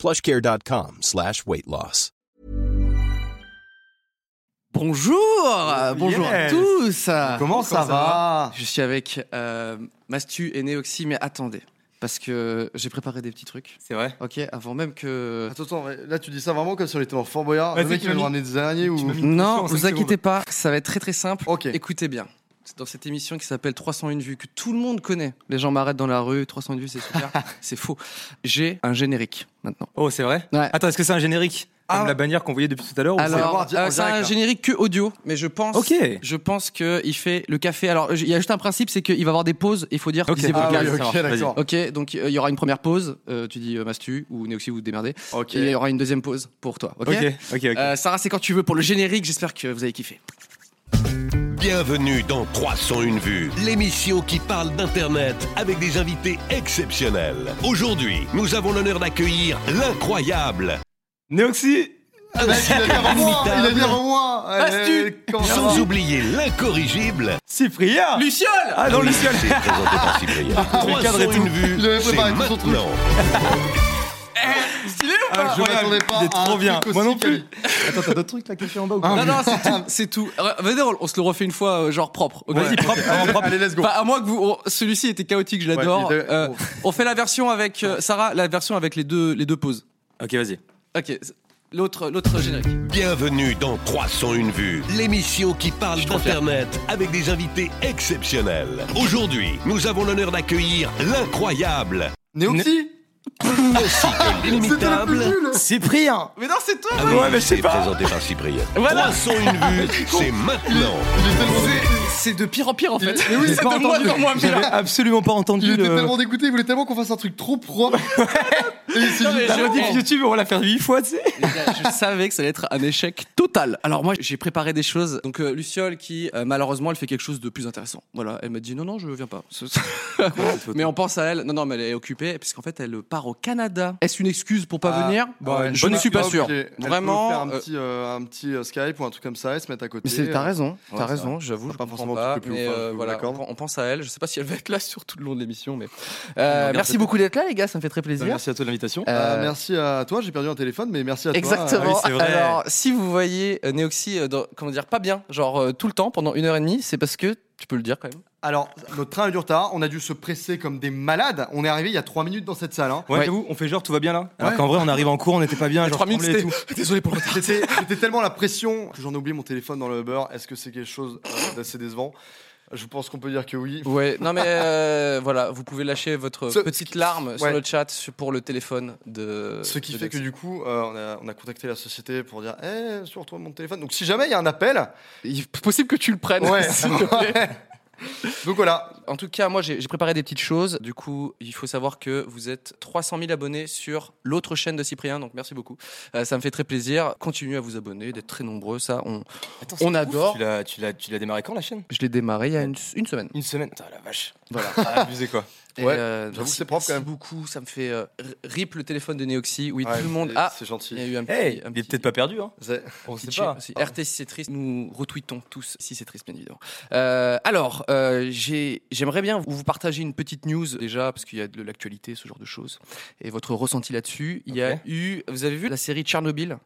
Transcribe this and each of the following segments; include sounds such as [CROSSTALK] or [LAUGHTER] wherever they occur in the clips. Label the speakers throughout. Speaker 1: plushcare.com slash weight loss.
Speaker 2: Bonjour euh, Bonjour à
Speaker 3: Yes.
Speaker 2: tous
Speaker 3: Comment ça va
Speaker 2: Je suis avec euh, Mastu et Neoxy, mais attendez, parce que j'ai préparé des petits trucs.
Speaker 4: C'est vrai.
Speaker 2: Ok, avant même que...
Speaker 3: Attends, attends, là tu dis ça vraiment comme si on était dans Fort Boyard.
Speaker 4: Ouais,
Speaker 3: le
Speaker 4: c'est
Speaker 3: mec
Speaker 4: qui m'a
Speaker 3: il va nous
Speaker 4: mis-
Speaker 3: ramener des araignées
Speaker 4: qui
Speaker 3: ou.
Speaker 4: m'a mis-
Speaker 2: Non,
Speaker 4: en cinq
Speaker 2: vous
Speaker 4: secondes.
Speaker 2: inquiétez pas, ça va être très très simple.
Speaker 3: Ok.
Speaker 2: Écoutez bien. C'est dans cette émission qui s'appelle 301 vues, que tout le monde connaît. Les gens m'arrêtent dans la rue, 301 vues, c'est super. c'est faux. J'ai un générique maintenant.
Speaker 4: Oh, c'est vrai
Speaker 2: Ouais.
Speaker 4: Attends, est-ce que c'est un générique
Speaker 3: Ah.
Speaker 4: Comme la bannière qu'on voyait depuis tout à l'heure ou
Speaker 3: le
Speaker 2: Alors,
Speaker 3: voir di- en
Speaker 2: euh, c'est
Speaker 3: direct,
Speaker 2: un
Speaker 3: là.
Speaker 2: générique que audio, mais je pense,
Speaker 4: Ok.
Speaker 2: je pense que il fait le café. Alors, j- il y a juste un principe, c'est qu'il va y avoir des pauses. Il faut dire.
Speaker 4: Ok.
Speaker 2: que c'est
Speaker 4: Ah
Speaker 2: vocal.
Speaker 4: oui, ça
Speaker 3: ok,
Speaker 4: marche, vas-y.
Speaker 3: d'accord.
Speaker 2: Ok, donc euh, il y aura une première pause. euh, tu dis euh, Mastu ou Neoxy, vous démerdez.
Speaker 3: Ok.
Speaker 2: Et il y aura une deuxième pause pour toi. Ok.
Speaker 4: c'est- Ok, ok, ok.
Speaker 2: Euh, Sarah, c'est quand tu veux pour le générique. J'espère que vous avez kiffé.
Speaker 5: Bienvenue dans 301 vues, l'émission qui parle d'Internet avec des invités exceptionnels. Aujourd'hui, nous avons l'honneur d'accueillir l'incroyable,
Speaker 4: Neoxy
Speaker 3: Ah, bah, il a dit avant moi, Il a dit
Speaker 5: Inimitable.
Speaker 3: avant moi
Speaker 2: Astu.
Speaker 3: Eh, comment ça
Speaker 5: sans
Speaker 3: va
Speaker 5: oublier l'incorrigible.
Speaker 4: Cyprien
Speaker 2: Luciole.
Speaker 4: Ah non,
Speaker 5: Oui,
Speaker 4: Luciole
Speaker 5: c'est présenté par Cyprien.
Speaker 4: le cadre et
Speaker 5: 301
Speaker 4: tout.
Speaker 5: vues,
Speaker 3: Il avait
Speaker 5: c'est
Speaker 3: préparé tout son truc.
Speaker 5: maintenant.
Speaker 2: Stylé ou pas
Speaker 3: Je m'attendais
Speaker 4: Incroyable,
Speaker 3: pas
Speaker 4: Ah, il
Speaker 3: à
Speaker 4: est trop
Speaker 3: un
Speaker 4: bien.
Speaker 3: truc
Speaker 4: Moi
Speaker 3: aussi
Speaker 4: non plus.
Speaker 6: Attends, t'as d'autres trucs là cachés en bas ou
Speaker 3: Ah,
Speaker 2: Non,
Speaker 3: mais-
Speaker 2: non, c'est tout. C'est tout. Euh, Vas-y, on, on se le refait une fois, euh, genre propre. ok
Speaker 4: Vas-y, propre, propre, propre.
Speaker 3: Allez, let's go.
Speaker 2: Enfin, à moins que vous. on- Celui-ci était chaotique, je l'adore.
Speaker 3: Ouais, il est-
Speaker 2: Euh, on fait la version avec euh, Sarah, la version avec les deux, les deux pauses.
Speaker 4: Ok, vas-y.
Speaker 2: Ok. L'autre, l'autre générique.
Speaker 5: Bienvenue dans 301 vues, l'émission qui parle d'Internet avec des invités exceptionnels. Aujourd'hui, nous avons l'honneur d'accueillir l'incroyable,
Speaker 3: Néoxy
Speaker 5: ainsi que
Speaker 3: C'était le plus
Speaker 5: l'inimitable.
Speaker 3: nul
Speaker 6: Cyprien
Speaker 2: Mais non, c'est toi.
Speaker 5: Ah
Speaker 4: Ouais, mais je sais
Speaker 5: c'est
Speaker 4: pas.
Speaker 5: présenté par Cyprien.
Speaker 2: Voilà.
Speaker 5: 301 vues, c'est maintenant.
Speaker 3: Il est tellement dé-
Speaker 2: C'est de pire en pire en
Speaker 3: Il-
Speaker 2: fait.
Speaker 3: mais oui,
Speaker 2: c'est
Speaker 3: j'ai pas
Speaker 2: de moins
Speaker 3: entendu.
Speaker 2: en moins pire.
Speaker 6: J'avais absolument pas
Speaker 3: il
Speaker 6: entendu
Speaker 3: était
Speaker 6: le.
Speaker 3: tellement dégoûté, il voulait tellement qu'on fasse un truc trop propre. Et il s'est
Speaker 2: Non,
Speaker 3: dit,
Speaker 2: mais
Speaker 3: bah,
Speaker 2: je-
Speaker 4: La modif
Speaker 2: comprends.
Speaker 4: YouTube, on va la faire 8 fois, tu sais.
Speaker 2: Les gars, je savais que ça allait être un échec total. Alors moi, j'ai préparé des choses. Donc euh, Luciole, qui euh, malheureusement, elle fait quelque chose de plus intéressant. Voilà, elle m'a dit non non, je viens pas. Ce- [LAUGHS] mais on pense à elle. Non non, mais elle est occupée puisqu'en fait, elle part au Canada. Est-ce une excuse pour pas
Speaker 3: Ah,
Speaker 2: venir
Speaker 3: bah, elle
Speaker 2: Je
Speaker 3: peut-
Speaker 2: ne suis pas
Speaker 3: ok,
Speaker 2: sûr.
Speaker 3: elle peut
Speaker 2: Vraiment,
Speaker 3: faire un
Speaker 2: euh,
Speaker 3: petit, euh, un petit euh, Skype ou un truc comme ça et se mettre à côté.
Speaker 2: Mais c'est- t'as
Speaker 3: euh,
Speaker 2: raison,
Speaker 3: ouais,
Speaker 2: t'as
Speaker 3: c'est
Speaker 2: raison, j'avoue, je
Speaker 3: Pas
Speaker 2: pas
Speaker 3: forcément
Speaker 2: forcément pas,
Speaker 3: occupé ou
Speaker 2: mais
Speaker 3: pas, hein, je
Speaker 2: euh,
Speaker 3: vous
Speaker 2: voilà,
Speaker 3: l'accorde.
Speaker 2: on, on pense à elle. Je sais pas si elle va être là sur tout le long de l'émission, mais Euh,
Speaker 4: regarde
Speaker 2: merci
Speaker 4: peut-être.
Speaker 2: beaucoup d'être là, les gars, ça me fait très plaisir.
Speaker 4: à toi de l'invitation.
Speaker 3: Euh,
Speaker 2: Euh,
Speaker 3: merci à toi, j'ai perdu un téléphone, mais merci à toi. euh,
Speaker 2: Exactement.
Speaker 4: Ah oui, c'est vrai.
Speaker 2: Alors, si vous voyez euh, Neoxy, euh, dans- comment dire, pas bien, genre euh, tout le temps pendant une heure et demie, c'est parce que tu peux le dire quand même.
Speaker 3: Alors, notre train a eu du retard, on a dû se presser comme des malades. On est arrivé il y a 3 minutes dans cette salle. Hein.
Speaker 4: Ouais,
Speaker 2: Ouais.
Speaker 4: j'avoue, on fait genre tout va bien là. Alors
Speaker 3: Ouais.
Speaker 4: qu'en vrai, on arrive en cours, on n'était pas bien. Genre,
Speaker 2: Trois minutes,
Speaker 4: tremblait Ah, et tout.
Speaker 2: Désolé pour le retard.
Speaker 3: C'était c'était tellement la pression que j'en ai oublié mon téléphone dans le beurre. Est-ce que c'est quelque chose euh, d'assez décevant Je pense qu'on peut dire que oui.
Speaker 2: [LAUGHS] Ouais, non mais euh, voilà, vous pouvez lâcher votre
Speaker 3: Ce-
Speaker 2: petite larme sur
Speaker 3: ouais.
Speaker 2: le chat sur- pour le téléphone de.
Speaker 3: Ce qui
Speaker 2: de
Speaker 3: fait que
Speaker 2: Neoxy.
Speaker 3: du coup, euh, on, a, on a contacté la société pour dire Eh, je retrouve mon téléphone. Donc, si jamais il y a un appel,
Speaker 2: Il est possible que tu le prennes.
Speaker 3: [LAUGHS] ouais.
Speaker 2: [LAUGHS] s'il te plaît.
Speaker 3: Donc voilà,
Speaker 2: En tout cas, moi, j'ai j'ai préparé des petites choses. Du coup, il faut savoir que vous êtes 300 000 abonnés sur l'autre chaîne de Cyprien. Donc, merci beaucoup. Euh, ça me fait très plaisir. Continuez à vous abonner, d'être très nombreux. Ça, on, on adore.
Speaker 4: Tu l'as- Tu l'as tu l'as démarré quand la chaîne
Speaker 2: Je l'ai démarré il y a une, une semaine.
Speaker 4: Une semaine. Putain, la vache.
Speaker 2: Voilà.
Speaker 4: Ah, abusé quoi.
Speaker 2: Et,
Speaker 3: Ouais,
Speaker 2: euh,
Speaker 3: j'avoue que
Speaker 2: merci-
Speaker 3: c'est propre, quand
Speaker 2: merci
Speaker 3: même.
Speaker 2: beaucoup. Ça me fait euh, r- rip le téléphone de Neoxy. Oui,
Speaker 3: Ouais,
Speaker 2: tout le monde.
Speaker 3: c'est-
Speaker 2: Ah,
Speaker 3: c'est
Speaker 2: il y a
Speaker 3: gentil.
Speaker 2: eu un petit.
Speaker 4: Hey,
Speaker 2: un
Speaker 4: il est
Speaker 2: petit-
Speaker 4: peut-être pas perdu, hein.
Speaker 3: C'est-
Speaker 4: On sait
Speaker 2: petit
Speaker 4: pas.
Speaker 2: check aussi. RT si c'est triste, nous retweetons tous si c'est triste, bien évidemment. Euh, alors, euh, j'ai- j'aimerais bien vous partager une petite news déjà, parce qu'il y a de l'actualité, ce genre de choses, et votre ressenti là-dessus. Il y a
Speaker 4: Ok.
Speaker 2: eu, vous avez vu la série Tchernobyl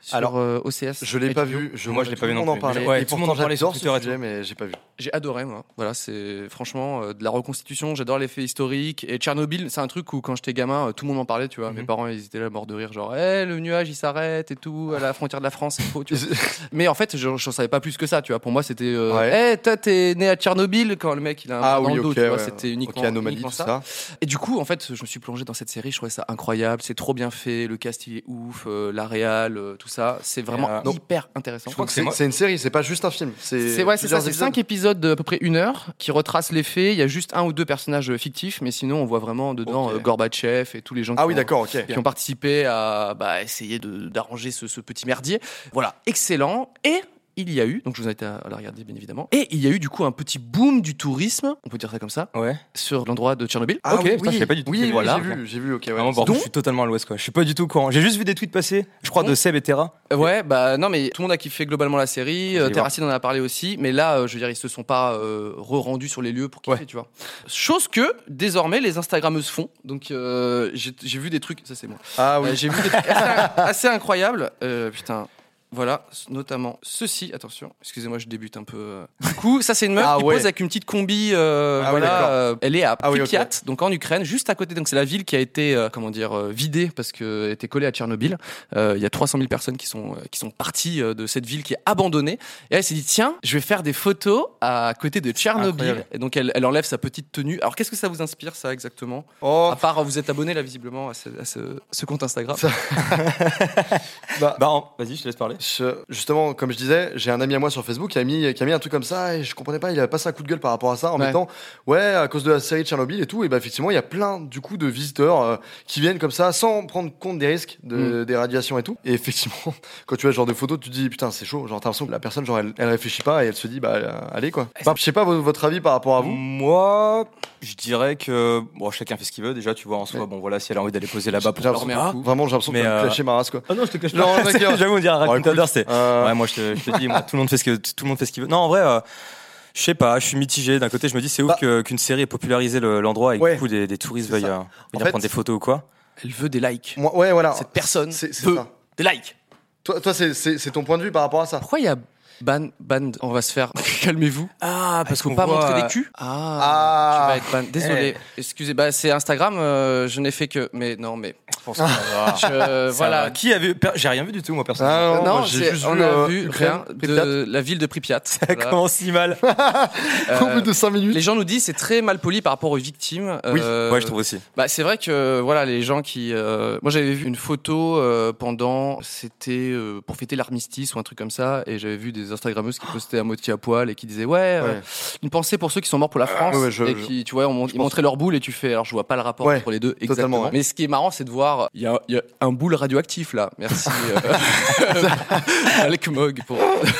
Speaker 2: sur
Speaker 3: Alors,
Speaker 2: euh, OCS
Speaker 3: je l'ai pas
Speaker 2: HBO?
Speaker 3: vu. Je,
Speaker 4: Moi, je l'ai pas vu
Speaker 3: tout
Speaker 4: non
Speaker 3: le monde en
Speaker 4: plus.
Speaker 3: parlait.
Speaker 4: Ouais,
Speaker 3: et
Speaker 4: tout le monde
Speaker 3: pourtant,
Speaker 4: en parlait sur
Speaker 3: j'adore ce
Speaker 4: Twitter et
Speaker 3: sujet, mais j'ai pas vu.
Speaker 2: J'ai adoré, moi. Voilà, c'est franchement euh, de la reconstitution. J'adore les faits historiques. Et Tchernobyl, c'est un truc où quand j'étais gamin, euh, tout le monde en parlait, tu vois. Mes
Speaker 4: Mhm.
Speaker 2: parents, ils étaient là morts de rire, genre, Eh, le nuage, il s'arrête et tout, à la frontière de la France, c'est faux, tu
Speaker 3: [LAUGHS]
Speaker 2: vois. Mais en fait, je je savais pas plus que ça, tu vois. Pour moi, c'était, euh,
Speaker 3: Ouais.
Speaker 2: Eh, toi, t'es né à Tchernobyl quand le mec, il a un bras
Speaker 3: Ah
Speaker 2: dans
Speaker 3: oui,
Speaker 2: le dos,
Speaker 3: ok.
Speaker 2: tu vois.
Speaker 3: ouais.
Speaker 2: C'était uniquement,
Speaker 3: Ok, anomalie,
Speaker 2: uniquement
Speaker 3: tout ça.
Speaker 2: et du coup, en fait, je me suis plongé dans cette série, je trouvais ça incroyable, c'est trop bien fait, le cast il est ouf, euh, la réal, euh, tout ça. C'est vraiment
Speaker 4: Euh, non.
Speaker 2: hyper intéressant.
Speaker 4: Je crois que c'est
Speaker 3: C'est
Speaker 4: moi.
Speaker 3: c'est une série, c'est pas juste un film.
Speaker 2: C'est
Speaker 3: C'est
Speaker 2: ouais, c'est ça,
Speaker 3: plusieurs
Speaker 2: c'est
Speaker 3: épisodes.
Speaker 2: cinq épisodes de à peu près une heure qui retracent les faits. Il y a juste un ou deux personnages euh, fictifs, mais sinon on voit vraiment dedans
Speaker 4: Ok.
Speaker 2: euh, Gorbatchev et tous les gens
Speaker 3: Ah
Speaker 2: qui,
Speaker 3: oui,
Speaker 2: ont,
Speaker 3: d'accord, ok.
Speaker 2: qui ont participé à bah, essayer de- d'arranger ce, ce petit merdier. Voilà, excellent. Et il y a eu, donc je vous invite à à la regarder bien évidemment, et il y a eu du coup un petit boom du tourisme, on peut dire ça comme ça,
Speaker 4: Ouais.
Speaker 2: sur l'endroit de Tchernobyl.
Speaker 3: Ah
Speaker 4: Ok,
Speaker 3: oui,
Speaker 4: putain, je savais pas du tout
Speaker 3: Oui,
Speaker 4: qu'il y
Speaker 3: oui,
Speaker 4: avait ça.
Speaker 3: j'ai vu, j'ai vu, ok, ouais.
Speaker 4: Vraiment, Ah, par contre, je suis totalement à l'ouest, quoi. Je suis pas du tout au courant. J'ai juste vu des tweets passer, je crois, de
Speaker 2: Bon.
Speaker 4: Seb et Terra.
Speaker 2: Euh, Ouais, bah non, mais tout le monde a kiffé globalement la série. Euh,
Speaker 4: Faut aller voir.
Speaker 2: Terracine en a parlé aussi, mais là, euh, je veux dire, ils se sont pas euh, re-rendus sur les lieux pour kiffer, tu vois. Chose que désormais les Instagrammeuses font. Donc euh, j'ai j'ai vu des trucs, ça c'est moi.
Speaker 3: Ah
Speaker 2: Euh,
Speaker 3: oui,
Speaker 2: j'ai vu des trucs assez, assez incroyables. Euh, putain. Voilà, notamment ceci, attention, excusez-moi, je débute un peu. euh. Du coup, ça c'est une meuf
Speaker 3: Ah
Speaker 2: qui
Speaker 3: ouais.
Speaker 2: pose avec une petite combi, euh,
Speaker 3: Ah oui,
Speaker 2: voilà,
Speaker 3: d'accord.
Speaker 2: euh, elle est à
Speaker 3: Ah oui, ok.
Speaker 2: Pripyat, donc en Ukraine, juste à côté, donc c'est la ville qui a été, euh, comment dire, euh, vidée parce qu'elle était collée à Tchernobyl. Euh, Il y a 300 000 personnes qui sont, euh, qui sont parties euh, de cette ville qui est abandonnée. Et elle s'est dit, tiens, je vais faire des photos à côté de Tchernobyl.
Speaker 4: incroyable.
Speaker 2: Et donc elle, elle enlève sa petite tenue. Alors qu'est-ce que ça vous inspire, ça exactement
Speaker 3: oh,
Speaker 2: À part, euh, vous êtes abonné là, visiblement, à ce, à ce- ce compte Instagram.
Speaker 3: bah,
Speaker 4: Bah, en- vas-y, je te laisse parler.
Speaker 3: Je- justement, comme je disais, j'ai un ami à moi sur Facebook qui a mis, qui a mis un truc comme ça et je comprenais pas. Il a passé un coup de gueule par rapport à ça en
Speaker 2: Ouais.
Speaker 3: mettant ouais à cause de la série de Tchernobyl et tout. Et bah effectivement, il y a plein du coup de visiteurs euh, qui viennent comme ça sans prendre compte des risques de, des radiations et tout. Et effectivement, [LAUGHS] quand tu vois ce genre de photos, tu te dis putain c'est chaud. Genre t'as l'impression que la personne genre elle, elle réfléchit pas et elle se dit bah euh, allez quoi. Bah, je sais pas vo- votre avis par rapport à vous.
Speaker 4: Bah, Moi, je dirais que bon, chacun fait ce qu'il veut. Déjà, tu vois, en soi, bon, voilà, si elle a envie d'aller poser là-bas pour
Speaker 3: Ah bah, J'ai
Speaker 2: dormir
Speaker 3: l'impression-
Speaker 2: un coup.
Speaker 3: Vraiment, j'ai l'impression de
Speaker 4: Mais, euh,
Speaker 3: clasher ma race quoi.
Speaker 7: Ah non, je te cache
Speaker 4: [LAUGHS]
Speaker 3: Non, d'accord.
Speaker 4: J'avoue, on dirait
Speaker 3: Bon, écoute,
Speaker 4: raconteur, c'est.
Speaker 3: euh,
Speaker 4: Ouais, moi, je te, je te dis, moi, tout le monde fait ce que tout le monde fait ce qu'il veut. Non, en vrai. euh, je sais pas, je suis mitigé. D'un côté, je me dis c'est ouf
Speaker 3: Bah.
Speaker 4: que- qu'une série ait popularisé le- l'endroit et que
Speaker 3: Ouais.
Speaker 4: du coup des, des touristes veuillent
Speaker 3: ça.
Speaker 4: euh, venir
Speaker 3: fait,
Speaker 4: prendre des photos ou quoi.
Speaker 2: Elle veut des likes.
Speaker 3: Moi- ouais voilà.
Speaker 2: Cette personne
Speaker 3: C'est c'est
Speaker 2: veut
Speaker 3: ça.
Speaker 2: des likes.
Speaker 3: Toi, toi c'est- c'est c'est ton point de vue par rapport à ça.
Speaker 2: Pourquoi il y a ban, ban On va se faire. Calmez-vous.
Speaker 4: Ah,
Speaker 2: Parce qu'on pas montrer des culs. Ah. Tu vas
Speaker 3: Ah.
Speaker 2: être ban. Désolé. Excusez. Bah c'est Instagram. euh, je n'ai fait que. Mais non. Mais je- euh, voilà.
Speaker 4: Voilà. Qui a vu per- J'ai rien vu du tout, moi, personnellement.
Speaker 3: Ah, non,
Speaker 2: Non,
Speaker 3: moi, j'ai
Speaker 2: c'est-
Speaker 3: juste
Speaker 2: on
Speaker 3: vu,
Speaker 2: a
Speaker 3: euh,
Speaker 2: vu
Speaker 3: Ukraine,
Speaker 2: rien
Speaker 3: Pripyat.
Speaker 2: de la ville de Pripyat.
Speaker 4: [LAUGHS] Ça
Speaker 2: Voilà.
Speaker 4: commence si mal.
Speaker 2: Euh,
Speaker 3: [LAUGHS] Au bout de 5 minutes.
Speaker 2: les gens nous disent c'est très mal poli par rapport aux victimes.
Speaker 4: Oui,
Speaker 2: Euh,
Speaker 4: ouais, je trouve aussi.
Speaker 2: Bah, c'est vrai que voilà les gens qui euh, moi j'avais vu une photo euh, pendant c'était euh, pour fêter l'armistice ou un truc comme ça et j'avais vu des instagrammeuses qui postaient à moitié à poil et qui disaient ouais, euh,
Speaker 3: Ouais. Ah,
Speaker 2: une pensée pour ceux qui sont morts pour la France
Speaker 3: ouais, ouais, je-
Speaker 2: et
Speaker 3: je-
Speaker 2: qui tu vois on mont- ils montraient leur boule et tu fais alors je vois pas le rapport
Speaker 3: Ouais,
Speaker 2: entre les deux
Speaker 3: totalement,
Speaker 2: exactement
Speaker 3: ouais.
Speaker 2: mais ce qui est marrant c'est de voir il y a, il y a un boule radioactif là merci
Speaker 3: [LAUGHS]
Speaker 2: euh, [LAUGHS] Alec Mog pour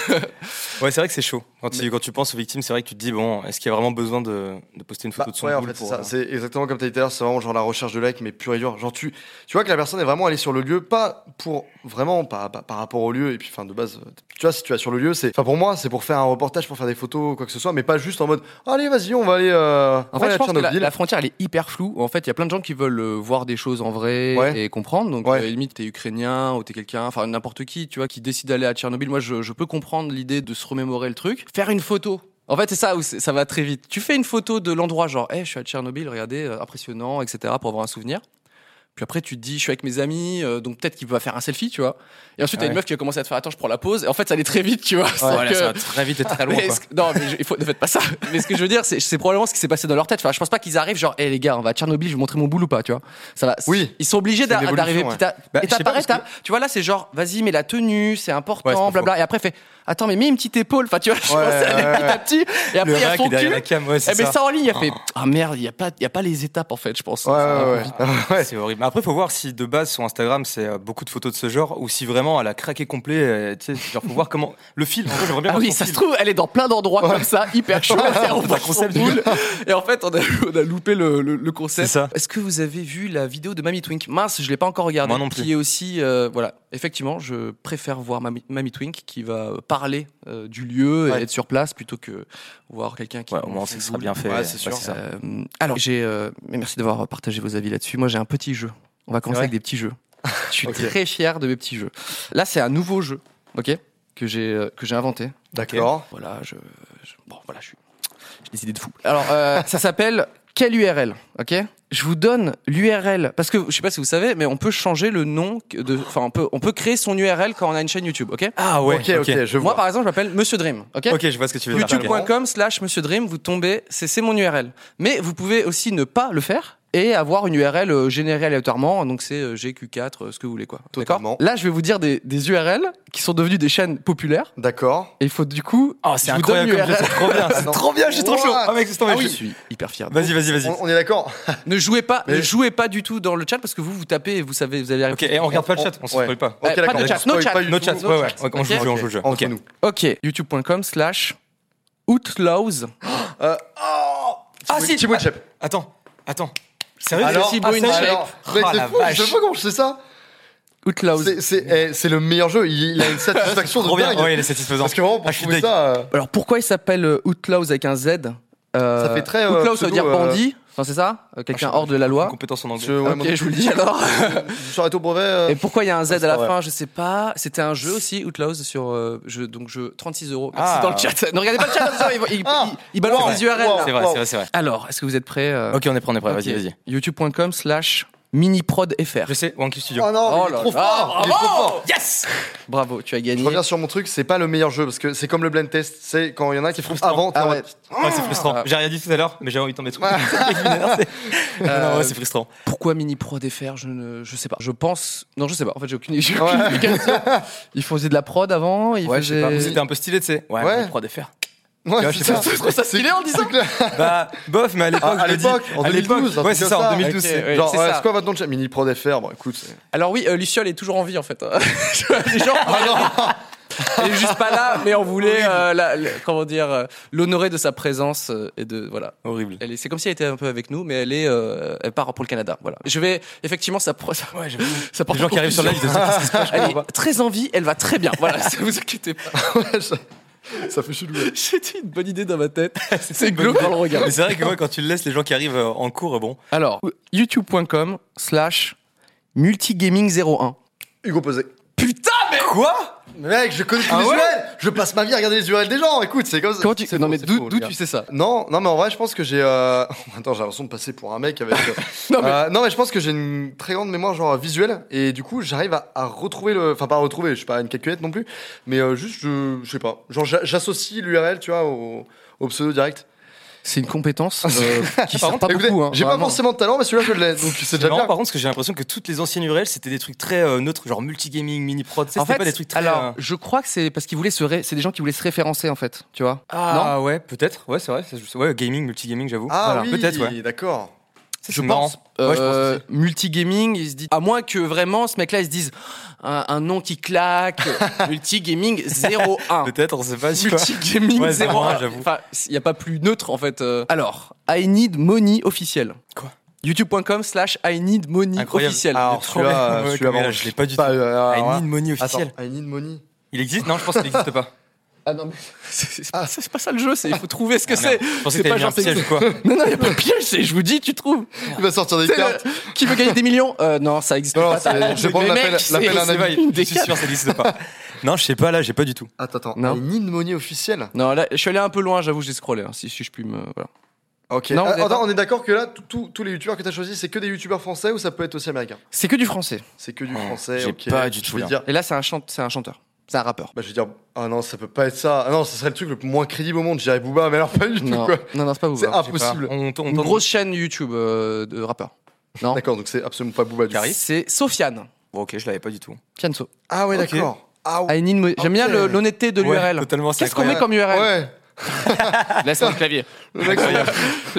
Speaker 4: Ouais, c'est vrai que c'est chaud. Quand, tu, quand tu penses aux victimes, c'est vrai que tu te dis, bon, est-ce qu'il y a vraiment besoin de, de poster une
Speaker 3: Bah,
Speaker 4: photo de son
Speaker 3: ouais, en
Speaker 4: boule
Speaker 3: fait, c'est
Speaker 4: pour,
Speaker 3: ça.
Speaker 2: hein.
Speaker 4: euh,
Speaker 3: C'est exactement comme tu as dit tout à l'heure, c'est vraiment genre la recherche de like, mais pur et dur. Genre, tu, tu vois que la personne est vraiment allée sur le lieu, pas pour vraiment par, bah, par, par rapport au lieu, et puis enfin de base, euh, tu vois, si tu vas sur le lieu, c'est. Enfin, pour moi, c'est pour faire un reportage, pour faire des photos, quoi que ce soit, mais pas juste en mode, allez, vas-y, on va aller. euh, on
Speaker 2: En fait,
Speaker 3: va aller
Speaker 2: je
Speaker 3: à
Speaker 2: pense que la,
Speaker 3: Tchernobyl.
Speaker 2: la frontière elle est hyper floue. En fait, il y a plein de gens qui veulent euh, voir des choses en vrai
Speaker 3: Ouais.
Speaker 2: et comprendre. Donc,
Speaker 3: Ouais.
Speaker 2: euh, limite, t'es ukrainien ou t'es quelqu'un, enfin n'importe qui, tu vois, qui décide d'aller à Tchernobyl. Moi, je, je peux comprendre l'idée de se remémorer le truc. Faire une photo. En fait, c'est ça où c'est- ça va très vite. Tu fais une photo de l'endroit, genre, hey, je suis à Tchernobyl, regardez, euh, impressionnant, etc., pour avoir un souvenir. Puis après, tu te dis, je suis avec mes amis, euh, donc peut-être qu'il va faire un selfie, tu vois. Et ensuite, t'as
Speaker 4: Ouais.
Speaker 2: une meuf qui va commencer à te faire, attends, je prends la pause. Et en fait, ça allait très vite, tu vois. [LAUGHS] C'est
Speaker 4: Voilà,
Speaker 2: que-
Speaker 4: ça va très vite
Speaker 2: [LAUGHS]
Speaker 4: et très loin.
Speaker 2: mais
Speaker 4: quoi.
Speaker 2: est-ce que- non, mais je- il faut, ne faites pas ça. Mais ce que je veux dire, c'est c'est probablement ce qui s'est passé dans leur tête. Enfin, je pense pas qu'ils arrivent genre, hé les gars, on va à Tchernobyl, je vais montrer mon boule ou pas, tu vois. Ça va.
Speaker 3: Oui.
Speaker 2: Ils sont obligés
Speaker 3: C'est une
Speaker 2: d'a-
Speaker 3: évolution,
Speaker 2: d'arriver
Speaker 3: ouais.
Speaker 2: petit à-
Speaker 4: Bah, je sais
Speaker 2: étape
Speaker 4: pas,
Speaker 2: par
Speaker 4: parce
Speaker 2: étape. Tu vois, là, c'est genre, vas-y, mais la tenue, c'est
Speaker 4: Ouais, c'est
Speaker 2: important,
Speaker 4: pas
Speaker 2: blabla. Et après, fait, attends, mais mets une petite épaule. Enfin, tu vois, je pense
Speaker 3: Ouais,
Speaker 2: à aller
Speaker 3: ouais,
Speaker 2: petit à petit. Et après,
Speaker 4: Le
Speaker 2: il y a
Speaker 4: mec
Speaker 2: son
Speaker 4: est derrière
Speaker 2: cul.
Speaker 4: la cam, ouais,
Speaker 2: Elle
Speaker 4: c'est
Speaker 2: met
Speaker 4: ça.
Speaker 2: ça en ligne, elle fait, ah merde, il n'y a, pas- il y a pas les étapes en fait, je pense.
Speaker 3: Ouais, ouais, ouais. Ouais.
Speaker 4: C'est horrible. Mais Après, faut voir si de base son Instagram c'est euh, beaucoup de photos de ce genre ou si vraiment elle a craqué complet. euh, Tu sais, genre faut voir comment [LAUGHS] le fil. en vrai, J'aimerais bien.
Speaker 2: Ah
Speaker 4: voir
Speaker 2: oui,
Speaker 4: son
Speaker 2: ça se
Speaker 4: fil.
Speaker 2: trouve, elle est dans plein d'endroits comme ça, hyper chaud. on voit son
Speaker 4: concept.
Speaker 2: boule. Et en fait, on a, on a loupé le, le- le concept.
Speaker 4: C'est ça.
Speaker 2: Est-ce que vous avez vu la vidéo de Mamie Twink Mince, je l'ai pas encore regardée.
Speaker 4: Moi non plus.
Speaker 2: Qui est aussi, euh, voilà, effectivement, je préfère voir Mamie, Mamie Twink qui va parler euh, du lieu et
Speaker 3: Ouais.
Speaker 2: être sur place plutôt que voir quelqu'un qui.
Speaker 4: Ouais, au moins, ça sera bien fait. bah,
Speaker 3: Ouais, c'est sûr.
Speaker 4: ça.
Speaker 2: Euh, alors, j'ai. euh, mais merci d'avoir partagé vos avis là-dessus. Moi, j'ai un petit jeu. On va commencer
Speaker 4: vrai
Speaker 2: avec des petits jeux. Je
Speaker 4: [LAUGHS]
Speaker 2: suis
Speaker 3: Ok.
Speaker 2: très fier de mes petits jeux. Là, c'est un nouveau jeu, ok, que j'ai euh, que j'ai inventé.
Speaker 3: D'accord.
Speaker 2: Voilà, je, je- bon, voilà, je suis, j'ai des idées de fou. Alors, euh, [LAUGHS] ça s'appelle quelle URL, ok Je vous donne l'URL parce que je sais pas si vous savez, mais on peut changer le nom que de, enfin, on peut, on peut créer son URL quand on a une chaîne YouTube, ok
Speaker 4: Ah ouais.
Speaker 3: ok, ok, je
Speaker 2: Moi,
Speaker 3: vois.
Speaker 2: par exemple, je m'appelle Monsieur Dream, ok
Speaker 4: Ok, je vois ce que tu veux dire.
Speaker 2: YouTube.com slash Monsieur Dream, vous tombez, c'est c'est mon URL. Mais vous pouvez aussi ne pas le faire et avoir une URL euh, générée aléatoirement. Donc c'est euh, GQ4, euh, ce que vous voulez quoi. D'accord
Speaker 3: Totalement.
Speaker 2: Là, je vais vous dire des, des URL qui sont devenues des chaînes populaires.
Speaker 3: D'accord.
Speaker 2: Et il faut du coup.
Speaker 4: Oh,
Speaker 2: je
Speaker 4: c'est
Speaker 2: vous
Speaker 4: incroyable
Speaker 2: donne
Speaker 4: comme jeu,
Speaker 2: l'URL.
Speaker 4: c'est trop bien,
Speaker 3: [LAUGHS]
Speaker 4: c'est
Speaker 3: Non.
Speaker 4: trop bien, je suis trop chaud.
Speaker 3: What
Speaker 4: Ah, mec, c'est tombé,
Speaker 2: Ah oui,
Speaker 4: je
Speaker 2: je
Speaker 4: suis-
Speaker 2: suis hyper fier. de vous.
Speaker 4: Vas-y, vas-y, vas-y.
Speaker 3: On, on est d'accord.
Speaker 2: Ne jouez pas, ne
Speaker 3: Mais-
Speaker 2: jouez pas du tout dans le chat parce que vous vous tapez et vous savez, vous allez arriver.
Speaker 4: Ok, et on regarde pas le chat, on se
Speaker 3: Ouais.
Speaker 4: spoil pas.
Speaker 2: Ouais,
Speaker 3: Ok,
Speaker 2: pas
Speaker 3: d'accord.
Speaker 2: de chat, no
Speaker 3: Spoil
Speaker 2: chat.
Speaker 3: pas du
Speaker 4: No
Speaker 3: tout.
Speaker 4: chat, ouais, ouais, ok, on
Speaker 2: Ok.
Speaker 4: joue le jeu, on joue le jeu.
Speaker 3: Entre
Speaker 4: Ok.
Speaker 3: nous.
Speaker 2: Ok, youtube.com/slash outlaws.
Speaker 3: Euh, oh
Speaker 4: Ah,
Speaker 3: Thibaut-
Speaker 4: si.
Speaker 3: Thibaut Chep.
Speaker 4: Attends, attends. Sérieux
Speaker 2: Alors,
Speaker 4: c'est-
Speaker 2: ah,
Speaker 4: c'est-
Speaker 2: ça,
Speaker 4: alors-
Speaker 3: mec,
Speaker 4: Ah,
Speaker 3: c'est
Speaker 4: la
Speaker 3: fou, je
Speaker 4: vache.
Speaker 3: sais pas comment je sais ça.
Speaker 2: Outlaws.
Speaker 3: C'est- C'est eh, c'est le meilleur jeu. Il, il a une satisfaction de
Speaker 4: Trop bien,
Speaker 3: dingue.
Speaker 4: ouais, il est satisfaisant.
Speaker 3: Parce que vraiment,
Speaker 4: Ah,
Speaker 3: pour
Speaker 4: je suis
Speaker 3: trouver
Speaker 4: deg.
Speaker 3: ça, euh,
Speaker 2: Alors pourquoi il s'appelle euh, Outlaws avec un Z Euh,
Speaker 3: Ça fait très, euh,
Speaker 2: Outlaw, ça veut dire
Speaker 3: pseudo, euh,
Speaker 2: bandit. Enfin, c'est ça Euh, Quelqu'un
Speaker 4: Ah, je-
Speaker 2: hors de la
Speaker 4: Une
Speaker 2: loi.
Speaker 4: compétence en
Speaker 3: je,
Speaker 4: anglais.
Speaker 3: ouais,
Speaker 2: Ok,
Speaker 3: moi,
Speaker 2: je vous le dis
Speaker 3: [LAUGHS]
Speaker 2: alors.
Speaker 3: je suis arrêté au brevet. euh,
Speaker 2: Et pourquoi il y a un Z à
Speaker 3: c'est
Speaker 2: la
Speaker 3: vrai.
Speaker 2: fin Je sais pas. C'était un jeu aussi, Outlaws, sur. euh, jeu- donc, je, 36 euros. Merci
Speaker 4: Ah.
Speaker 2: dans le chat. Ne regardez pas le chat, attention, il, il,
Speaker 3: Ah.
Speaker 2: il- il balance
Speaker 3: Wow.
Speaker 2: les URL.
Speaker 3: Wow.
Speaker 2: là.
Speaker 4: C'est vrai,
Speaker 3: Wow.
Speaker 4: c'est vrai, c'est vrai.
Speaker 2: Alors, est-ce que vous êtes prêts euh,
Speaker 4: Ok, on est prêt, on est prêt,
Speaker 2: ok.
Speaker 4: vas-y, vas-y.
Speaker 2: YouTube.com slash miniprod.fr.
Speaker 4: Je sais, Wanky Studio.
Speaker 3: Oh non,
Speaker 2: Oh
Speaker 3: il
Speaker 2: là
Speaker 3: est trop
Speaker 2: là,
Speaker 3: fort. il est trop fort.
Speaker 4: Yes
Speaker 2: Bravo, tu as
Speaker 3: Je
Speaker 2: gagné.
Speaker 3: reviens sur mon truc, c'est pas le meilleur jeu parce que c'est comme le blend test, c'est quand il y en a qui font avant. t'es en
Speaker 2: Ah ouais.
Speaker 3: mode, [LAUGHS]
Speaker 4: Ouais, c'est frustrant.
Speaker 2: Ah.
Speaker 4: J'ai rien dit tout à l'heure, mais j'ai envie de tomber dessus. [LAUGHS]
Speaker 2: Euh,
Speaker 4: Non, ouais, c'est frustrant.
Speaker 2: Pourquoi miniprod.fr Je ne je sais pas. Je pense. Non, je sais pas. En fait, j'ai aucune, j'ai
Speaker 3: Ouais.
Speaker 2: aucune
Speaker 3: [LAUGHS]
Speaker 2: explication. Ils faisaient de la prod avant. Ils
Speaker 3: Ouais, je sais pas.
Speaker 2: faisaient...
Speaker 4: C'était un peu stylé, tu sais.
Speaker 3: Ouais.
Speaker 4: mais 3D faire.
Speaker 3: Ouais,
Speaker 4: je
Speaker 3: c'est
Speaker 4: sais
Speaker 3: ça.
Speaker 4: pas,
Speaker 3: C'est ça
Speaker 2: stylé en disant
Speaker 3: clair.
Speaker 4: Bah, bof, mais à l'époque,
Speaker 3: Ah, à
Speaker 4: je le dis.
Speaker 3: l'époque, en
Speaker 4: à
Speaker 3: 2012, un
Speaker 4: Ouais,
Speaker 3: truc
Speaker 4: c'est
Speaker 3: comme
Speaker 4: ça,
Speaker 3: ça.
Speaker 4: en 2012.
Speaker 2: Ok,
Speaker 4: c'est-
Speaker 2: ouais,
Speaker 3: Genre,
Speaker 2: c'est
Speaker 3: ouais,
Speaker 2: ça.
Speaker 3: c'est quoi votre nom de chat Mini Prod FR, bon écoute. c'est-
Speaker 2: Alors oui, euh, Luciole est toujours en vie en fait. hein. [LAUGHS] Les gens,
Speaker 3: Ah
Speaker 2: elle est juste pas là, mais on voulait euh, la- la- comment dire euh, l'honorer de sa présence euh, et de voilà.
Speaker 4: Horrible.
Speaker 2: Elle est, c'est comme si elle était un peu avec nous, mais elle est, euh, elle part pour le Canada. Voilà. Je vais effectivement ça, pro- ça, [LAUGHS] ça porte
Speaker 4: Les gens qui arrivent sur la live, ils se disent, qu'est-ce qui se passe
Speaker 2: Elle est très en vie, elle va très bien. [LAUGHS] Voilà, ça vous inquiétez pas.
Speaker 3: [LAUGHS] Ouais, ça- Ça fait chelou. ouais.
Speaker 2: C'était une bonne idée dans ma tête. [LAUGHS] c'est glauque dans le regard.
Speaker 4: Mais c'est vrai que ouais, quand tu le laisses, les gens qui arrivent euh, en cours, euh, bon.
Speaker 2: Alors youtube.com slash multigaming01.
Speaker 3: Hugo Posé.
Speaker 2: Putain mais
Speaker 4: Quoi
Speaker 3: Mec, je connais tous
Speaker 4: Ah
Speaker 3: les
Speaker 4: ouais
Speaker 3: URL. Je passe ma vie à regarder les URL des gens. Écoute, c'est comme ça.
Speaker 2: Comment tu...
Speaker 3: C'est
Speaker 2: Non
Speaker 3: faux,
Speaker 2: mais
Speaker 3: c'est
Speaker 2: d'où
Speaker 3: faux,
Speaker 2: d'où
Speaker 3: les
Speaker 2: tu sais ça
Speaker 3: Non, non, mais en vrai, je pense que j'ai. euh, [LAUGHS] Attends, j'ai l'impression de passer pour un mec avec. euh,
Speaker 2: Non, mais-
Speaker 3: euh, non, mais je pense que j'ai une très grande mémoire genre visuelle et du coup, j'arrive à, à retrouver le. Enfin, pas à retrouver. Je suis pas une calculette non plus, mais euh, juste, je, je sais pas. Genre, j'a- j'associe l'URL, tu vois, au, au pseudo direct.
Speaker 2: C'est une compétence [LAUGHS] euh, qui
Speaker 4: Par
Speaker 2: sert pas
Speaker 3: Ah, Écoutez,
Speaker 2: beaucoup. Hein,
Speaker 3: j'ai pas
Speaker 2: vraiment.
Speaker 3: forcément de talent, mais celui-là, je l'ai. Donc, c'est
Speaker 4: C'est
Speaker 3: déjà
Speaker 4: marrant,
Speaker 3: bien.
Speaker 4: par contre, parce que j'ai l'impression que toutes les anciennes URL, c'était des trucs très euh, neutres, genre multigaming, mini-prod, tu sais,
Speaker 2: En
Speaker 4: c'était
Speaker 2: fait,
Speaker 4: pas des trucs très.
Speaker 2: alors,
Speaker 4: euh,
Speaker 2: je crois que c'est parce qu'ils voulaient se, ré- c'est des gens qui voulaient se référencer en fait, tu vois.
Speaker 4: Ah ouais, peut-être. Ouais, c'est vrai. ça, je- Ouais, gaming, multigaming, j'avoue.
Speaker 3: Ah
Speaker 4: Voilà,
Speaker 3: oui,
Speaker 4: peut-être. Ouais.
Speaker 3: d'accord.
Speaker 4: Ça,
Speaker 2: Je pense,
Speaker 4: c'est marrant. Ouais, je pense
Speaker 2: euh,
Speaker 4: aussi.
Speaker 2: multigaming, ils se disent, à moins que vraiment ce mec-là, ils se disent un, un nom qui claque, multigaming 01.
Speaker 4: Peut-être, on sait pas. tu vois.
Speaker 2: Multigaming
Speaker 4: Ouais,
Speaker 2: 01,
Speaker 4: 01, j'avoue.
Speaker 2: Enfin, il n'y a pas plus neutre en fait. euh. Alors, I need money officiel.
Speaker 4: Quoi
Speaker 2: YouTube.com slash I need money
Speaker 4: Incroyable.
Speaker 2: officiel.
Speaker 3: Alors,
Speaker 4: trop
Speaker 3: celui-là,
Speaker 4: bien.
Speaker 3: euh,
Speaker 4: Ouais,
Speaker 3: celui-là,
Speaker 4: mais là,
Speaker 3: bon,
Speaker 4: je l'ai pas du
Speaker 3: Pas,
Speaker 4: tout. Ah,
Speaker 3: euh, alors
Speaker 4: I
Speaker 3: là-
Speaker 4: need money officiel.
Speaker 3: Attends, I need money.
Speaker 4: Il existe Non, je pense qu'il n'existe pas.
Speaker 2: Ah non, mais [LAUGHS] c'est c'est pas, c'est pas ça le jeu, c'est il faut trouver ce que
Speaker 4: Ah, merde.
Speaker 2: c'est.
Speaker 4: Je pensais
Speaker 2: C'est
Speaker 4: que t'avais
Speaker 2: pas
Speaker 4: mis un
Speaker 2: genre, c'est-
Speaker 4: piège ou quoi.
Speaker 2: Non, non, il a pas de piège, c'est- je vous dis, tu trouves.
Speaker 3: Il va sortir des
Speaker 2: C'est
Speaker 3: cartes.
Speaker 2: le- Qui veut gagner des millions Euh, Non, ça existe
Speaker 3: Non,
Speaker 2: pas.
Speaker 3: c'est-
Speaker 2: ça.
Speaker 3: je prends
Speaker 2: Mais
Speaker 3: l'appel-
Speaker 2: mec, c'est-
Speaker 3: l'appel à un
Speaker 2: c'est
Speaker 3: ami.
Speaker 2: une
Speaker 4: Je
Speaker 2: des
Speaker 4: suis
Speaker 2: quatre.
Speaker 4: sûr, ça n'existe pas. Non, je sais pas, là, j'ai pas du tout.
Speaker 3: Attends, attends.
Speaker 2: Non.
Speaker 3: I need money officiel.
Speaker 2: Non, là, je suis allé un peu loin, j'avoue, j'ai scrollé, hein, si, si je puis me. Voilà.
Speaker 3: Ok.
Speaker 2: Non,
Speaker 3: Ah,
Speaker 2: vous avez
Speaker 3: attends,
Speaker 2: pas-
Speaker 3: on est d'accord que là, tout- tout- tous les youtubeurs que t'as choisis, c'est que des youtubeurs français ou ça peut être aussi américain
Speaker 2: C'est que du français.
Speaker 3: C'est que du
Speaker 4: Oh,
Speaker 3: français.
Speaker 4: j'ai
Speaker 3: ok.
Speaker 4: pas du tout
Speaker 3: Je vais
Speaker 4: là.
Speaker 3: dire.
Speaker 2: Et là, c'est un, chant... c'est un chanteur. C'est un
Speaker 3: [LAUGHS]
Speaker 2: rappeur.
Speaker 3: Bah, je vais dire. Ah non, ça peut pas être ça. Ah non, ça serait le truc le moins crédible au monde. Je dirais Booba, mais alors pas du tout
Speaker 2: Non,
Speaker 3: quoi.
Speaker 2: non, non, c'est pas vous. hein.
Speaker 3: C'est
Speaker 4: Je sais pas.
Speaker 3: impossible.
Speaker 4: On, on, on
Speaker 2: Une grosse chaîne YouTube euh, de rappeurs. Non
Speaker 3: D'accord, donc c'est absolument pas Booba du coup.
Speaker 2: C'est Sofiane.
Speaker 4: Bon, ok, je l'avais pas du tout.
Speaker 2: Fianso.
Speaker 3: Ah ouais,
Speaker 4: Ok.
Speaker 3: d'accord. Ah ouais.
Speaker 2: I need money. J'aime bien
Speaker 3: Ok.
Speaker 2: le- l'honnêteté de
Speaker 4: Ouais,
Speaker 2: l'URL.
Speaker 4: Totalement, c'est
Speaker 2: Qu'est-ce qu'on met
Speaker 4: incroyable.
Speaker 2: comme URL
Speaker 3: Ouais.
Speaker 2: [LAUGHS] Laisse-moi le clavier.
Speaker 3: Le mec, son-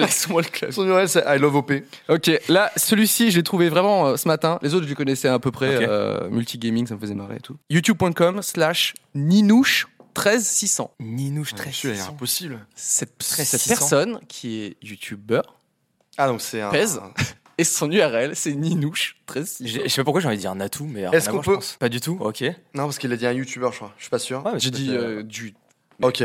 Speaker 2: [LAUGHS] Laisse-moi le clavier.
Speaker 3: son URL, c'est I love OP.
Speaker 2: Ok, là, celui-ci, je l'ai trouvé vraiment euh, ce matin. Les autres, je les connaissais à peu près.
Speaker 4: Ok.
Speaker 2: euh, multigaming, ça me faisait marrer et tout. YouTube.com slash ninouche 13600.
Speaker 4: Ninouche
Speaker 3: Ah,
Speaker 4: très
Speaker 3: celui-là, il est
Speaker 4: saison.
Speaker 3: impossible.
Speaker 2: Cette,
Speaker 4: 13
Speaker 2: cette
Speaker 4: 600.
Speaker 2: personne qui est youtubeur
Speaker 3: Ah donc c'est un.
Speaker 2: Pèse. et son URL, c'est ninouche 13600.
Speaker 4: J'ai- Je sais pas pourquoi j'ai envie de dire Natou, mais rien
Speaker 3: Est-ce
Speaker 4: à
Speaker 3: qu'on
Speaker 4: voir, je
Speaker 3: peut-
Speaker 4: pense. Pas du tout. Ok. Ouais,
Speaker 3: Non, parce qu'il a dit un youtubeur, je crois. Je suis pas sûr.
Speaker 4: mais
Speaker 2: J'ai
Speaker 4: c'est
Speaker 2: dit
Speaker 4: peut-être,
Speaker 2: euh, du
Speaker 3: Ok.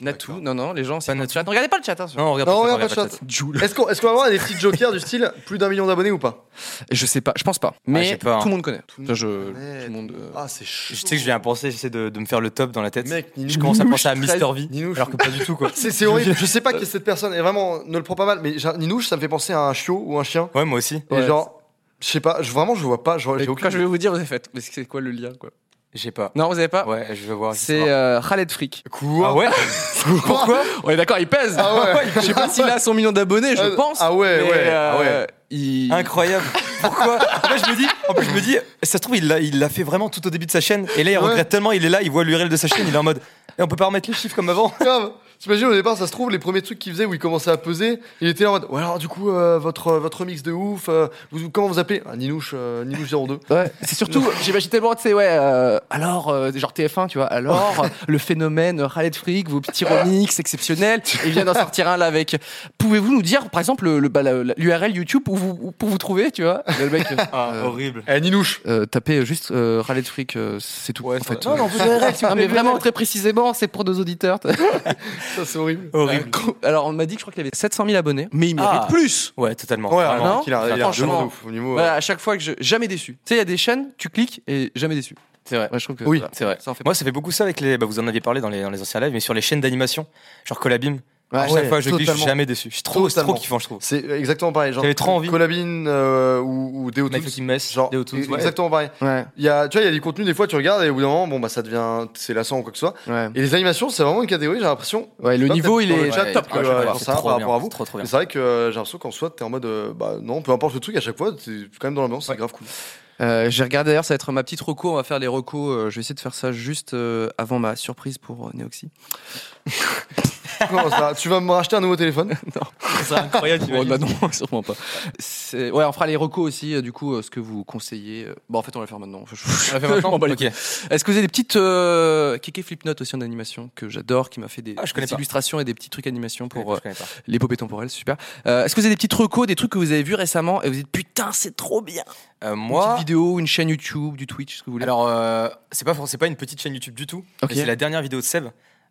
Speaker 2: Natou. Non, non, les gens, c'est
Speaker 4: Pas
Speaker 2: pas le
Speaker 4: Natou.
Speaker 2: chat. Regardez pas le chat. Hein, sur-
Speaker 4: Non, on regarde
Speaker 3: Non, on
Speaker 4: pas,
Speaker 3: regarde pas le
Speaker 4: chat.
Speaker 2: [LAUGHS] Joule.
Speaker 3: Est-ce qu'on est-ce qu'on va avoir des petits jokers du style plus d'un million d'abonnés ou pas
Speaker 2: Je sais pas, je pense pas.
Speaker 4: je
Speaker 2: Mais
Speaker 4: sais pas, hein.
Speaker 2: Ah, tout le monde connaît.
Speaker 3: Tout le
Speaker 2: Ça, je-
Speaker 3: monde connaît,
Speaker 2: tout le monde, euh,
Speaker 3: Ah c'est chaud.
Speaker 4: Je sais que je viens à penser, j'essaie de, de me faire le top dans la tête.
Speaker 3: Mec,
Speaker 4: je commence à penser à
Speaker 3: Ninouche,
Speaker 4: Mister V,
Speaker 3: Ninouche.
Speaker 4: alors que pas du tout quoi.
Speaker 3: C'est c'est horrible, je sais
Speaker 2: [LAUGHS]
Speaker 3: pas qui est cette personne, et vraiment, ne le prends pas mal, mais j'ai- Ninouche, ça me fait penser à un chiot ou un chien.
Speaker 4: Ouais, moi aussi.
Speaker 3: Et
Speaker 2: Ouais.
Speaker 3: genre, je sais pas, je, vraiment, je vois pas, genre,
Speaker 2: Et
Speaker 3: j'ai
Speaker 2: Quand
Speaker 3: aucune.
Speaker 2: je vais vous dire, vous avez fait. Mais c'est quoi le lien, quoi
Speaker 4: J'ai pas.
Speaker 2: Non, vous avez pas
Speaker 4: Ouais, je vais voir. je vais
Speaker 2: C'est
Speaker 4: voir.
Speaker 2: euh, Khaled Frick.
Speaker 3: Quoi
Speaker 4: Ah ouais [LAUGHS] Pourquoi
Speaker 2: On est d'accord, il pèse.
Speaker 3: Ah ouais.
Speaker 2: [LAUGHS] Je sais pas s'il a son million d'abonnés, je
Speaker 3: Euh,
Speaker 2: pense. Euh,
Speaker 3: ah ouais,
Speaker 2: mais,
Speaker 3: ouais, ah ouais.
Speaker 8: il-
Speaker 4: Incroyable. Pourquoi Moi je me dis, en plus je me dis, ça se trouve il l'a, il l'a fait vraiment tout au début de sa chaîne. Et là il
Speaker 3: Ouais.
Speaker 4: regrette tellement, il est là, il voit l'URL de sa chaîne, il est en mode, et on peut pas remettre les chiffres comme avant.
Speaker 3: Grave. T'imagines au départ, ça se trouve, les premiers trucs qu'il faisait où il commençait à peser, il était là en mode Ouais, alors du coup, euh, votre, euh, votre mix de ouf, euh, vous, comment vous appelez ah, Ninouche, euh, Ninouche 02.
Speaker 2: Ouais, c'est [LAUGHS] surtout, j'imagine tellement, tu sais, ouais, euh, alors, euh, genre TF1, tu vois, alors, euh, le phénomène Rallet Frick, vos petits [LAUGHS] remix exceptionnels, et il vient d'en sortir un là avec. Pouvez-vous nous dire, par exemple, l'URL le, bah, la- la- l'URL YouTube où vous, où- pour vous trouver, tu vois Et Le mec, euh,
Speaker 4: Ah, horrible.
Speaker 3: Eh, Ninouche
Speaker 2: euh, tapez juste euh, Rallet Frick, euh, c'est tout.
Speaker 4: Ouais,
Speaker 2: en fait.
Speaker 4: non, non,
Speaker 2: Non, mais vraiment très précisément, c'est pour nos [LAUGHS] auditeurs. Euh,
Speaker 3: Ça, c'est horrible.
Speaker 4: Horrible.
Speaker 2: Alors, on m'a dit, je crois qu'il avait 700 000 abonnés, mais il mérite
Speaker 4: Ah.
Speaker 2: plus.
Speaker 4: Ouais, totalement.
Speaker 3: Ouais,
Speaker 4: Vraiment.
Speaker 2: non
Speaker 3: il a, il a
Speaker 2: Franchement.
Speaker 3: vraiment de ouf au niveau.
Speaker 2: Voilà,
Speaker 3: euh,
Speaker 2: à chaque fois que je. Jamais déçu. Tu sais, il y a des chaînes, tu cliques et jamais déçu.
Speaker 4: C'est vrai.
Speaker 2: Ouais, je trouve que.
Speaker 3: Oui,
Speaker 2: voilà,
Speaker 4: c'est vrai.
Speaker 2: Ça en fait
Speaker 4: Moi, ça fait beaucoup ça avec les. Bah, vous en aviez parlé dans les, dans les anciens lives, mais sur les chaînes d'animation, genre Colabim. à chaque
Speaker 3: ouais,
Speaker 4: fois, je clique, je suis
Speaker 3: totalement.
Speaker 4: jamais déçu. Je suis trop, c'est trop
Speaker 3: Totalement.
Speaker 4: kiffant, je trouve.
Speaker 3: C'est exactement pareil. Genre,
Speaker 4: J'avais trop envie.
Speaker 3: Colabine euh, ou, ou Deo
Speaker 4: Mike
Speaker 3: Tools.
Speaker 4: Fucking Mess,
Speaker 3: Genre, e,
Speaker 4: Deo Tools, ouais.
Speaker 3: exactement pareil.
Speaker 2: Ouais,
Speaker 3: Il Y a, tu vois, il y a des contenus, des fois, tu regardes et au bout d'un moment, bon, bah, ça devient. C'est lassant ou quoi que ce soit.
Speaker 2: ouais.
Speaker 3: Et les animations, c'est vraiment une catégorie, j'ai l'impression.
Speaker 2: Ouais, le
Speaker 3: Pas
Speaker 2: niveau, il
Speaker 3: peut-être dans
Speaker 2: est
Speaker 3: le chat,
Speaker 2: ouais,
Speaker 3: top,
Speaker 2: ouais,
Speaker 3: quoi.
Speaker 2: ouais,
Speaker 3: Ouais,
Speaker 2: ouais.
Speaker 3: ouais. ça, par rapport à vous.
Speaker 4: Trop, trop
Speaker 3: Mais
Speaker 4: bien.
Speaker 3: C'est vrai que euh, j'ai l'impression qu'en soit, t'es en mode euh, bah non, peu importe le truc, à chaque fois, t'es quand même dans l'ambiance, c'est grave cool. [LAUGHS]
Speaker 2: Euh, J'ai regardé d'ailleurs, ça va être ma petite reco. On va faire les recos. euh, je vais essayer de faire ça juste euh, avant ma surprise pour euh, Neoxy.
Speaker 3: Comment ça tu vas me racheter un nouveau téléphone
Speaker 4: C'est [LAUGHS] incroyable.
Speaker 2: Oh,
Speaker 4: t'imagines.
Speaker 2: bah non, sûrement pas. C'est- Ouais, on fera les recos aussi. euh, du coup, euh, ce que vous conseillez. euh, Bon, en fait, on va le faire maintenant. [LAUGHS] Je- je-
Speaker 4: On [LAUGHS] l'a fait
Speaker 2: je
Speaker 4: maintenant
Speaker 2: m'en bats les
Speaker 4: Ok.
Speaker 2: couilles. Est-ce que vous avez des petites euh, Kéké Flipnote aussi en animation que j'adore, qui m'a fait des,
Speaker 4: Ah, je connais
Speaker 2: des
Speaker 4: pas.
Speaker 2: illustrations et des petits trucs animation pour
Speaker 4: Pour,
Speaker 2: euh, l'épopée temporelle. Super. Euh, Est-ce que vous avez des petites recos, des trucs que vous avez vus récemment et vous dites putain, c'est trop bien.
Speaker 4: Euh,
Speaker 2: Une
Speaker 4: moi,
Speaker 2: petite vidéo, une chaîne YouTube, du Twitch, ce que vous voulez.
Speaker 4: alors, euh, c'est pas, for- c'est pas une petite chaîne YouTube du tout. mais
Speaker 2: Ok.
Speaker 4: C'est la dernière vidéo de Seb.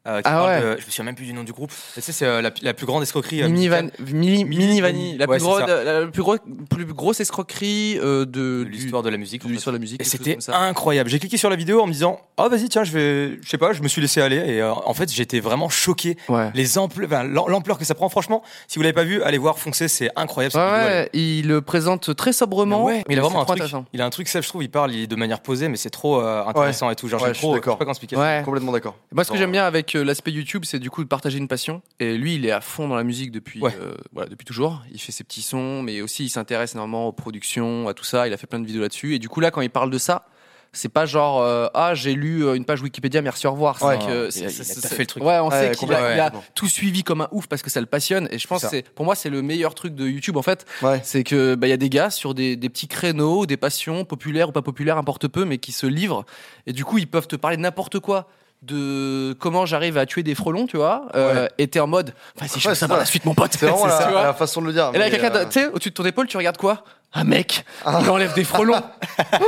Speaker 4: euh, qui
Speaker 2: Ah
Speaker 4: parle
Speaker 2: ouais.
Speaker 4: de- je me souviens même plus du nom du groupe. Tu sais, c'est euh, la, la plus grande escroquerie. euh,
Speaker 2: Mini,
Speaker 4: musicale.
Speaker 2: Van- mini,
Speaker 4: Mini
Speaker 2: Mini
Speaker 4: Vanille.
Speaker 2: Vanille, la,
Speaker 4: Ouais,
Speaker 2: plus
Speaker 4: c'est
Speaker 2: grosse,
Speaker 4: ça.
Speaker 2: la, la plus, gros- plus grosse escroquerie euh, de,
Speaker 4: de l'histoire de la musique.
Speaker 2: du- de l'histoire de la musique.
Speaker 4: Et
Speaker 2: quelque chose
Speaker 4: c'était
Speaker 2: comme ça.
Speaker 4: incroyable. J'ai cliqué sur la vidéo en me disant "Ah vas-y tiens, je vais je sais pas, je me suis laissé aller et euh, en fait, j'étais vraiment choqué
Speaker 2: Ouais.
Speaker 4: les ampl- enfin, l'am- l'ampleur que ça prend franchement. Si vous l'avez pas vu, allez voir foncez, c'est incroyable cette
Speaker 2: Ouais,
Speaker 4: vidéo, elle est-
Speaker 2: ouais, il le présente très sobrement.
Speaker 4: Ouais, mais il a vraiment
Speaker 2: c'est
Speaker 4: un
Speaker 2: trop
Speaker 4: truc.
Speaker 2: intéressant.
Speaker 4: Il a un truc, ça je trouve, il parle il- de manière posée, mais c'est trop euh, intéressant et tout. Genre,
Speaker 3: Ouais,
Speaker 4: j'aime
Speaker 3: je suis
Speaker 4: trop, je sais
Speaker 3: d'accord.
Speaker 4: pas comment expliquer.
Speaker 2: Ouais.
Speaker 3: Complètement d'accord.
Speaker 2: Moi, ce que
Speaker 4: Bon,
Speaker 2: j'aime bien avec euh, l'aspect YouTube, c'est du coup de partager une passion. Et lui, il est à fond dans la musique depuis,
Speaker 4: Ouais.
Speaker 2: euh, voilà, depuis toujours. Il fait ses petits sons, mais aussi il s'intéresse énormément aux productions, à tout ça. Il a fait plein de vidéos là-dessus. Et du coup, là, quand il parle de ça, c'est pas genre euh, ah j'ai lu euh, une page Wikipédia, merci au revoir. C'est
Speaker 4: Ouais.
Speaker 2: que
Speaker 4: Il a-
Speaker 2: c'est-
Speaker 4: il a
Speaker 2: c'est-
Speaker 4: taffé
Speaker 2: c'est-
Speaker 4: le truc.
Speaker 2: Ouais, on
Speaker 3: Ouais,
Speaker 2: sait qu'il a,
Speaker 3: complètement,
Speaker 2: il a
Speaker 3: ouais, complètement.
Speaker 2: tout suivi comme un ouf parce que ça le passionne. Et je pense,
Speaker 4: C'est
Speaker 2: que
Speaker 4: ça.
Speaker 2: c'est pour moi, c'est le meilleur truc de YouTube en fait. [LAUGHS]
Speaker 3: Ouais.
Speaker 2: C'est que bah il y a des gars sur des, des petits créneaux, des passions populaires ou pas populaires, importe peu, mais qui se livrent. Et du coup, ils peuvent te parler de n'importe quoi, de comment j'arrive à tuer des frelons, tu vois. euh, Et t'es en mode, vas-y, je
Speaker 3: Ouais,
Speaker 2: fais
Speaker 3: c'est
Speaker 2: ça par
Speaker 3: ça.
Speaker 2: la suite, mon pote.
Speaker 3: C'est vraiment
Speaker 2: [LAUGHS] C'est
Speaker 3: la,
Speaker 2: ça, tu vois.
Speaker 3: la façon de le dire.
Speaker 2: Et là,
Speaker 3: mais,
Speaker 2: quelqu'un,
Speaker 3: euh,
Speaker 2: tu sais, au-dessus de ton épaule, tu regardes quoi Un mec qui enlève des
Speaker 4: [LAUGHS]
Speaker 2: frelons.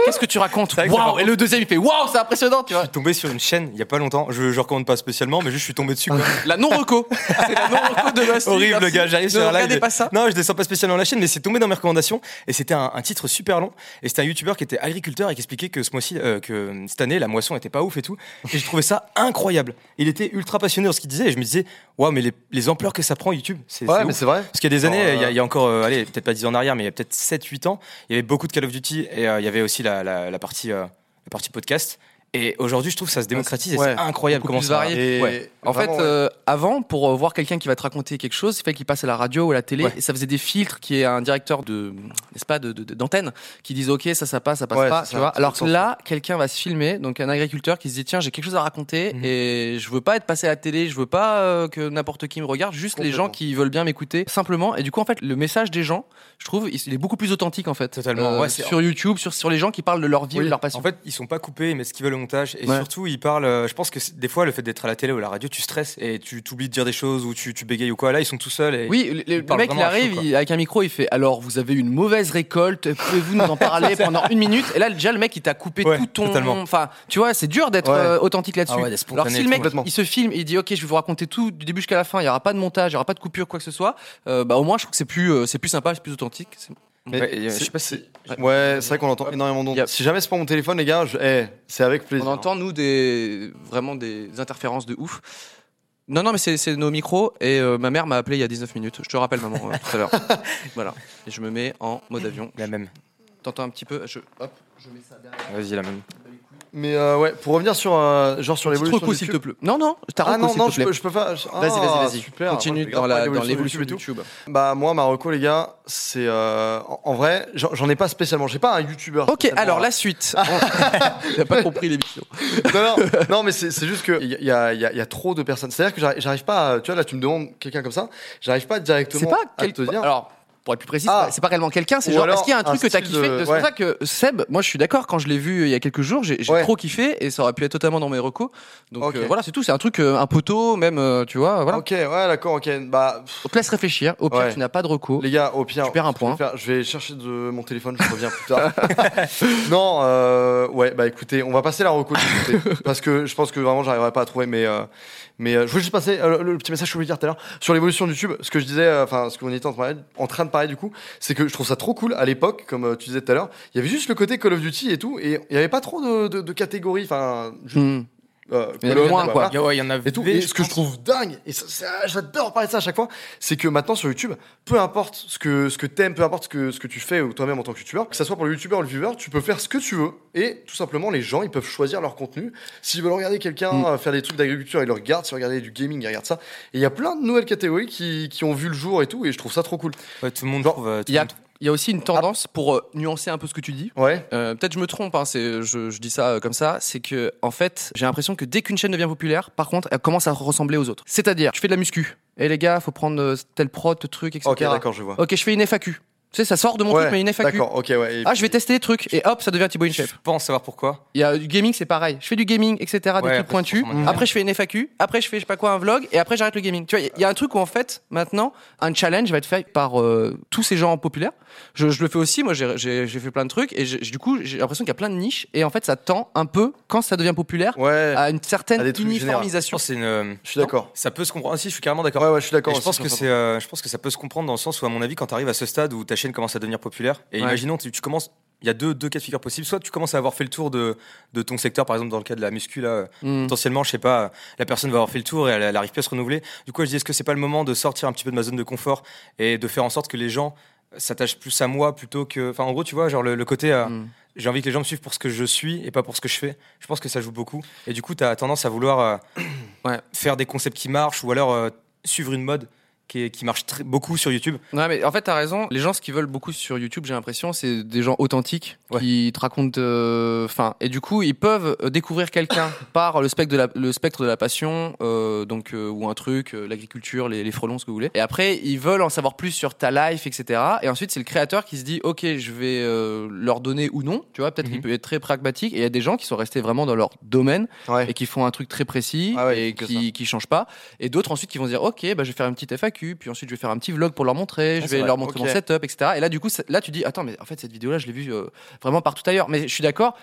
Speaker 2: Qu'est-ce que tu racontes
Speaker 4: Ah. vrai que ça, par
Speaker 2: Waouh Et le deuxième, il fait Waouh, c'est impressionnant, tu
Speaker 4: Je
Speaker 2: vois.
Speaker 4: suis tombé sur une chaîne il y a pas longtemps. Je, je recommande pas spécialement, mais juste je suis tombé dessus. quoi.
Speaker 3: Ah.
Speaker 2: La non-reco. C'est la non-reco de Bastille.
Speaker 4: Horrible, le
Speaker 2: Merci.
Speaker 4: gars. J'arrive
Speaker 2: Ne
Speaker 4: sur la
Speaker 2: regardez
Speaker 4: live.
Speaker 2: pas ça.
Speaker 4: Non, je descends pas spécialement la chaîne, mais c'est tombé dans mes recommandations. Et c'était un, un titre super long. Et c'était un youtubeur qui était agriculteur et qui expliquait que ce mois-ci, euh, que cette année, la moisson était pas ouf et tout. Et j'ai trouvé ça incroyable. Il était ultra passionné dans ce qu'il disait. Et je me disais, waouh, mais les, les ampleurs que ça prend YouTube, c'est.
Speaker 3: Ouais,
Speaker 4: c'est
Speaker 3: mais
Speaker 4: ouf.
Speaker 3: c'est vrai.
Speaker 4: Parce qu'il y a des
Speaker 3: Genre,
Speaker 4: années,
Speaker 3: euh,
Speaker 4: il y, a- il y a encore, euh, allez, peut-être pas 10 ans en arrière, mais il y a peut-être 7-8 ans, il y avait beaucoup de Call of Duty et euh, il y avait aussi la, la, la partie, euh, la partie podcast. Et aujourd'hui, je trouve que ça se démocratise et
Speaker 3: Ouais,
Speaker 4: c'est incroyable
Speaker 2: beaucoup
Speaker 4: comment
Speaker 2: plus
Speaker 4: ça
Speaker 2: varié.
Speaker 3: Et
Speaker 4: Ouais.
Speaker 2: En
Speaker 3: vraiment,
Speaker 2: fait,
Speaker 3: ouais.
Speaker 2: euh, avant, pour euh, voir quelqu'un qui va te raconter quelque chose, il fallait qu'il passe à la radio ou à la télé,
Speaker 4: Ouais.
Speaker 2: et ça faisait des filtres qui est un directeur de, n'est-ce pas, de- de- de- d'antenne, qui disent ok, ça, ça passe, ça passe
Speaker 3: Ouais,
Speaker 2: pas,
Speaker 3: c'est
Speaker 2: tu
Speaker 3: ça,
Speaker 2: vois.
Speaker 3: ça fait
Speaker 2: Alors
Speaker 3: du
Speaker 2: que
Speaker 3: sens,
Speaker 2: là, quelqu'un va se filmer, donc un agriculteur qui se dit tiens, j'ai quelque chose à raconter,
Speaker 4: Mhm.
Speaker 2: et je veux pas être passé à la télé, je veux pas euh, que n'importe qui me regarde, juste les gens
Speaker 3: Complètement.
Speaker 2: qui veulent bien m'écouter, simplement. Et du coup, en fait, le message des gens, je trouve, il il est beaucoup plus authentique, en fait. Euh,
Speaker 4: Totalement, ouais, c'est-
Speaker 2: sur YouTube, sur, sur les gens qui parlent de leur vie ou
Speaker 4: Oui,
Speaker 2: de leur passion.
Speaker 4: En fait, ils sont pas coupés, ils mettent ce qu'ils veulent au montage. Et
Speaker 2: Ouais.
Speaker 4: surtout, ils parlent. euh, je pense que c'est- des fois, le fait d'être à la télé ou à la radio, tu stresses et tu t'oublies de dire des choses ou tu, tu bégayes ou quoi. Là, ils sont tout seuls. Et
Speaker 2: Oui, le- le,
Speaker 4: parle
Speaker 2: mec, il
Speaker 4: vraiment à
Speaker 2: arrive
Speaker 4: chaud, quoi.
Speaker 2: il- avec un micro, il fait Alors, vous avez eu une mauvaise récolte, pouvez-vous nous en
Speaker 4: [LAUGHS]
Speaker 2: parler pendant une minute Et là, déjà, le mec, il t'a coupé
Speaker 4: Ouais,
Speaker 2: tout ton.
Speaker 4: totalement.
Speaker 2: Enfin, tu vois, c'est dur d'être
Speaker 3: Ouais.
Speaker 2: euh, authentique là-dessus.
Speaker 4: Ah ouais, d'être spontané
Speaker 2: Alors, si
Speaker 4: et
Speaker 2: le
Speaker 4: tout,
Speaker 2: mec,
Speaker 3: complètement.
Speaker 2: il se filme, il dit Ok, je vais vous raconter tout du début jusqu'à la fin, il n'y aura pas de montage, il n'y aura pas de coupure, quoi que ce soit, euh, bah, au moins, je trouve que c'est plus, euh, c'est plus sympa, c'est plus authentique. C'est-
Speaker 3: Mais
Speaker 4: Ouais, et, euh, je
Speaker 3: c'est-
Speaker 4: sais pas si-
Speaker 3: c'est- Ouais, c'est vrai qu'on entend énormément
Speaker 2: Y a-
Speaker 3: d'ondes. Si jamais c'est pas mon téléphone, les gars, je- eh, c'est avec plaisir.
Speaker 2: On entend, nous, des, vraiment des interférences de ouf. Non, non, mais c'est c'est nos micros et euh, ma mère m'a appelé il y a 19 minutes. Je te rappelle, maman, euh, tout à
Speaker 4: [LAUGHS]
Speaker 2: l'heure. voilà. Et je me mets en mode avion.
Speaker 4: La même.
Speaker 2: T'entends un petit peu je- Hop, je mets ça derrière.
Speaker 4: Vas-y, la même.
Speaker 3: Mais euh, ouais, pour revenir sur, euh, genre sur
Speaker 8: Petit
Speaker 3: l'évolution
Speaker 8: reco,
Speaker 3: de
Speaker 8: s'il
Speaker 3: YouTube.
Speaker 8: te plaît. Non, non, t'as
Speaker 3: Ah
Speaker 8: reco,
Speaker 3: non,
Speaker 8: s'il
Speaker 3: non,
Speaker 8: te
Speaker 3: je
Speaker 8: plaît.
Speaker 3: peux, je peux pas. je-
Speaker 2: Vas-y, vas-y,
Speaker 3: ah,
Speaker 2: vas-y.
Speaker 3: Super.
Speaker 8: Continue
Speaker 3: Moi, je
Speaker 8: dans
Speaker 3: regarde
Speaker 8: la-
Speaker 3: pas
Speaker 8: dans l'évolution
Speaker 3: de
Speaker 8: de
Speaker 3: YouTube et tout.
Speaker 8: YouTube.
Speaker 3: Bah, moi, ma reco, les gars, c'est. euh, en en vrai, j'en j'en ai pas spécialement. J'ai pas un YouTuber.
Speaker 2: Ok,
Speaker 3: spécialement,
Speaker 2: alors
Speaker 3: hein.
Speaker 2: la [LAUGHS] suite.
Speaker 8: T'as pas compris l'émission.
Speaker 3: [LAUGHS] non, non, non, mais c'est c'est juste que il y a, il y a- il y a trop de personnes. C'est-à-dire que j'arrive- j'arrive pas. à- Tu vois, là, tu me demandes quelqu'un comme ça, j'arrive pas directement
Speaker 2: C'est pas
Speaker 3: à
Speaker 2: quel-
Speaker 3: te dire.
Speaker 2: Alors, pour être plus précis,
Speaker 3: Ah.
Speaker 2: c'est pas- c'est pas réellement quelqu'un, c'est
Speaker 3: Ou
Speaker 2: genre,
Speaker 3: alors
Speaker 2: est-ce qu'il y a un
Speaker 3: un
Speaker 2: truc que t'as
Speaker 3: style
Speaker 2: kiffé
Speaker 3: de-
Speaker 2: C'est pour
Speaker 3: ouais.
Speaker 2: ça que euh, Seb, moi je suis d'accord, quand je l'ai vu il y a quelques jours, j'ai j'ai
Speaker 3: Ouais.
Speaker 2: trop kiffé et ça aurait pu être totalement dans mes recos. Donc
Speaker 3: Ok.
Speaker 2: euh, voilà, c'est tout, c'est un truc, euh, un poteau, même, euh, tu vois, voilà.
Speaker 3: Ok, ouais, d'accord, ok. Bah, pff,
Speaker 2: Donc laisse réfléchir, au pire
Speaker 3: Ouais.
Speaker 2: tu n'as pas de recos,
Speaker 3: les gars, au pire.
Speaker 2: Oh. tu perds un point.
Speaker 3: Je vais, faire- je vais chercher de mon téléphone, je reviens plus tard. [LAUGHS] non, euh, ouais, bah écoutez, on va passer la reco. de l'écouter, parce que je pense que vraiment, j'arriverai pas à trouver. Mais, euh, mais euh, je voulais juste passer euh, le, le petit message que je voulais dire tout à l'heure sur l'évolution de YouTube. Ce que je disais, euh, enfin, ce qu'on était en, train de- en train de parler du coup, c'est que je trouve ça trop cool. À l'époque, comme euh, tu disais tout à l'heure, il y avait juste le côté Call of Duty et tout, et il y avait pas trop de, de- de catégories. Enfin, juste,
Speaker 2: Hmm.
Speaker 3: euh,
Speaker 2: Il y en
Speaker 3: Call of
Speaker 2: avait moins,
Speaker 3: Duty,
Speaker 2: quoi.
Speaker 4: Il y a- ouais, il y en a
Speaker 3: et tout. Et ce que je trouve dingue, et ça- ça- j'adore parler de ça à chaque fois, c'est que maintenant sur YouTube, peu importe ce que, ce que t'aimes, peu importe ce que, ce que tu fais ou toi-même en tant que youtubeur, que ça soit pour le youtubeur ou le viewer, tu peux faire ce que tu veux. Et tout simplement, les gens, ils peuvent choisir leur contenu. S'ils veulent regarder quelqu'un
Speaker 2: Mm.
Speaker 3: euh, faire des trucs d'agriculture, ils le regardent. S'ils veulent regarder du gaming, ils regardent ça. Et il y a plein de nouvelles catégories qui, qui ont vu le jour et tout, et je trouve ça trop cool.
Speaker 4: Ouais, tout le monde
Speaker 3: Genre,
Speaker 4: trouve. euh, tout
Speaker 2: Il y a,
Speaker 4: le monde trouve.
Speaker 2: il y a aussi
Speaker 3: Ah.
Speaker 2: une tendance, pour euh, nuancer un peu ce que tu dis,
Speaker 3: Ouais.
Speaker 2: Euh, peut-être je me trompe, hein, c'est, je, je dis ça euh, comme ça, c'est que en fait, j'ai l'impression que dès qu'une chaîne devient populaire, par contre, elle commence à ressembler aux autres. C'est-à-dire, tu fais de la muscu, et les gars, faut prendre euh, tel prod, tel truc, etc.
Speaker 3: Ok, d'accord, je vois.
Speaker 2: Ok, je fais une FAQ. Tu sais, ça sort de mon
Speaker 3: Ouais,
Speaker 2: truc, mais une FAQ.
Speaker 3: D'accord, ok, ouais. et
Speaker 2: Ah, je vais
Speaker 3: puis-
Speaker 2: tester des trucs, et hop, ça devient Thibaut
Speaker 4: Je
Speaker 2: InShape.
Speaker 4: pense savoir pourquoi.
Speaker 2: Il y a du gaming, c'est pareil. Je fais du gaming, etc., des
Speaker 4: Ouais,
Speaker 2: trucs
Speaker 4: après, c'est
Speaker 2: pointus.
Speaker 4: forcément
Speaker 2: Après, je fais une FAQ. Après, je fais, je sais pas quoi, un vlog. Et après, j'arrête le gaming. Tu vois, il y a un truc où, en fait, maintenant, un challenge va être fait par euh, tous ces gens populaires. Je, je le fais aussi. Moi, j'ai- j'ai j'ai fait plein de trucs. Et j'ai- du coup, j'ai l'impression qu'il y a plein de niches. Et en fait, ça tend un peu, quand ça devient populaire,
Speaker 3: Ouais,
Speaker 2: à une certaine
Speaker 3: À des trucs
Speaker 4: Je
Speaker 2: uniformisation.
Speaker 4: pense que c'est une. euh,
Speaker 3: je suis d'accord.
Speaker 4: Ça peut se comprendre. Ah, si, je suis carrément d'accord.
Speaker 3: Ouais, ouais, je suis
Speaker 4: Et
Speaker 3: d'accord.
Speaker 4: je pense
Speaker 3: aussi
Speaker 4: que
Speaker 3: sur ça.
Speaker 4: c'est, euh, je pense que ça peut se comprendre dans le sens où, à mon avis, quand tu arrives à ce stade où ta chaîne commence à devenir populaire, et
Speaker 2: Ouais.
Speaker 4: imaginons, tu, tu commences, il y a deux, deux cas de figure possibles. Soit tu commences à avoir fait le tour de, de ton secteur, par exemple, dans le cas de la muscu, là, euh,
Speaker 2: Mm.
Speaker 4: potentiellement, je sais pas, euh, la personne va avoir fait le tour et elle, elle arrive plus à se renouveler. Du coup, je dis, est-ce que c'est pas le moment de sortir un petit peu de ma zone de confort et de faire en sorte que les gens s'attachent plus à moi plutôt que. Enfin, en gros, tu vois, genre le, le côté. euh,
Speaker 2: Mm.
Speaker 4: J'ai envie que les gens me suivent pour ce que je suis et pas pour ce que je fais. Je pense que ça joue beaucoup. Et du coup, tu as tendance à vouloir [COUGHS] euh,
Speaker 2: Ouais.
Speaker 4: faire des concepts qui marchent ou alors euh, suivre une mode qui, est- qui marche très- beaucoup sur YouTube.
Speaker 2: Ouais, mais en fait, t'as raison. Les gens, ce qu'ils veulent beaucoup sur YouTube, j'ai l'impression, c'est des gens authentiques
Speaker 4: Ouais.
Speaker 2: qui te racontent. euh, Enfin, et du coup, ils peuvent euh, découvrir quelqu'un
Speaker 4: [COUGHS]
Speaker 2: par le spectre de la, le spectre de la passion, euh, donc euh, ou un truc, euh, l'agriculture, les, les frelons, ce que vous voulez. Et après, ils veulent en savoir plus sur ta life, etc. Et ensuite, c'est le créateur qui se dit, ok, je vais euh, leur donner ou non. Tu vois, peut-être
Speaker 4: Mhm.
Speaker 2: qu'il peut être très pragmatique. Et il y a des gens qui sont restés vraiment dans leur domaine
Speaker 3: Ouais.
Speaker 2: et qui font un truc très précis
Speaker 3: Ah ouais,
Speaker 2: et
Speaker 3: ils font que
Speaker 2: qui, qui changent pas. Et d'autres ensuite qui vont se dire ok bah je vais faire une petite FAQ, puis ensuite je vais faire un petit vlog pour leur montrer, je
Speaker 4: c'est
Speaker 2: vais
Speaker 4: vrai,
Speaker 2: leur montrer
Speaker 3: ok.
Speaker 2: mon setup, etc. Et là du coup ça- là tu dis attends mais en fait cette vidéo là je l'ai vue euh, vraiment partout ailleurs. Mais je suis d'accord.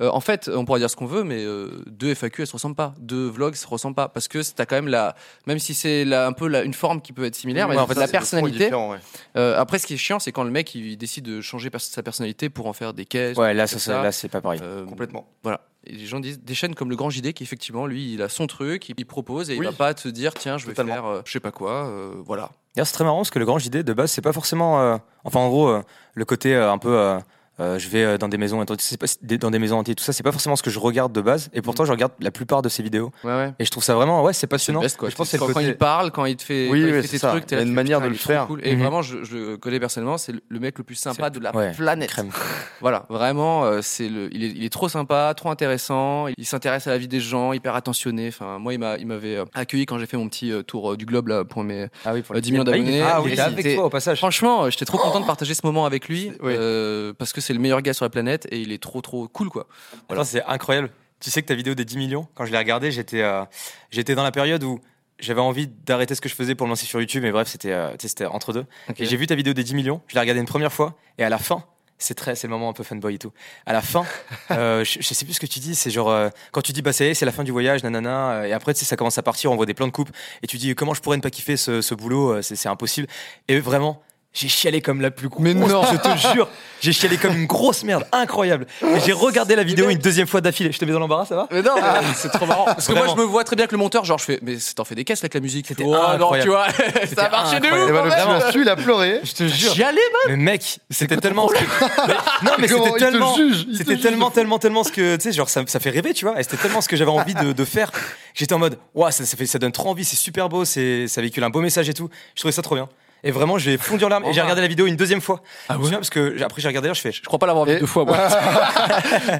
Speaker 2: euh, en fait, on pourra dire ce qu'on veut, mais euh, deux FAQ, elles se ressemblent pas. Deux vlogs, elles se ressemblent pas. Parce que t'as quand même la, même si c'est la- un peu la- une forme qui peut être similaire, mais
Speaker 3: Ouais,
Speaker 2: en fait,
Speaker 3: ça,
Speaker 2: la
Speaker 3: c'est- le fond est
Speaker 2: personnalité.
Speaker 3: différent, ouais.
Speaker 2: euh, après, ce qui est chiant, c'est quand le mec il décide de changer pers- sa personnalité pour en faire des caisses.
Speaker 4: Ouais, là,
Speaker 2: ça, ça- là,
Speaker 4: là c'est pas pareil.
Speaker 2: euh,
Speaker 3: Complètement.
Speaker 2: voilà. Et les gens disent des chaînes comme le Grand JD qui effectivement lui il a son truc, il- il propose et
Speaker 3: Oui.
Speaker 2: il va pas te dire tiens je vais
Speaker 3: Totalement.
Speaker 2: faire euh, je sais pas quoi, euh, voilà.
Speaker 4: D'ailleurs, c'est très marrant parce que le grand JD de base, c'est pas forcément. euh, enfin, en gros, euh, le côté euh, un peu. euh, euh, je vais euh, dans des maisons, et tout, c'est pas- des- dans des maisons entières, tout ça, c'est pas forcément ce que je regarde de base. Et pourtant, je regarde la plupart de ses vidéos.
Speaker 2: Ouais ouais.
Speaker 4: Et je trouve ça vraiment, ouais, c'est
Speaker 2: C'est le
Speaker 4: passionnant.
Speaker 2: best, quoi.
Speaker 4: Je pense que
Speaker 2: quand,
Speaker 4: c'est le
Speaker 2: quand
Speaker 4: côté.
Speaker 2: il parle, quand il te fait,
Speaker 3: Oui,
Speaker 2: quand il
Speaker 3: oui,
Speaker 2: te fait
Speaker 3: c'est
Speaker 2: tes
Speaker 3: ça.
Speaker 2: trucs, t'es
Speaker 3: Il y a
Speaker 2: là,
Speaker 3: une
Speaker 2: tu fais,
Speaker 3: manière
Speaker 2: putain, il
Speaker 3: de le
Speaker 2: est trop
Speaker 3: faire.
Speaker 2: cool. Et
Speaker 4: Mhm.
Speaker 2: vraiment, je, je le connais personnellement, c'est le mec le plus sympa de la
Speaker 4: ouais,
Speaker 2: planète.
Speaker 4: crème.
Speaker 2: [LAUGHS] Voilà, vraiment, euh, c'est le, il est, il est trop sympa, trop intéressant. Il s'intéresse à la vie des gens, hyper attentionné. Enfin, moi, il m'a, il m'avait euh, accueilli quand j'ai fait mon petit euh, tour euh, du globe là pour mes
Speaker 4: Ah oui, pour
Speaker 2: euh, 10 millions d'abonnés.
Speaker 4: Ah
Speaker 2: Et
Speaker 4: oui, il était avec
Speaker 2: c'était-
Speaker 4: toi au passage.
Speaker 2: Franchement, euh, j'étais trop content de partager ce moment avec lui
Speaker 3: Oui.
Speaker 2: euh, parce que c'est le meilleur gars sur la planète et il est trop trop cool quoi.
Speaker 4: Voilà. C'est incroyable. Tu sais que ta vidéo des 10 millions, quand je l'ai regardée, j'étais euh, j'étais dans la période où j'avais envie d'arrêter ce que je faisais pour me lancer sur YouTube, mais bref, c'était euh, tu sais, c'était entre deux.
Speaker 2: Ok.
Speaker 4: Et j'ai vu ta vidéo des 10 millions, je l'ai regardée une première fois, et à la fin, c'est très, c'est le moment un peu fanboy et tout. À
Speaker 2: [LAUGHS]
Speaker 4: la fin, euh, je, je sais plus ce que tu dis, c'est genre, euh, quand tu dis, bah ça y est, c'est la fin du voyage, nanana, euh, et après, tu sais, ça commence à partir, on voit des plans de coupe, et tu dis, comment je pourrais ne pas kiffer ce, ce boulot, euh, c'est c'est impossible. Et vraiment, J'ai chialé comme la plus grosse.
Speaker 2: Mais non.
Speaker 4: Je te jure, j'ai chialé comme une grosse merde, incroyable. Et j'ai regardé la vidéo une deuxième fois d'affilée. Je te mets dans l'embarras, ça va
Speaker 2: Mais non, mais c'est trop marrant. Parce que moi,
Speaker 4: Vraiment.
Speaker 2: je me vois très bien que le monteur, genre, je fais, mais c'est- t'en fais des caisses avec la musique.
Speaker 4: C'était
Speaker 2: Oh, non, tu
Speaker 4: incroyable.
Speaker 2: vois, [LAUGHS] ça a marché de
Speaker 3: Et
Speaker 2: ouf.
Speaker 3: bah, le petit
Speaker 4: Vraiment.
Speaker 3: Vinci, il a pleuré.
Speaker 4: Je te jure.
Speaker 2: J'y allais, man.
Speaker 4: Mais mec, c'était tellement. Mais- non, mais
Speaker 3: Comment
Speaker 4: c'était
Speaker 3: il te
Speaker 4: tellement.
Speaker 3: juge, il te
Speaker 4: C'était
Speaker 3: juge.
Speaker 4: tellement, tellement, tellement ce que. Tu sais, genre, ça, ça fait rêver, tu vois. Et c'était tellement ce que j'avais envie de, de faire. J'étais en mode, waouh, ça, ça fait, ça donne trop envie, c'est super beau, c'est, ça véhicule un beau message et tout. Je trouvais ça trop bien. Et vraiment, j'ai fondu en larmes
Speaker 2: Oh.
Speaker 4: et j'ai regardé la vidéo une deuxième fois. Ah ouais Parce que j'ai- après, j'ai regardé, là, je fais.
Speaker 2: Je crois pas l'avoir vu
Speaker 3: Et-
Speaker 2: deux fois, moi. [LAUGHS]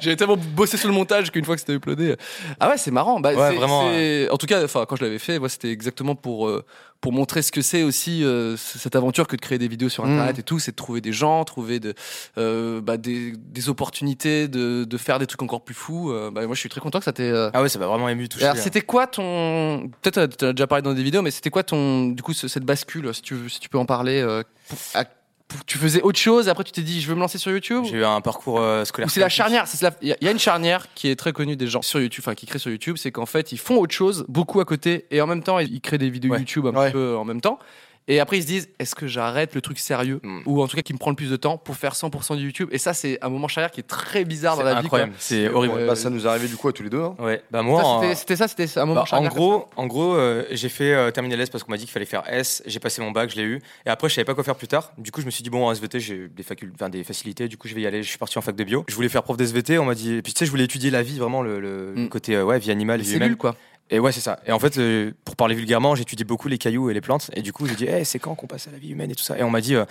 Speaker 2: J'avais tellement bossé sur le montage qu'une fois que c'était uploadé. Ah ouais, c'est marrant. Bah,
Speaker 4: Ouais,
Speaker 2: c'est-
Speaker 4: vraiment,
Speaker 2: c'est- En tout cas, enfin, quand je l'avais fait, moi, c'était exactement pour, euh, pour montrer ce que c'est aussi euh, c- cette aventure que de créer des vidéos sur Internet et tout. C'est de trouver des gens, trouver de, euh, bah, des, des opportunités de, de faire des trucs encore plus fous. Euh, bah, moi, je suis très content que ça t'ait. euh,
Speaker 4: Ah ouais, ça m'a vraiment ému, touché.
Speaker 2: alors, c'était quoi ton. Peut-être euh, t'en as déjà parlé dans des vidéos, mais c'était quoi ton. Du coup, ce- cette bascule, si tu, veux- si tu peux en parler euh, pour- à- pour- Tu faisais autre chose, après tu t'es dit, je veux me lancer sur YouTube
Speaker 4: J'ai eu un parcours euh, scolaire.
Speaker 2: ou c'est la charnière. c'est la- Il y, a une charnière qui est très connue des gens sur YouTube, enfin qui créent sur YouTube, c'est qu'en fait ils font autre chose beaucoup à côté et en même temps ils créent des vidéos
Speaker 4: Ouais.
Speaker 2: YouTube un
Speaker 3: Ouais.
Speaker 2: petit peu en même temps. Et après ils se disent est-ce que j'arrête le truc sérieux
Speaker 4: Mm.
Speaker 2: ou en tout cas qui me prend le plus de temps pour faire 100% du YouTube Et ça c'est un moment charnière qui est très bizarre
Speaker 4: C'est
Speaker 2: dans la vie. quoi.
Speaker 4: incroyable, c'est horrible.
Speaker 2: Euh,
Speaker 3: Bah, ça nous est arrivé du coup à tous les deux. hein.
Speaker 4: Ouais, bah moi.
Speaker 2: Ça,
Speaker 4: en-
Speaker 2: c'était- C'était ça, c'était un moment
Speaker 4: Bah, en
Speaker 2: charnière.
Speaker 4: gros, en gros euh, j'ai fait euh, terminer l'S parce qu'on m'a dit qu'il fallait faire S. J'ai passé mon bac, je l'ai eu. Et après, je savais pas quoi faire plus tard. Du coup, je me suis dit, bon, en SVT, j'ai des, facul- enfin, des facilités. Du coup, je vais y aller. Je suis parti en fac de bio. Je voulais faire prof d'SVT. On m'a dit, et puis tu sais, je voulais étudier la vie, vraiment, le, le- le
Speaker 2: Mm.
Speaker 4: côté euh, ouais, vie animale,
Speaker 2: Les
Speaker 4: vie humaine.
Speaker 2: cellules quoi.
Speaker 4: Et ouais, c'est ça. Et en fait, euh, pour parler vulgairement, j'étudiais beaucoup les cailloux et les plantes. Et du coup, j'ai dit, Eh, c'est quand qu'on passe à la vie humaine et tout ça. Et on m'a dit, euh,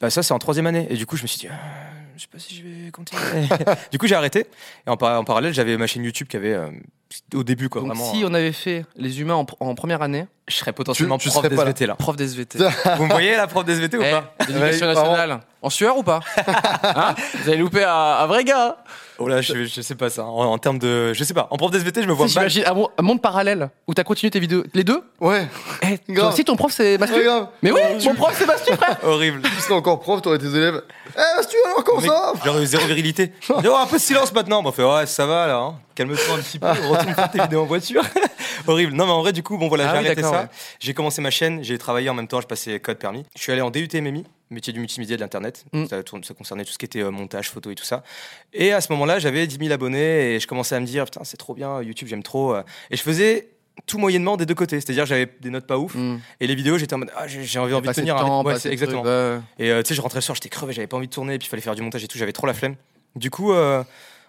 Speaker 4: bah ça, c'est en troisième année. Et du coup, je me suis dit, Ah, je sais pas si je vais
Speaker 2: [LAUGHS]
Speaker 4: continuer. du coup, j'ai arrêté. Et en, par- en parallèle, j'avais ma chaîne YouTube qui avait. euh, au début, quoi,
Speaker 2: Donc
Speaker 4: vraiment. euh,
Speaker 2: si on avait fait les humains en, pr- en première année,
Speaker 4: Je serais potentiellement
Speaker 3: Tu- tu
Speaker 4: prof
Speaker 3: serais pas là.
Speaker 4: d'SVT là.
Speaker 2: prof d'SVT.
Speaker 4: [LAUGHS] Vous me voyez la prof d'SVT ou
Speaker 2: Eh,
Speaker 4: pas
Speaker 2: l'éducation
Speaker 3: Ouais,
Speaker 2: nationale. En sueur
Speaker 4: [LAUGHS]
Speaker 2: ou pas Hein Vous avez loupé un, un vrai gars. hein?
Speaker 4: Oh là, je, je sais pas ça. En, en termes de. Je sais pas. En prof d'SVT, je [LAUGHS] me vois
Speaker 2: Si,
Speaker 4: mal.
Speaker 2: J'imagine un, mo- un monde parallèle où t'as continué tes vidéos. Les deux
Speaker 3: Ouais,
Speaker 2: Eh,
Speaker 3: Grave.
Speaker 2: toi aussi ton prof c'est Mastu
Speaker 3: très Ah, grave.
Speaker 2: Mais oui, mon prof c'est Mastu frère
Speaker 4: Horrible.
Speaker 3: Si tu serais encore prof, t'aurais tes élèves. Eh, bah, si tu veux encore
Speaker 4: Mec,
Speaker 3: ça
Speaker 4: J'aurais eu
Speaker 2: [LAUGHS]
Speaker 4: zéro virilité. Il y aura un peu de silence maintenant. Bon, on fait, ouais, ça va là. hein. Calme-toi un petit
Speaker 2: Ah.
Speaker 4: peu. Retourne faire tes vidéos en voiture. [LAUGHS] Horrible. Non, mais en vrai, du coup, bon, voilà,
Speaker 2: Ah
Speaker 4: j'ai
Speaker 2: oui,
Speaker 4: arrêté
Speaker 2: d'accord,
Speaker 4: ça.
Speaker 2: ouais.
Speaker 4: J'ai commencé ma chaîne. J'ai travaillé en même temps. Je passais code permis. Je suis allé en DUT MMI, métier du multimédia de l'Internet.
Speaker 2: Mm.
Speaker 4: Ça, tourne- ça concernait tout ce qui était euh, montage, photo et tout ça. Et à ce moment-là, j'avais 10 000 abonnés et je commençais à me dire, putain, c'est trop bien. YouTube, j'aime trop. euh. Et je faisais tout moyennement des deux côtés. C'est-à-dire, j'avais des notes pas
Speaker 2: Mm.
Speaker 4: ouf. Et les vidéos, j'étais en mode, ah, j'ai j'ai envie, envie de
Speaker 2: Passer
Speaker 4: tenir
Speaker 2: le
Speaker 4: un
Speaker 2: temps,
Speaker 4: rythme. Ouais,
Speaker 2: passer
Speaker 4: c'est
Speaker 2: le
Speaker 4: exactement.
Speaker 2: truc, ouais, ouais.
Speaker 4: Et euh, tu sais, je rentrais le soir, j'étais crevé, j'avais pas envie de tourner, et puis il fallait faire du montage et tout, j'avais trop la flemme. Du coup, euh,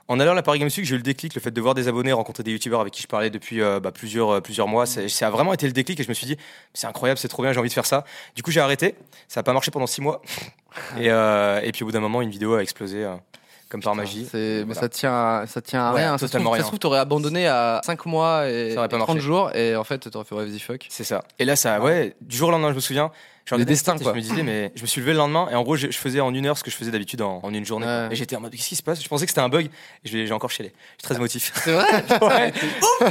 Speaker 4: en allant à la Paris Games Week, j'ai eu le déclic, le fait de voir des abonnés, rencontrer des youtubeurs avec qui je parlais depuis euh, bah, plusieurs, euh, plusieurs mois. c'est- Ça a vraiment été le déclic et je me suis dit, c'est incroyable, c'est trop bien, j'ai envie de faire ça. Du coup, j'ai arrêté, ça a pas marché pendant six mois. Et, euh, et puis au bout d'un moment, une vidéo a explosé, euh, comme par magie.
Speaker 2: C'est- mais
Speaker 4: Voilà.
Speaker 2: ça tient, à- ça tient à
Speaker 4: Ouais,
Speaker 2: rien. Ça se
Speaker 4: totalement
Speaker 2: trouve- ça
Speaker 4: rien.
Speaker 2: se trouve, t'aurais abandonné à 5 mois et,
Speaker 4: Ça aurait pas
Speaker 2: et 30
Speaker 4: marché.
Speaker 2: jours et en fait t'aurais fait ouais, vas-y fuck.
Speaker 4: C'est ça. Et là, ça, ouais, du jour au lendemain, je me souviens.
Speaker 2: Ah
Speaker 4: Genre,
Speaker 2: Le destin, quoi.
Speaker 4: Je me disais, mais je me suis levé le lendemain et en gros, je, je faisais en une heure ce que je faisais d'habitude en, en une journée.
Speaker 2: Ouais.
Speaker 4: Et j'étais en mode, qu'est-ce qui se passe Je pensais que c'était un bug. Et je l'ai- j'ai encore chialé. Je
Speaker 2: Ah.
Speaker 4: suis très émotif.
Speaker 2: [LAUGHS] C'est vrai
Speaker 4: Ouais.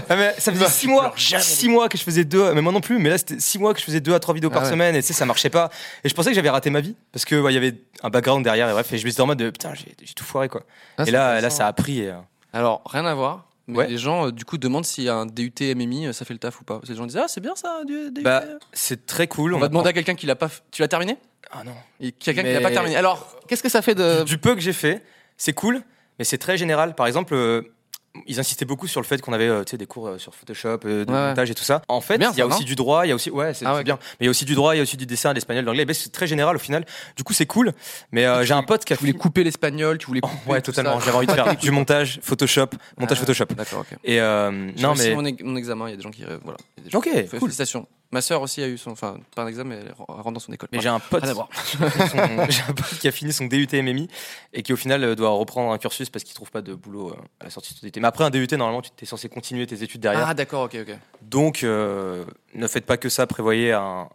Speaker 4: Ah, mais ça faisait 6 mois, six mois que je faisais deux, mais moi non plus, mais là c'était 6 mois que je faisais deux à trois vidéos
Speaker 2: Ah
Speaker 4: par
Speaker 2: ouais.
Speaker 4: semaine et tu sais, ça marchait pas. Et je pensais que j'avais raté ma vie parce que ouais, il y avait un background derrière et bref, et je me disais en mode de, putain, j'ai j'ai tout foiré quoi.
Speaker 2: Ah,
Speaker 4: et là, là ça a pris. et, euh,
Speaker 2: Alors rien à voir. Mais
Speaker 4: Ouais.
Speaker 2: les gens euh, du coup demandent si un DUT MMI euh, ça fait le taf ou pas. Les gens disent ah c'est bien ça un DUT.
Speaker 4: bah, c'est très cool.
Speaker 2: on
Speaker 4: on
Speaker 2: va
Speaker 4: apprend-
Speaker 2: demander à quelqu'un qui l'a pas. f- Tu l'as terminé
Speaker 4: Ah non.
Speaker 2: Et Quelqu'un qui l'a
Speaker 4: Mais-
Speaker 2: pas terminé. Alors qu'est-ce que ça fait de
Speaker 4: Du peu que j'ai fait, c'est cool, mais c'est très général. Par exemple, euh, ils insistaient beaucoup sur le fait qu'on avait euh, tu sais, des cours euh, sur Photoshop, euh, de
Speaker 2: Ouais.
Speaker 4: montage et tout ça. En fait,
Speaker 2: Bien,
Speaker 4: il y a
Speaker 2: ça, non
Speaker 4: aussi du droit, il y a aussi ouais, c'est
Speaker 2: Ah ouais,
Speaker 4: c'est bien, mais il y a aussi du droit, il y a aussi du dessin, de l'espagnol, de l'anglais. Mais C'est très général au final. Du coup, c'est cool. Mais euh, j'ai un pote qui a
Speaker 2: Tu voulais
Speaker 4: fait
Speaker 2: couper l'espagnol, tu voulais couper
Speaker 4: Oh, Ouais,
Speaker 2: tout
Speaker 4: totalement.
Speaker 2: ça.
Speaker 4: J'avais envie
Speaker 2: [LAUGHS]
Speaker 4: de faire du montage Photoshop, montage
Speaker 2: Ah.
Speaker 4: Photoshop.
Speaker 2: D'accord, ok.
Speaker 4: Et euh,
Speaker 2: J'ai
Speaker 4: non
Speaker 2: réussi
Speaker 4: mais
Speaker 2: mon, ex- mon examen, il y a des gens qui euh, voilà. Il y a des gens
Speaker 4: ok,
Speaker 2: qui-
Speaker 4: cool.
Speaker 2: Félicitations. Ma sœur aussi a eu son, enfin pas un examen, mais elle re- rentre dans son école.
Speaker 4: Mais j'ai un pote,
Speaker 2: Rien à voir.
Speaker 4: son- [LAUGHS] j'ai un pote qui a fini son DUT MMI et qui au final euh, doit reprendre un cursus parce qu'il trouve pas de boulot euh, à la sortie de son DUT. Mais après un DUT, normalement, tu es censé continuer tes études derrière.
Speaker 2: Ah d'accord, ok, ok.
Speaker 4: Donc euh, ne faites pas que ça. Prévoyez un,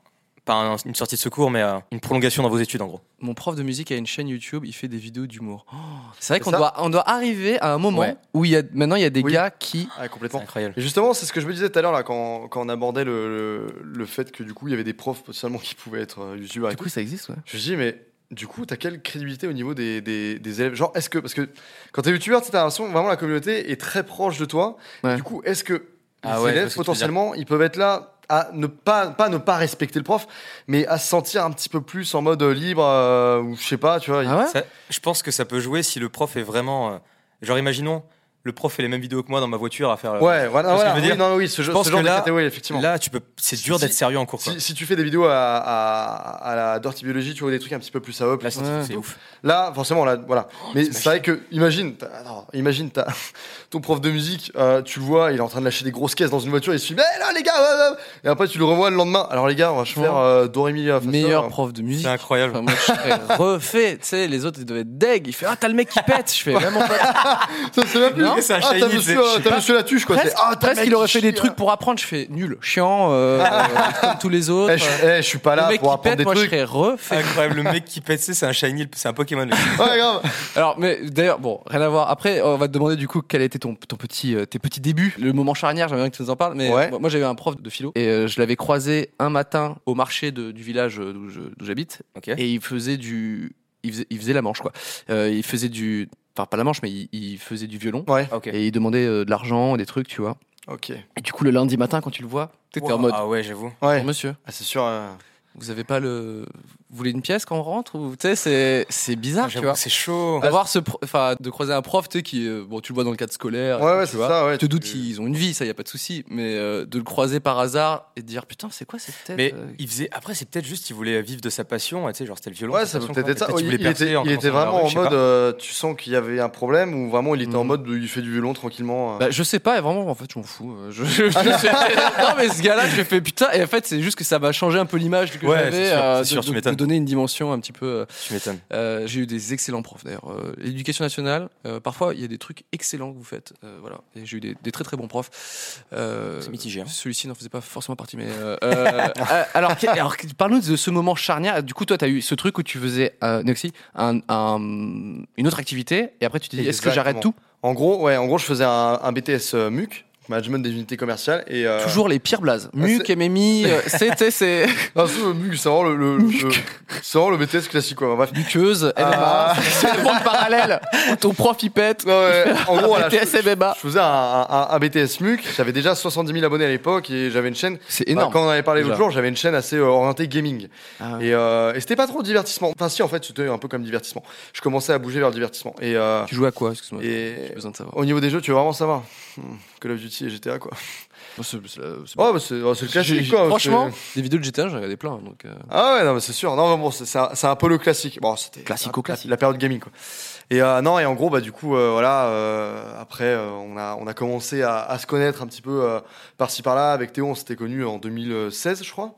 Speaker 4: pas un- une sortie de secours, mais euh, une prolongation dans vos études en gros.
Speaker 2: Mon prof de musique a une chaîne YouTube, il fait des vidéos d'humour. Oh, c'est vrai
Speaker 3: C'est
Speaker 2: qu'on
Speaker 3: ça
Speaker 2: doit, on doit arriver à un moment
Speaker 4: Ouais.
Speaker 2: où il y a, maintenant il y a des
Speaker 3: Oui.
Speaker 2: gars qui.
Speaker 3: Ah,
Speaker 4: C'est
Speaker 3: complètement.
Speaker 4: incroyable.
Speaker 3: Et justement, c'est ce que je me disais tout à l'heure là, quand, quand on abordait le, le, le fait que du coup il y avait des profs potentiellement qui pouvaient être euh, youtubeurs et
Speaker 2: Du coup, ça existe, ouais.
Speaker 3: Je me dis, mais du coup, t'as quelle crédibilité au niveau des, des, des élèves Genre, est-ce que. Parce que quand t'es youtubeur, t'as l'impression vraiment la communauté est très proche de toi.
Speaker 2: Ouais.
Speaker 3: Du coup, est-ce que
Speaker 4: Ah
Speaker 3: les
Speaker 4: ouais, je vois ce
Speaker 3: élèves,
Speaker 4: que tu veux
Speaker 3: potentiellement, ils peuvent être là à ne pas, pas ne pas respecter le prof, mais à se sentir un petit peu plus en mode euh, libre, euh, ou je sais pas, tu vois. il-
Speaker 2: Ah ouais
Speaker 4: Ça- je pense que ça peut jouer si le prof est vraiment. euh, genre, imaginons, le prof fait les mêmes vidéos que moi dans ma voiture à faire. euh,
Speaker 3: Ah Ouais,
Speaker 4: Tu
Speaker 3: voilà,
Speaker 4: vois ce que
Speaker 3: voilà.
Speaker 4: je veux dire
Speaker 3: Oui, non, oui, ce,
Speaker 4: Je
Speaker 3: jeu-
Speaker 4: pense
Speaker 3: ce genre
Speaker 4: que
Speaker 3: de
Speaker 4: là-
Speaker 3: catégorie, effectivement.
Speaker 4: Là, tu peux. C'est dur
Speaker 3: Si-
Speaker 4: d'être sérieux en cours. Quoi.
Speaker 3: si, si tu fais des vidéos à, à, à la dirty biologie, tu vois des trucs un petit peu plus à eux,
Speaker 4: Là, c'est
Speaker 2: Ouais.
Speaker 4: c'est ouf.
Speaker 3: Là, forcément, là, voilà.
Speaker 2: Oh,
Speaker 3: Mais c'est vrai que, imagine, t'as- attends, imagine, t'as [LAUGHS] ton prof de musique, euh, tu le vois, il est en train de lâcher des grosses caisses dans une voiture, il se dit, mais là, les gars, euh, euh, et après, tu le revois le lendemain. Alors, les gars, on va se faire euh, Dorémy euh, Fa Sol,
Speaker 2: Meilleur
Speaker 3: euh.
Speaker 2: prof de musique.
Speaker 4: C'est incroyable.
Speaker 2: [LAUGHS] Enfin, moi, je serais refait, tu sais, les autres ils devaient être deg. Il fait Ah, t'as le mec qui pète. Je fais vraiment pas.
Speaker 3: Ça, [LAUGHS] c'est même plus.
Speaker 4: Non, c'est un
Speaker 3: ah, t'as
Speaker 4: shiny, c'est-
Speaker 3: monsieur, euh,
Speaker 4: je sais
Speaker 3: t'as
Speaker 4: pas.
Speaker 3: monsieur la tuche, quoi.
Speaker 2: Presque,
Speaker 3: C'est, ah, t'as le
Speaker 2: presque,
Speaker 3: mec
Speaker 2: il aurait
Speaker 3: qui
Speaker 2: fait des
Speaker 3: chie,
Speaker 2: trucs pour apprendre. Je fais nul, chiant, euh, [LAUGHS] euh, comme tous les
Speaker 3: euh.
Speaker 2: autres.
Speaker 3: Eh, je, eh, je suis pas
Speaker 2: le
Speaker 3: là
Speaker 2: mec
Speaker 3: pour
Speaker 2: qui
Speaker 3: apprendre
Speaker 2: pète,
Speaker 3: des
Speaker 2: moi je
Speaker 3: trucs.
Speaker 2: serais refait.
Speaker 4: [LAUGHS] Incroyable, le mec qui pète, c'est c'est un shiny, c'est un Pokémon.
Speaker 3: [LAUGHS]
Speaker 4: le-
Speaker 3: Ouais, grave.
Speaker 2: Ah, Alors, mais d'ailleurs, bon, rien à voir. Après, on va te demander du coup quel était ton, ton petit, euh, tes petits débuts, le moment charnière. J'aimerais bien que tu nous en parles. Mais euh,
Speaker 3: Ouais.
Speaker 2: moi, moi, j'avais un prof de philo et euh, je l'avais croisé un matin au marché de- du village euh, d'où je- d'où j'habite
Speaker 4: Ok.
Speaker 2: et il faisait du, il faisait, il faisait la manche quoi. Euh, il faisait du, enfin pas la manche, mais il, il faisait du violon
Speaker 3: Ouais.
Speaker 4: Ok.
Speaker 2: et il demandait euh, de l'argent, des trucs, tu vois.
Speaker 3: Ok.
Speaker 2: Et du coup, le lundi matin, quand tu le vois, t'étais
Speaker 4: Wow.
Speaker 2: en mode,
Speaker 4: Ah ouais, j'avoue.
Speaker 3: Ouais.
Speaker 2: Bon, monsieur.
Speaker 3: Ah, c'est sûr. euh,
Speaker 2: Vous avez pas le. Vous voulez une pièce quand on rentre ou tu sais c'est c'est
Speaker 3: Ah,
Speaker 2: bizarre tu
Speaker 4: J'avoue
Speaker 2: vois.
Speaker 4: que C'est chaud.
Speaker 3: Bah,
Speaker 2: Avoir ce pro- enfin de croiser un prof tu sais qui euh, bon tu le vois dans le cadre scolaire.
Speaker 3: Ouais, ouais,
Speaker 2: tu
Speaker 3: c'est
Speaker 2: vois.
Speaker 3: ça, ouais.
Speaker 2: Tu te doutes qu'ils ont une vie ça y a pas de souci mais euh, de le croiser par hasard et de dire putain c'est quoi cette tête.
Speaker 4: Mais
Speaker 2: euh,
Speaker 4: il faisait. Après, c'est peut-être juste qu'il voulait vivre de sa passion, tu sais, genre c'était le violon.
Speaker 3: Ouais,
Speaker 4: sa
Speaker 3: ça peut
Speaker 4: passion,
Speaker 3: peut-être
Speaker 4: quoi.
Speaker 3: être ça. Oh,
Speaker 4: Peut-être
Speaker 3: il,
Speaker 4: qu'il voulait
Speaker 3: il était,
Speaker 4: percer en
Speaker 3: il était
Speaker 4: commençant à la
Speaker 3: vraiment
Speaker 4: rue,
Speaker 3: en
Speaker 4: je sais
Speaker 3: mode,
Speaker 4: pas.
Speaker 3: euh, tu sens qu'il y avait un problème ou vraiment il était en
Speaker 2: Mhm.
Speaker 3: mode, il fait du violon tranquillement. euh.
Speaker 2: Bah, je sais pas, et vraiment, en fait, je m'en fous. euh, je- je- je-
Speaker 4: Ah.
Speaker 2: non, mais ce gars-là, je fais putain, et en fait, c'est juste que ça m'a changé un peu l'image que
Speaker 4: Ouais, c'est
Speaker 2: j'avais,
Speaker 4: sûr,
Speaker 2: euh,
Speaker 4: c'est
Speaker 2: de,
Speaker 4: sûr, tu
Speaker 2: de- de
Speaker 4: m'étonnes.
Speaker 2: donner une dimension un petit peu euh,
Speaker 4: Tu m'étonnes.
Speaker 2: Euh, j'ai eu des excellents profs d'ailleurs. Euh, L'éducation nationale, euh, parfois il y a des trucs excellents que vous faites. Euh, voilà. Et j'ai eu des, des très très bons profs. Euh,
Speaker 4: C'est mitigé, hein.
Speaker 2: Celui-ci n'en faisait pas forcément partie. Mais euh, [LAUGHS] euh, euh, alors, que- alors que- parle-nous de ce moment charnière. Du coup, toi, tu as eu ce truc où tu faisais, euh, Noxy, un- un- une autre activité et après tu t'es dit est-ce que j'arrête tout
Speaker 3: Exactement. En gros, ouais, en gros, je faisais un, un BTS euh, MUC, management des unités commerciales, et euh, [LAUGHS]
Speaker 2: Toujours les pires blazes. Muc, MMI, [LAUGHS] euh, c'était c'est
Speaker 3: Non, c'est le MUC, c'est vraiment le, le- le- c'est vraiment le BTS classique, quoi. Bref.
Speaker 2: muqueuse, MMA,
Speaker 3: Ah.
Speaker 2: [LAUGHS] c'est le monde parallèle. Ton prof il pète.
Speaker 3: Non, ouais, en gros, voilà, je,
Speaker 2: BTS, MMA.
Speaker 3: je faisais un, un- un BTS MUC. J'avais déjà 70 000 abonnés à l'époque et j'avais une chaîne.
Speaker 2: C'est
Speaker 3: bah,
Speaker 2: énorme.
Speaker 3: quand on en avait parlé l'autre
Speaker 2: Déjà.
Speaker 3: jour, j'avais une chaîne assez euh, orientée gaming.
Speaker 2: Ah ouais.
Speaker 3: Et, euh, et c'était pas trop divertissement. Enfin, si, en fait, c'était un peu comme divertissement. Je commençais à bouger vers le divertissement. Et, euh,
Speaker 2: Tu jouais à quoi Excuse-moi.
Speaker 3: et
Speaker 2: J'ai besoin de savoir.
Speaker 3: au niveau des jeux, tu veux vraiment savoir Hmm, Call of Duty et GTA, quoi.
Speaker 2: Bon, c'est- c'est- c'est-
Speaker 3: Oh, bah, c'est oh, c'est
Speaker 2: J'ai-
Speaker 3: le classique,
Speaker 2: j'ai-
Speaker 3: quoi.
Speaker 2: franchement,
Speaker 3: C'est-
Speaker 2: des vidéos de GTA, j'en regardais plein. Donc, euh,
Speaker 3: Ah ouais, non, mais c'est sûr. Non, mais bon, c'est- c'est un, c'est un peu le classique. Bon, c'était
Speaker 2: Classico
Speaker 3: la-
Speaker 2: classique.
Speaker 3: La, période gaming, quoi. Et euh, non, et en gros, bah du coup, euh, voilà. euh, après, euh, on a on a commencé à, à se connaître un petit peu euh, par-ci par-là. Avec Théo, on s'était connus en 2016, je crois.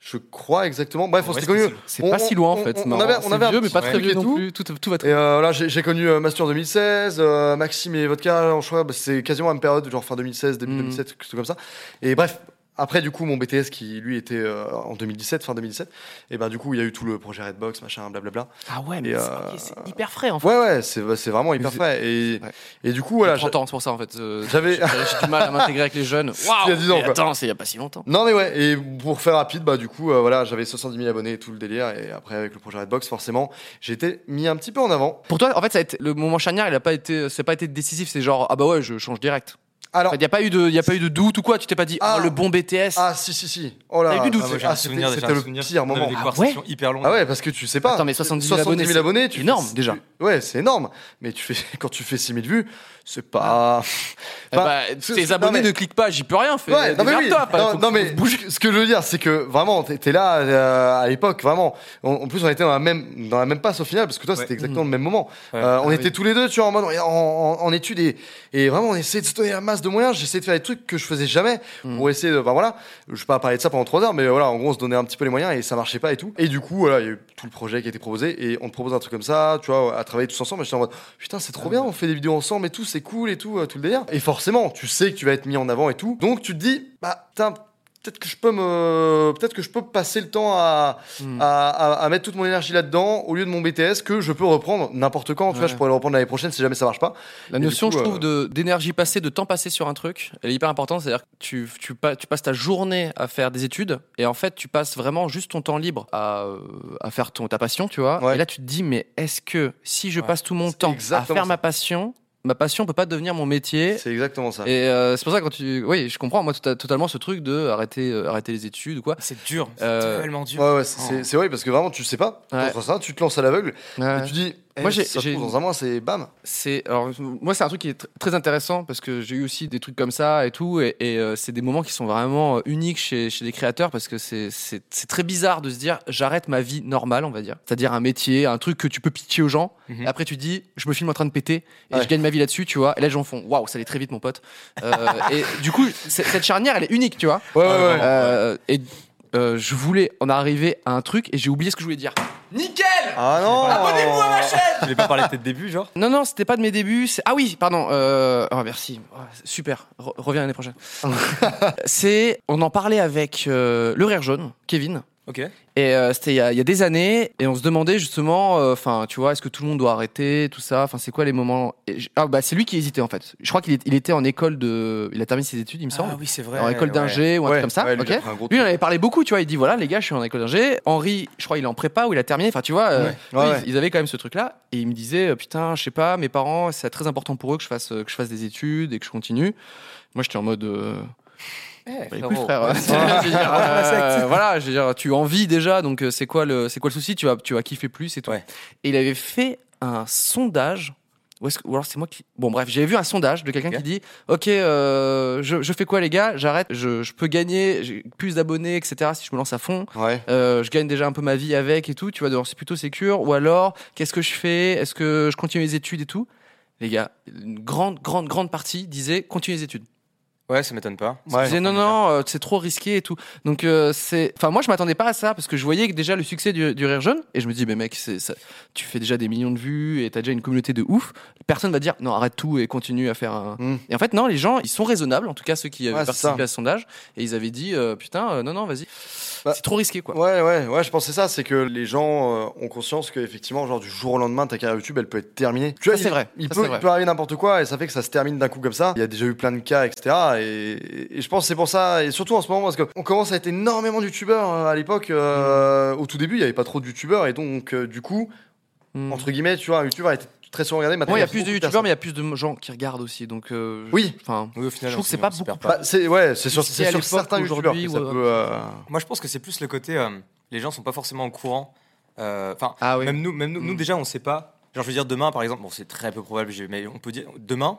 Speaker 3: Je crois exactement. Bref, on
Speaker 4: Ouais,
Speaker 3: s'était
Speaker 4: c'est-
Speaker 3: connus.
Speaker 2: c'est
Speaker 3: On-
Speaker 2: pas si loin en
Speaker 3: on-
Speaker 2: fait.
Speaker 3: on
Speaker 2: marrant.
Speaker 3: avait- on
Speaker 2: C'est
Speaker 3: avait un
Speaker 2: vieux, mais
Speaker 3: petit
Speaker 2: pas très
Speaker 3: truc
Speaker 2: vieux
Speaker 3: et
Speaker 2: non
Speaker 3: tout.
Speaker 2: plus. Tout, tout va très
Speaker 3: Et euh, là, j'ai j'ai connu euh, Master 2016, euh, Maxime et Vodka, je crois, bah, c'est quasiment la même période, genre fin 2016, début
Speaker 2: Mhm.
Speaker 3: 2017, quelque chose comme ça. Et bref, après, du coup, mon BTS qui, lui, était euh, en 2017, fin 2017, et ben du coup, il y a eu tout le projet Redbox, machin, blablabla.
Speaker 2: Ah ouais,
Speaker 3: mais Et, c'est- euh, ok, c'est
Speaker 2: hyper frais en
Speaker 3: Ouais, ouais, c'est bah, c'est vraiment hyper
Speaker 2: Mais
Speaker 3: frais. Et,
Speaker 2: ouais.
Speaker 3: et du coup, voilà. j'a-
Speaker 2: 30 ans, c'est pour ça en fait. euh,
Speaker 3: J'avais.
Speaker 2: J'ai j'ai du mal à m'intégrer avec les
Speaker 3: [LAUGHS]
Speaker 2: jeunes. Waouh
Speaker 3: il y a 10 ans,
Speaker 2: mais
Speaker 3: quoi.
Speaker 2: Attends, c'est il y a pas si longtemps.
Speaker 3: Non mais ouais, et pour faire rapide, bah du coup, euh, voilà, j'avais 70 000 abonnés et tout le délire, et après avec le projet Redbox, forcément, j'ai été mis un petit peu en avant.
Speaker 2: Pour toi, en fait, ça a été, le moment charnière, il a pas été, c'est pas été décisif. C'est genre ah bah ouais, je change direct. Il
Speaker 3: Alors,
Speaker 2: y a pas eu de, il y a pas eu de doute ou quoi. Tu t'es pas dit ah
Speaker 3: Ah.
Speaker 2: le bon BTS.
Speaker 3: ah si si si, oh là,
Speaker 2: T'as eu du doute.
Speaker 3: ah,
Speaker 4: Moi, j'ai
Speaker 3: ah,
Speaker 4: un souvenir
Speaker 3: c'était
Speaker 4: déjà,
Speaker 3: c'était
Speaker 4: un
Speaker 3: le
Speaker 4: souvenir. On
Speaker 3: pire
Speaker 4: avait
Speaker 3: moment.
Speaker 4: des
Speaker 2: Ah
Speaker 4: conversations hyper longues.
Speaker 3: Ah ouais, parce que tu sais pas.
Speaker 2: Attends, mais 70 000
Speaker 3: 70
Speaker 2: abonnés,
Speaker 3: 000 abonnés, tu fais-
Speaker 2: énorme, déjà.
Speaker 3: Ouais, c'est énorme. Mais tu fais [LAUGHS] quand tu fais 6 000 vues, c'est [LAUGHS] pas.
Speaker 2: Eh
Speaker 3: Bah,
Speaker 2: bah,
Speaker 3: c'est-
Speaker 2: tes
Speaker 3: c'est-
Speaker 2: abonnés
Speaker 3: non, mais-
Speaker 2: ne cliquent pas, j'y peux rien. Fais,
Speaker 3: Ouais, non mais oui.
Speaker 2: démerde-toi, pas- faut
Speaker 3: Non,
Speaker 2: que-
Speaker 3: non, mais ce que je veux dire, c'est que vraiment, t'es- t'es là euh, à l'époque, vraiment. En- en plus, on était dans la même dans la même passe au final, parce que toi,
Speaker 4: Ouais.
Speaker 3: c'était exactement le même moment.
Speaker 4: Ouais.
Speaker 3: Euh, on
Speaker 4: Ah
Speaker 3: était
Speaker 4: oui.
Speaker 3: tous les deux, tu vois, en mode en, en- en études et, et vraiment, on essayait de se donner la masse de moyens. J'essayais de faire des trucs que je faisais jamais
Speaker 2: Hmm.
Speaker 3: pour essayer de. Bah voilà, je vais pas parler de ça pendant trois heures, mais voilà, en gros, on se donnait un petit peu les moyens et ça marchait pas et tout. Et du coup, voilà, il y a eu tout le projet qui a été proposé et on te propose un truc comme ça, tu vois, à travailler tous ensemble. Et j'étais en mode putain, c'est
Speaker 2: Ah
Speaker 3: trop bien, on fait des vidéos ensemble et tout, c'est cool et tout, euh, tout le délire. Et forcément, tu sais que tu vas être mis en avant et tout. Donc tu te dis, bah, putain. Peut-être que je peux me, peut-être que je peux passer le temps à,
Speaker 2: Hmm.
Speaker 3: à, à- à mettre toute mon énergie là-dedans au lieu de mon BTS que je peux reprendre n'importe quand. Tu vois,
Speaker 2: Ouais.
Speaker 3: je pourrais le reprendre l'année prochaine si jamais ça marche pas.
Speaker 2: La
Speaker 3: Et du
Speaker 2: notion,
Speaker 3: coup,
Speaker 2: je
Speaker 3: euh,
Speaker 2: trouve, de- d'énergie passée, de temps passé sur un truc, elle est hyper importante. C'est-à-dire que tu, tu, pa- tu passes ta journée à faire des études et en fait, tu passes vraiment juste ton temps libre à, euh, à faire ton, ta passion, tu vois.
Speaker 3: Ouais.
Speaker 2: Et là, tu te dis, mais est-ce que si je
Speaker 4: Ouais,
Speaker 2: passe tout mon
Speaker 3: c'est
Speaker 2: temps à
Speaker 3: exactement
Speaker 2: faire
Speaker 3: ça.
Speaker 2: ma passion, ma passion peut pas devenir mon métier.
Speaker 3: C'est exactement ça.
Speaker 2: Et euh, c'est pour ça que quand tu, oui, je comprends moi tota- totalement ce truc de arrêter, euh, arrêter les études ou quoi.
Speaker 4: C'est dur, c'est
Speaker 2: Euh,
Speaker 4: tellement dur.
Speaker 3: Ouais, ouais, c'est c'est vrai parce que vraiment tu sais pas.
Speaker 2: Ouais.
Speaker 3: Contre ça, tu te lances à l'aveugle et
Speaker 2: Ouais.
Speaker 3: tu dis, eh,
Speaker 2: Moi, j'ai-
Speaker 3: ça se
Speaker 2: j'ai
Speaker 3: trouve,
Speaker 2: une-
Speaker 3: dans un mois, c'est bam.
Speaker 2: C'est alors moi c'est un truc qui est tr- très intéressant parce que j'ai eu aussi des trucs comme ça et tout et, et, euh, c'est des moments qui sont vraiment euh, uniques chez chez des créateurs parce que c'est c'est c'est très bizarre de se dire j'arrête ma vie normale on va dire c'est-à-dire un métier un truc que tu peux pitcher aux gens
Speaker 4: Mhm.
Speaker 2: et après tu dis je me filme en train de péter et
Speaker 3: Ouais.
Speaker 2: je gagne ma vie là-dessus tu vois et là les gens font waouh ça allait très vite mon pote Euh, et du coup c'est- cette charnière elle est unique tu vois
Speaker 3: Ouais, ouais, ouais.
Speaker 2: Euh, et euh, je voulais en arriver à un truc et j'ai oublié ce que je voulais dire
Speaker 3: Ah non Abonnez-vous à ma chaîne
Speaker 4: Tu voulais pas parler de tes débuts, genre
Speaker 2: Non, non, c'était pas de mes débuts. c'est- Ah oui, pardon. Euh... oh, merci. Oh, super. Re- reviens l'année prochaine. c'est. On en parlait avec euh, le Rire Jaune, Kevin.
Speaker 4: Ok.
Speaker 2: Et euh, c'était il y, a- il y a des années. Et on se demandait justement, euh, enfin, tu vois, est-ce que tout le monde doit arrêter, tout ça Enfin, c'est quoi les moments Et j- Ah, bah, c'est lui qui hésitait en fait. Je crois qu'il est- il était en école de. Il a terminé ses études, il me semble.
Speaker 4: Ah oui, c'est vrai.
Speaker 2: en école
Speaker 4: ouais.
Speaker 2: d'ingé ou un truc
Speaker 3: Ouais,
Speaker 2: comme ça.
Speaker 3: ouais, lui,
Speaker 2: ok.
Speaker 3: il a pris un gros
Speaker 2: Lui, il en
Speaker 3: truc.
Speaker 2: avait parlé beaucoup, tu vois. Il dit voilà, les gars, je suis en école d'ingé. Henri, je crois, il est en prépa ou il a terminé. Enfin, tu vois, euh,
Speaker 4: Ouais.
Speaker 2: eux,
Speaker 3: Ouais,
Speaker 2: ils-
Speaker 3: ouais.
Speaker 2: ils avaient quand même ce truc-là. Et il me disait euh, putain, je sais pas, mes parents, c'est très important pour eux que je fasse, euh, que je fasse des études et que je continue. Moi, j'étais en mode. euh, bah, écoute, frère, [LAUGHS] euh, je veux dire, euh, voilà, je veux dire, tu en vis déjà, donc euh, c'est quoi le, c'est quoi le souci Tu vas, tu vas kiffer plus et tout.
Speaker 4: Ouais.
Speaker 2: Et il avait fait un sondage. Ou, est-ce que- ou alors c'est moi qui. Bon bref, j'avais vu un sondage de quelqu'un
Speaker 4: Ok.
Speaker 2: qui dit Ok, euh, je, je fais quoi les gars J'arrête, je, je peux gagner j'ai plus d'abonnés, etc. Si je me lance à fond,
Speaker 3: Ouais.
Speaker 2: euh, je gagne déjà un peu ma vie avec et tout, tu vois, dehors c'est plutôt sécure. Ou alors, qu'est-ce que je fais Est-ce que je continue mes études et tout Les gars, une grande, grande, grande partie disait Continue les études.
Speaker 4: Ouais, ça m'étonne pas.
Speaker 2: Ils disaient, non, non, euh, c'est trop risqué et tout. Donc, euh, c'est. Enfin, moi, je m'attendais pas à ça parce que je voyais que déjà le succès du, du Rire Jaune et je me dis, mais mec, c'est ça- tu fais déjà des millions de vues et t'as déjà une communauté de ouf. Personne va dire, non, arrête tout et continue à faire un.
Speaker 3: Mm.
Speaker 2: Et en fait, non, les gens, ils sont raisonnables, en tout cas ceux qui avaient
Speaker 3: Ouais, c'est
Speaker 2: participé
Speaker 3: ça.
Speaker 2: à ce sondage, et ils avaient dit, euh, putain, euh, non, non, vas-y,
Speaker 3: Bah,
Speaker 2: c'est trop risqué, quoi.
Speaker 3: Ouais, ouais, ouais, je pensais ça, c'est que les gens euh, ont conscience qu'effectivement, genre du jour au lendemain, ta carrière YouTube, elle peut être terminée. Tu
Speaker 2: Ça,
Speaker 3: il-
Speaker 2: c'est vrai.
Speaker 3: Il
Speaker 2: Ça,
Speaker 3: peut,
Speaker 2: c'est vrai.
Speaker 3: il peut arriver n'importe quoi et ça fait que ça se termine d'un coup comme ça. Il y a déjà eu plein de cas, etc. Et, et je pense que c'est pour ça, et surtout en ce moment, parce qu'on commence à être énormément de youtubeurs euh, à l'époque. euh, Au tout début, il n'y avait pas trop de youtubeurs et donc, euh, du coup,
Speaker 2: Mm.
Speaker 3: entre guillemets, tu vois, un youtubeur a été très souvent regardé. Maintenant,
Speaker 2: Moi, il y a
Speaker 3: beaucoup
Speaker 2: plus de
Speaker 3: personnes.
Speaker 2: youtubeurs, mais il y a plus de gens qui regardent aussi. Donc, euh,
Speaker 3: Oui.
Speaker 2: Enfin,
Speaker 4: Oui, au final,
Speaker 2: Je trouve que
Speaker 4: on
Speaker 2: c'est
Speaker 4: s'y-
Speaker 2: pas
Speaker 4: on s'y perd
Speaker 3: Bah, c'est ouais, c'est sur,
Speaker 2: Si
Speaker 3: c'est
Speaker 2: à
Speaker 3: sur
Speaker 2: l'époque,
Speaker 3: certains youtubeurs
Speaker 2: aujourd'hui,
Speaker 3: que ça
Speaker 2: ouais.
Speaker 3: peut. euh,
Speaker 4: Moi, je pense que c'est plus le côté. euh, les gens sont pas forcément au courant. euh, Enfin,
Speaker 2: ah oui.
Speaker 4: même nous, même nous, nous,
Speaker 2: Mm.
Speaker 4: déjà, on sait pas. Genre, je veux dire, demain, par exemple, bon, c'est très peu probable, j'ai- mais on peut dire demain,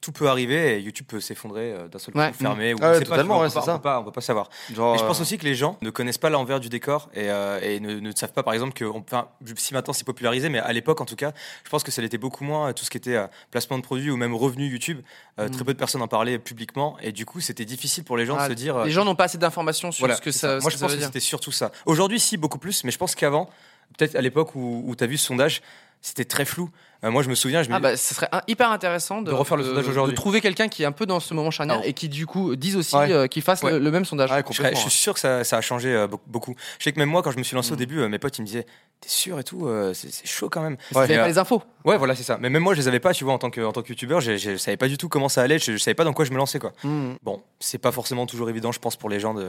Speaker 4: tout peut arriver et YouTube peut s'effondrer euh, d'un seul
Speaker 2: Ouais.
Speaker 4: coup, fermer. Ou
Speaker 3: Ah
Speaker 4: on
Speaker 3: ouais,
Speaker 4: sait pas,
Speaker 3: totalement,
Speaker 4: tu vois,
Speaker 3: ouais,
Speaker 4: on peut
Speaker 3: c'est
Speaker 4: pas-
Speaker 3: ça.
Speaker 4: on peut pas- on peut pas savoir.
Speaker 3: genre,
Speaker 4: Et je pense
Speaker 3: euh,
Speaker 4: aussi que les gens ne connaissent pas l'envers du décor et, euh, et ne, ne savent pas, par exemple, que on- enfin, si maintenant c'est popularisé, mais à l'époque en tout cas, je pense que ça l'était beaucoup moins, euh, tout ce qui était euh, placement de produits ou même revenu YouTube. euh,
Speaker 2: Mm.
Speaker 4: Très peu de personnes en parlaient publiquement et du coup, c'était difficile pour les gens
Speaker 2: Ah,
Speaker 4: de se dire. euh,
Speaker 2: Les gens n'ont pas assez d'informations sur
Speaker 4: voilà,
Speaker 2: ce que
Speaker 4: c'est
Speaker 2: ça,
Speaker 4: Moi,
Speaker 2: ce
Speaker 4: je
Speaker 2: que ça
Speaker 4: pense
Speaker 2: veut
Speaker 4: que
Speaker 2: dire.
Speaker 4: c'était surtout ça. Aujourd'hui, si, beaucoup plus, mais je pense qu'avant, peut-être à l'époque où, tu as vu ce sondage, c'était très flou. Euh, moi, je me souviens, je me
Speaker 2: Ah bah, ce serait un- hyper intéressant de,
Speaker 4: De refaire le
Speaker 2: de-
Speaker 4: sondage aujourd'hui.
Speaker 2: de trouver quelqu'un qui est un peu dans ce moment charnière
Speaker 4: Ah
Speaker 2: et qui du coup dise aussi
Speaker 3: Ouais.
Speaker 2: euh, qu'il fasse
Speaker 4: Ouais.
Speaker 2: le, le même sondage.
Speaker 3: ouais,
Speaker 4: Je, serais- je
Speaker 3: complètement,
Speaker 4: suis sûr que ça, ça a changé euh, be- beaucoup. Je sais que même moi, quand je me suis
Speaker 2: Mm.
Speaker 4: lancé au début, euh, mes potes ils me disaient T'es sûr et tout, euh, c'est c'est chaud quand même.
Speaker 2: Vous
Speaker 4: Mais,
Speaker 2: avez
Speaker 4: euh,
Speaker 2: pas les infos.
Speaker 4: Ouais, voilà, c'est ça. Mais même moi, je les avais pas, tu vois, en tant que, en tant que youtubeur, je, je savais pas du tout comment ça allait, je, je savais pas dans quoi je me lançais, quoi.
Speaker 3: ouais. Mm.
Speaker 4: Bon, c'est pas forcément toujours évident, je pense, pour les gens de.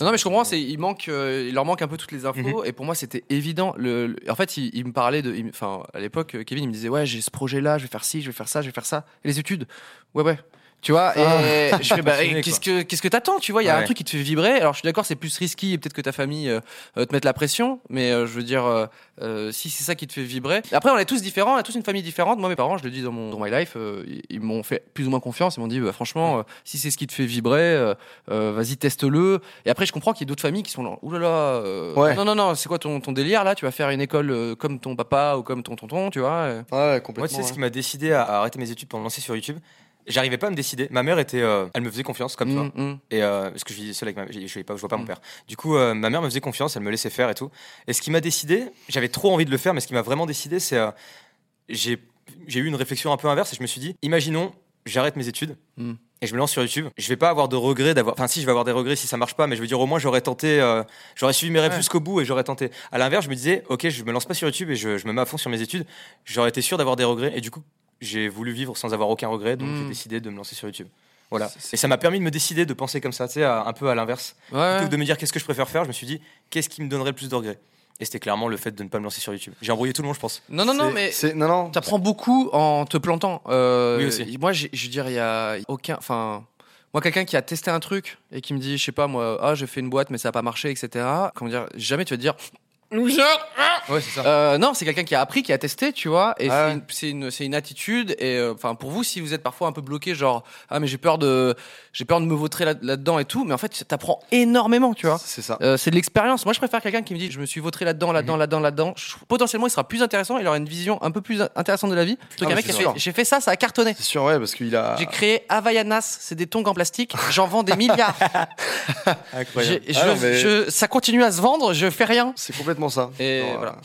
Speaker 2: Non, non, mais je comprends. C'est il manque, euh, il leur manque un peu toutes les infos. Et pour moi, c'était évident. Le, le- en fait, il, il me parlait de, il me- enfin, à l'époque, euh, Kevin, il me disait ouais, j'ai ce projet-là, je vais faire ci, je vais faire ça, je vais faire ça. Et les études, ouais, ouais. Tu vois, et je fais, bah,
Speaker 4: Passionné,
Speaker 2: et qu'est-ce que qu'est-ce que t'attends Tu vois, il y a un
Speaker 4: Ouais.
Speaker 2: truc qui te fait vibrer. Alors, je suis d'accord, c'est plus risqué et peut-être que ta famille euh, euh, te mette la pression, mais euh, je veux dire, euh, euh, si c'est ça qui te fait vibrer. Après, on est tous différents, on a tous une famille différente. Moi, mes parents, je le dis dans mon dans my life, euh, ils, ils m'ont fait plus ou moins confiance. Ils m'ont dit, bah, franchement, euh, si c'est ce qui te fait vibrer, euh, euh, vas-y, teste-le. Et après, je comprends qu'il y a d'autres familles qui sont là, oulala, euh,
Speaker 3: Ouais.
Speaker 2: non, non, non, c'est quoi ton, ton délire là Tu vas faire une école euh, comme ton papa ou comme ton tonton, tu vois euh.
Speaker 3: Ouais,
Speaker 4: Moi, tu
Speaker 3: complètement.
Speaker 4: sais, ce qui m'a décidé à, à arrêter mes études pour me lancer sur YouTube, j'arrivais pas à me décider. Ma mère était. euh, elle me faisait confiance, comme toi.
Speaker 2: Mm, mm.
Speaker 4: Et euh, parce que je vis seul avec ma je, je, pas- je vois pas mon
Speaker 2: Mm.
Speaker 4: père. Du coup, euh, ma mère me faisait confiance, elle me laissait faire et tout. Et ce qui m'a décidé, j'avais trop envie de le faire, mais ce qui m'a vraiment décidé, c'est euh, j'ai j'ai eu une réflexion un peu inverse et je me suis dit, imaginons, j'arrête mes études.
Speaker 2: Mm.
Speaker 4: Et je me lance sur YouTube. Je vais pas avoir de regrets d'avoir. Enfin, si, je vais avoir des regrets si ça marche pas, mais je veux dire, au moins, j'aurais tenté. euh, j'aurais suivi mes rêves jusqu'au bout et j'aurais tenté. À l'inverse, je me disais, OK, je me lance pas sur YouTube et je, je me mets à fond sur mes études. J'aurais été sûr d'avoir des regrets. Et du coup, j'ai voulu vivre sans avoir aucun regret, donc
Speaker 2: Mm.
Speaker 4: j'ai décidé de me lancer sur YouTube. Voilà. Et ça m'a permis de me décider de penser comme ça, tu sais, à- un peu à l'inverse.
Speaker 2: Ouais.
Speaker 4: Plutôt que de me dire qu'est-ce que je préfère faire, je me suis dit qu'est-ce qui me donnerait le plus de regrets. Et c'était clairement le fait de ne pas me lancer sur YouTube. J'ai embrouillé tout le monde, je pense.
Speaker 2: Non, non, non,
Speaker 3: C'est-
Speaker 2: mais
Speaker 3: c'est- Non, non.
Speaker 2: t'apprends beaucoup en te plantant. Euh,
Speaker 4: Oui, aussi.
Speaker 2: Moi, j'ai- je veux dire, il y a aucun. Enfin. Moi, quelqu'un qui a testé un truc et qui me dit, je sais pas, moi, ah, j'ai fait une boîte, mais ça n'a pas marché, etc. Comment dire Jamais tu vas te dire,
Speaker 4: Ouais, c'est ça.
Speaker 2: Euh, non, c'est quelqu'un qui a appris, qui a testé, tu vois. Et
Speaker 3: Ah
Speaker 2: c'est une- c'est une, c'est une attitude. Et euh, enfin, pour vous, si vous êtes parfois un peu bloqué, genre ah mais j'ai peur de, j'ai peur de me vautrer là- là-dedans et tout. Mais en fait, t'apprends énormément, tu vois.
Speaker 3: C'est ça.
Speaker 2: Euh, c'est de l'expérience. Moi, je préfère quelqu'un qui me dit je me suis vautré là-dedans,
Speaker 3: Mhm.
Speaker 2: là-dedans, là-dedans, là-dedans. Je- Potentiellement, il sera plus intéressant. Il aura une vision un peu plus intéressante de la vie. Plutôt
Speaker 3: Ah,
Speaker 2: qu'un
Speaker 3: mais
Speaker 2: mec qui
Speaker 3: c'est
Speaker 2: fait
Speaker 3: sûr. Ah.
Speaker 2: j'ai fait ça, ça a cartonné.
Speaker 3: C'est sûr, ouais, parce qu'il a.
Speaker 2: J'ai créé Havaianas, c'est des tongs en plastique. J'en vends
Speaker 3: [LAUGHS]
Speaker 2: des milliards.
Speaker 4: Incroyable.
Speaker 2: J'ai- je-
Speaker 3: Ah, non, mais-
Speaker 2: je- ça continue à se vendre. Je fais rien.
Speaker 3: C'est complètement ça.
Speaker 2: Et
Speaker 3: Genre, euh,
Speaker 2: voilà.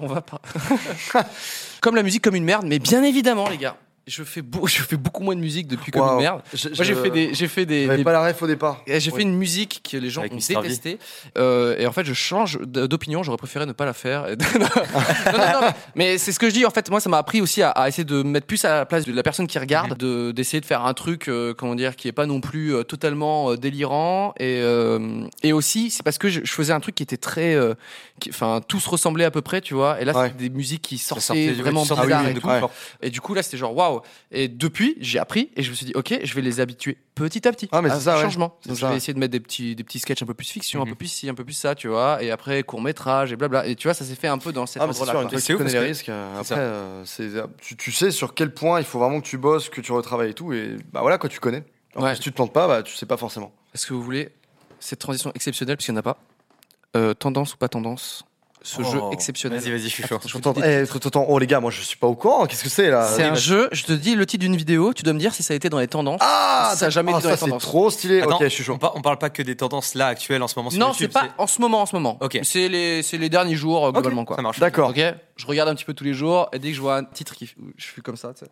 Speaker 2: On va pas. [LAUGHS] comme la musique, comme une merde, mais bien évidemment, les gars. Je fais, beau- [LAUGHS] je fais beaucoup moins de musique depuis comme
Speaker 3: Waouh.
Speaker 2: une merde.
Speaker 3: Je-
Speaker 2: Moi, j'ai
Speaker 3: je-
Speaker 2: fait des. J'ai fait des.
Speaker 3: J'avais
Speaker 2: des-
Speaker 3: pas la ref au départ.
Speaker 2: Eh, J'ai
Speaker 3: Oui.
Speaker 2: fait une musique que les gens
Speaker 4: Avec
Speaker 2: ont
Speaker 4: Mr. V.
Speaker 2: détestée. Euh, et en fait, je change d- d'opinion. J'aurais préféré ne pas la faire. [LAUGHS] non, non, non, mais- mais c'est ce que je dis. En fait, moi, ça m'a appris aussi à, à essayer de me mettre plus à la place de la personne qui
Speaker 4: Mhm.
Speaker 2: regarde, de d'essayer de faire un truc, euh, comment dire, qui est pas non plus euh, totalement euh, délirant. Et, euh, et aussi, c'est parce que je, je faisais un truc qui était très, euh, qui- enfin, tous ressemblaient à peu près, tu vois. Et là,
Speaker 3: Ouais.
Speaker 2: c'était des musiques qui
Speaker 4: Ça
Speaker 2: sortaient,
Speaker 4: sortait du-
Speaker 2: vraiment
Speaker 4: tu sortais
Speaker 2: bizarres
Speaker 4: du-
Speaker 2: et
Speaker 4: de
Speaker 2: tout.
Speaker 4: coupe,
Speaker 3: Ouais.
Speaker 4: fort.
Speaker 2: Et du coup, là, c'était genre waouh. Et depuis, j'ai appris et je me suis dit, ok, je vais les habituer petit à petit
Speaker 3: Ah, mais
Speaker 2: à
Speaker 3: c'est
Speaker 2: ce
Speaker 3: ça, ouais.
Speaker 2: changement. Donc,
Speaker 3: ça,
Speaker 2: je vais
Speaker 3: ouais.
Speaker 2: essayer de mettre des petits, des petits sketchs un peu plus fiction, un
Speaker 4: Mhm.
Speaker 2: peu plus ci, un peu plus ça, tu vois. Et après, court-métrage et blabla. Et tu vois, ça s'est fait un peu dans cet
Speaker 3: Ah, mais c'est
Speaker 2: ordre-là.
Speaker 3: sûr, une
Speaker 2: quoi.
Speaker 3: fois que
Speaker 4: C'est
Speaker 3: tu
Speaker 4: ouf
Speaker 3: connais les
Speaker 4: parce que-
Speaker 3: risques, euh,
Speaker 4: c'est
Speaker 3: après, euh, c'est- tu, tu sais sur quel point il faut vraiment que tu bosses, que tu retravailles et tout, et bah voilà, quoi, tu connais. Alors que
Speaker 2: Ouais.
Speaker 3: Si tu te plantes pas, bah tu sais pas forcément.
Speaker 2: Est-ce que vous voulez cette transition exceptionnelle, puisqu'il n'y en a pas Euh, Tendance ou pas tendance Ce
Speaker 4: Oh.
Speaker 2: jeu exceptionnel.
Speaker 4: Vas-y, vas-y, je suis chaud.
Speaker 2: Attends, je
Speaker 3: Je
Speaker 2: vous
Speaker 3: t'entends-
Speaker 2: dis-
Speaker 3: eh, attends, attends, oh les gars, moi je suis pas au courant, qu'est-ce que c'est là
Speaker 2: C'est un jeu, je te dis le titre d'une vidéo, tu dois me dire si ça a été dans les tendances.
Speaker 3: Ah
Speaker 2: Ça a jamais
Speaker 3: ah,
Speaker 2: été dans les
Speaker 3: ça, c'est
Speaker 2: tendances.
Speaker 3: trop stylé.
Speaker 4: Attends,
Speaker 3: ok, je suis chaud.
Speaker 4: On, par- on parle pas que des tendances là actuelles en ce moment sur
Speaker 2: non,
Speaker 4: YouTube,
Speaker 2: c'est pas en ce moment, en ce moment.
Speaker 4: Ok.
Speaker 2: C'est les, c'est les derniers jours, euh,
Speaker 4: Ok,
Speaker 2: globalement, quoi.
Speaker 4: Ça marche.
Speaker 3: D'accord,
Speaker 2: Ok, je regarde un petit peu tous les jours et dès que je vois un titre qui, où je suis comme ça, tu sais,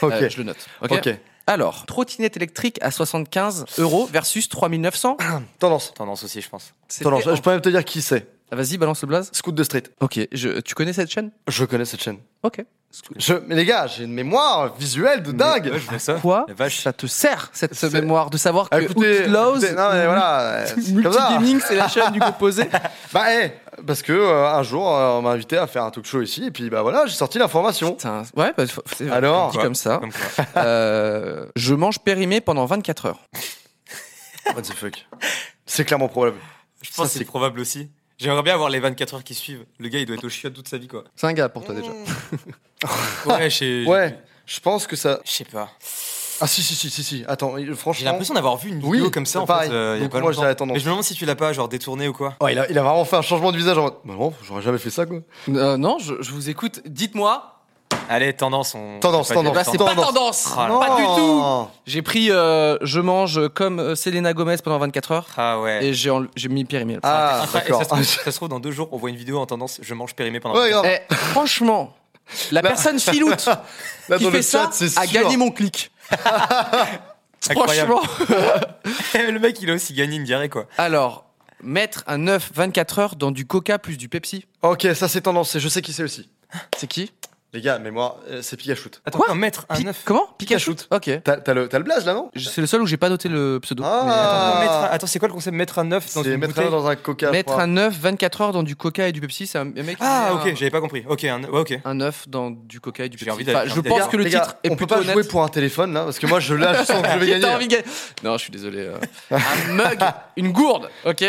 Speaker 3: ok.
Speaker 2: euh, je le note. Ok.
Speaker 3: Ok,
Speaker 2: Alors, trottinette électrique à 75 euros versus 3900.
Speaker 3: tendance.
Speaker 4: Tendance aussi, je pense.
Speaker 2: C'était
Speaker 3: Tendance.
Speaker 2: en-
Speaker 3: Je peux même te dire qui c'est.
Speaker 2: Ah, Vas-y, balance le blaze.
Speaker 3: Scoot de Street.
Speaker 2: Ok, je- tu connais cette chaîne
Speaker 3: Je connais cette chaîne.
Speaker 2: Ok.
Speaker 3: Je... Mais les gars, j'ai une mémoire visuelle de dingue.
Speaker 4: Ouais, je vois ça.
Speaker 2: Quoi
Speaker 4: La vache.
Speaker 2: Ça te sert, cette
Speaker 3: C'est-
Speaker 2: mémoire, de savoir
Speaker 3: Ah,
Speaker 2: que Outlaws,
Speaker 3: écoutez, non,
Speaker 2: [LAUGHS]
Speaker 3: mais voilà, c'est comme ça.
Speaker 2: Multigaming, c'est la chaîne du [LAUGHS] composé.
Speaker 3: Bah, eh, parce que euh, un jour, euh, on m'a invité à faire un talk show ici, et puis bah voilà, j'ai
Speaker 2: [LAUGHS]
Speaker 3: sorti l'information.
Speaker 2: Putain, ouais, bah, faut- c'est
Speaker 3: Alors
Speaker 2: dit comme ça. [LAUGHS]
Speaker 4: Comme quoi.
Speaker 2: Euh, je mange périmé pendant 24 heures.
Speaker 3: What the fuck C'est clairement probable.
Speaker 4: Je pense que c'est probable aussi. J'aimerais bien avoir les 24 heures qui suivent. Le gars, il doit être au chiotte toute sa vie, quoi.
Speaker 2: C'est un gars pour toi déjà.
Speaker 4: Ouais, je
Speaker 3: Ouais, je pense que ça.
Speaker 4: Je sais pas.
Speaker 3: Ah si si si si si. Attends, il-
Speaker 4: J'ai
Speaker 3: franchement.
Speaker 4: l'impression d'avoir vu une
Speaker 3: Oui,
Speaker 4: vidéo comme ça en
Speaker 3: pareil.
Speaker 4: fait. euh, il y a
Speaker 3: Donc
Speaker 4: pas
Speaker 3: moi,
Speaker 4: longtemps.
Speaker 3: j'ai la tendance.
Speaker 4: Mais je me demande si tu l'as pas genre détourné ou quoi.
Speaker 3: Ouais, Oh, il, a, il a vraiment fait un changement de visage en mode. Bah non, j'aurais jamais fait ça quoi.
Speaker 2: Euh, non, je, je vous écoute. Dites-moi.
Speaker 4: Allez, tendance. On...
Speaker 3: Tendance,
Speaker 4: on va pas
Speaker 3: tendance.
Speaker 4: dire
Speaker 2: Bah, c'est pas
Speaker 3: Tendance.
Speaker 2: tendance.
Speaker 4: Ah,
Speaker 3: Non.
Speaker 2: Pas du tout. J'ai pris euh, je mange comme euh, Selena Gomez pendant 24 heures
Speaker 4: Ah ouais.
Speaker 2: et j'ai enle- j'ai mis périmé.
Speaker 3: Ah
Speaker 4: Après, et
Speaker 3: d'accord.
Speaker 4: ça, se
Speaker 3: [LAUGHS]
Speaker 4: trouve, ça se trouve, dans deux jours, on voit une vidéo en tendance Je mange périmé pendant.
Speaker 3: Ouais, grave.
Speaker 2: Eh, franchement, la personne
Speaker 3: [LAUGHS]
Speaker 2: filoute
Speaker 3: Là,
Speaker 2: Eh, qui
Speaker 3: Bah. dans le
Speaker 2: fait ça
Speaker 3: chat, c'est
Speaker 2: a
Speaker 3: sûr.
Speaker 2: gagné mon
Speaker 3: [LAUGHS]
Speaker 2: clic.
Speaker 4: Incroyable.
Speaker 2: Franchement.
Speaker 4: [LAUGHS] le mec, il a aussi gagné une diarrhée quoi.
Speaker 2: Alors, mettre un œuf 24 heures dans du coca plus du Pepsi,
Speaker 3: Ok, ça c'est tendance. Et je sais qui c'est aussi.
Speaker 2: c'est qui
Speaker 3: Les gars, mais moi, euh, c'est Pikachu.
Speaker 4: Attends,
Speaker 2: Quoi
Speaker 4: un mètre, un
Speaker 2: Pi-
Speaker 4: œuf.
Speaker 2: Comment
Speaker 3: Pikachu.
Speaker 2: Ok.
Speaker 3: T'as t'as le, t'as le blaze là non
Speaker 2: Je- C'est le seul où j'ai pas noté le pseudo.
Speaker 3: Ah.
Speaker 2: mais attends.
Speaker 4: Attends,
Speaker 3: Ah.
Speaker 4: mettre un- Attends, c'est quoi le concept Mettre un œuf dans
Speaker 3: C'est
Speaker 4: une
Speaker 3: mettre
Speaker 4: bouteille
Speaker 3: un dans un coca.
Speaker 2: Mettre
Speaker 3: froid.
Speaker 2: un œuf 24 heures dans du coca et du Pepsi, c'est un mec. qui
Speaker 4: Ah
Speaker 2: met
Speaker 4: ok, j'avais pas compris. Ok, un... ouais, ok.
Speaker 2: un, un œuf dans du coca et du
Speaker 4: J'ai
Speaker 2: Pepsi.
Speaker 4: envie d'aller-
Speaker 2: Enfin,
Speaker 4: j'ai
Speaker 2: je
Speaker 4: envie
Speaker 2: pense
Speaker 4: d'aller-
Speaker 2: que le
Speaker 3: Les gars,
Speaker 2: titre est
Speaker 3: on peut
Speaker 2: plutôt
Speaker 3: pas
Speaker 2: honnête.
Speaker 3: jouer pour un téléphone là parce que moi je là je sens que
Speaker 2: [LAUGHS]
Speaker 3: je vais
Speaker 2: Qui t'a
Speaker 3: gagner.
Speaker 2: envie de gagner Non, je suis désolé. euh. Un [LAUGHS] mug, une gourde, ok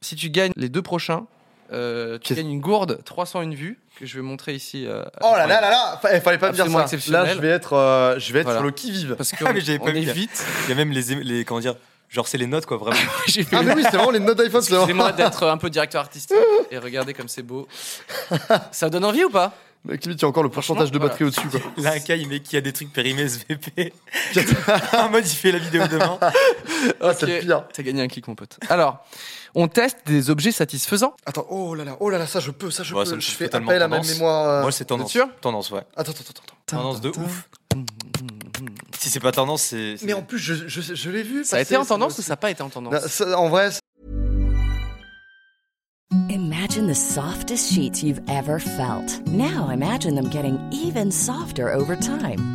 Speaker 2: Si tu gagnes les deux prochains, euh, tu
Speaker 3: Qu'est-ce-
Speaker 2: gagnes une gourde 301 vues que je vais montrer ici. euh,
Speaker 3: Oh là là là là, fa- eh, fallait pas me dire
Speaker 2: Absolument
Speaker 3: ça.
Speaker 2: exceptionnel.
Speaker 3: Là je vais être, euh, je vais être
Speaker 2: Voilà.
Speaker 3: sur le qui vive.
Speaker 2: Parce que
Speaker 4: Ah, mais j'avais
Speaker 2: on
Speaker 4: pas vu,
Speaker 2: est
Speaker 4: gars. [LAUGHS]
Speaker 2: vite.
Speaker 4: Il y a même les, les comment dire, genre c'est les notes quoi
Speaker 3: [LAUGHS]
Speaker 4: vraiment.
Speaker 2: J'ai fait
Speaker 3: Ah mais oui, c'est vraiment les notes d'iPhone. c'est vraiment-
Speaker 2: Excusez-moi d'être un peu directeur artistique et regardez comme c'est beau. Ça donne envie ou pas
Speaker 3: [LAUGHS] Mec, limite, il y a encore le pourcentage de
Speaker 2: Franchement,
Speaker 3: batterie au-dessus quoi.
Speaker 4: Là un cas il met qui a des trucs périmés
Speaker 3: [LAUGHS]
Speaker 4: SVP. [LAUGHS] en mode il fait la vidéo demain.
Speaker 3: Ah, c'est le
Speaker 2: Ok.
Speaker 3: pire.
Speaker 2: T'as gagné un clic, mon pote. Alors, on teste des objets satisfaisants.
Speaker 3: Attends, oh là là, oh là là, ça je peux, ça je
Speaker 4: Bah,
Speaker 3: peux.
Speaker 4: ça me
Speaker 3: je
Speaker 4: fait
Speaker 3: fais
Speaker 4: totalement
Speaker 3: appel à ma
Speaker 4: tendance.
Speaker 3: mémoire. euh,
Speaker 4: Moi c'est tendance.
Speaker 2: sûr
Speaker 4: tendance ouais.
Speaker 3: Attends, attends, attends, attends.
Speaker 4: Tendance de ouf. hum, Si c'est pas tendance c'est. c'est-
Speaker 3: Mais en plus, je, je, je l'ai vu.
Speaker 2: Ça a
Speaker 3: passer,
Speaker 2: été en tendance ou ça
Speaker 3: me-
Speaker 2: n'a pas été en tendance
Speaker 3: Non, ça, En vrai,
Speaker 9: Imagine the softest sheets you've ever felt. Now imagine them getting even softer over time.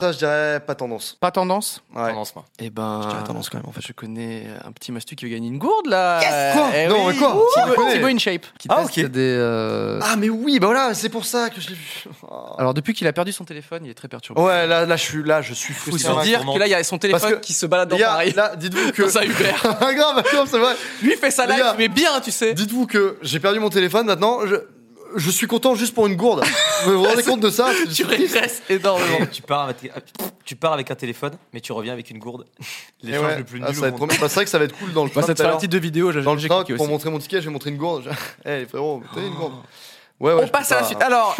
Speaker 3: Ça, je dirais pas tendance.
Speaker 2: Pas tendance
Speaker 3: Ouais.
Speaker 4: Tendance, moi.
Speaker 2: Eh ben.
Speaker 3: Je dirais tendance quand même, en fait.
Speaker 2: Je connais un petit mastu qui veut gagner une gourde là.
Speaker 3: Quoi
Speaker 2: Eh
Speaker 3: Non,
Speaker 2: oui.
Speaker 3: mais quoi
Speaker 2: Ouh,
Speaker 3: Tu le connais
Speaker 2: Thibaut InShape. Qui
Speaker 4: Ah,
Speaker 2: teste
Speaker 4: ok.
Speaker 2: des, euh,
Speaker 3: Ah, mais oui, bah voilà, c'est pour ça que je l'ai vu. [LAUGHS] Ah.
Speaker 2: Alors depuis qu'il a perdu son téléphone, il est très perturbé.
Speaker 3: Ouais, là, là, je suis, là, je suis
Speaker 2: Faut
Speaker 3: frustré.
Speaker 2: se dire
Speaker 4: sûrement.
Speaker 2: que là, il y a son téléphone
Speaker 3: Parce que-
Speaker 2: qui se balade dans
Speaker 3: Les gars,
Speaker 2: Paris.
Speaker 3: là, dites-vous
Speaker 2: [LAUGHS]
Speaker 3: que. Ah,
Speaker 2: Dans un
Speaker 3: [LAUGHS]
Speaker 2: Uber.
Speaker 3: grave, grave, c'est vrai.
Speaker 2: Lui fait sa
Speaker 3: Les
Speaker 2: live,
Speaker 3: gars.
Speaker 2: mais bien, tu sais.
Speaker 3: Dites-vous que j'ai perdu mon téléphone maintenant. Je, je suis content juste pour une gourde. vous
Speaker 2: [LAUGHS]
Speaker 3: vous rendez compte de ça Je
Speaker 2: Tu
Speaker 3: suis triste.
Speaker 2: régresses énormément.
Speaker 4: Oh, tu, pars avec, tu pars avec un téléphone, mais tu reviens avec une gourde.
Speaker 3: Eh
Speaker 4: L'échange
Speaker 3: ouais.
Speaker 4: le plus
Speaker 3: Ah,
Speaker 4: nul
Speaker 3: ça
Speaker 4: au
Speaker 3: va être
Speaker 4: monde.
Speaker 3: trop bien. Bah, c'est vrai que ça va être cool dans le
Speaker 2: On va
Speaker 3: train.
Speaker 2: ça te
Speaker 3: tout à
Speaker 2: faire
Speaker 3: l'heure.
Speaker 2: une petite vidéo, j'ai
Speaker 3: Dans le
Speaker 2: j'ai
Speaker 3: train,
Speaker 2: cliqué
Speaker 3: pour
Speaker 2: aussi.
Speaker 3: montrer mon ticket, je vais montrer une gourde. [LAUGHS] Eh, les frérots, t'as une gourde. Ouais, ouais, je
Speaker 2: On
Speaker 3: peux
Speaker 2: passe à la
Speaker 3: pas-
Speaker 2: suite. Ah, [LAUGHS] Alors,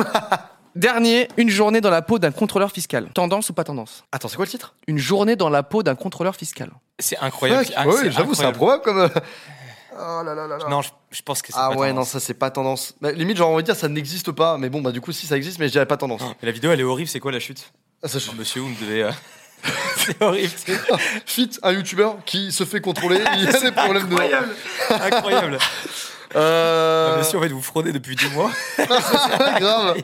Speaker 2: dernier, une journée dans la peau d'un contrôleur fiscal. Tendance ou pas tendance
Speaker 3: Attends, c'est quoi le titre
Speaker 2: Une journée dans la peau d'un contrôleur fiscal.
Speaker 4: C'est incroyable.
Speaker 3: Fuck,
Speaker 4: Ah,
Speaker 3: ouais, j'avoue, c'est
Speaker 4: incroyable.
Speaker 3: improbable comme. euh, [LAUGHS] Oh là là là là.
Speaker 4: Non, je, je pense que c'est
Speaker 3: Ah
Speaker 4: pas
Speaker 3: ouais, non,
Speaker 4: tendance.
Speaker 3: ça c'est pas tendance. Bah, limite, j'aurais envie de dire ça n'existe pas, mais bon, bah du coup, si ça existe, mais je dirais pas tendance.
Speaker 4: Mais la vidéo, elle est horrible. C'est quoi la chute
Speaker 3: Ah, ça, je-
Speaker 4: Oh, Monsieur, vous me devez. euh, [LAUGHS] c'est horrible. C'est
Speaker 3: [LAUGHS] Fit, un youtubeur qui se fait contrôler, il y a des problèmes de.
Speaker 4: incroyable. incroyable.
Speaker 3: Euh...
Speaker 4: Monsieur, en fait, vous fraudez depuis 10 mois.
Speaker 3: grave.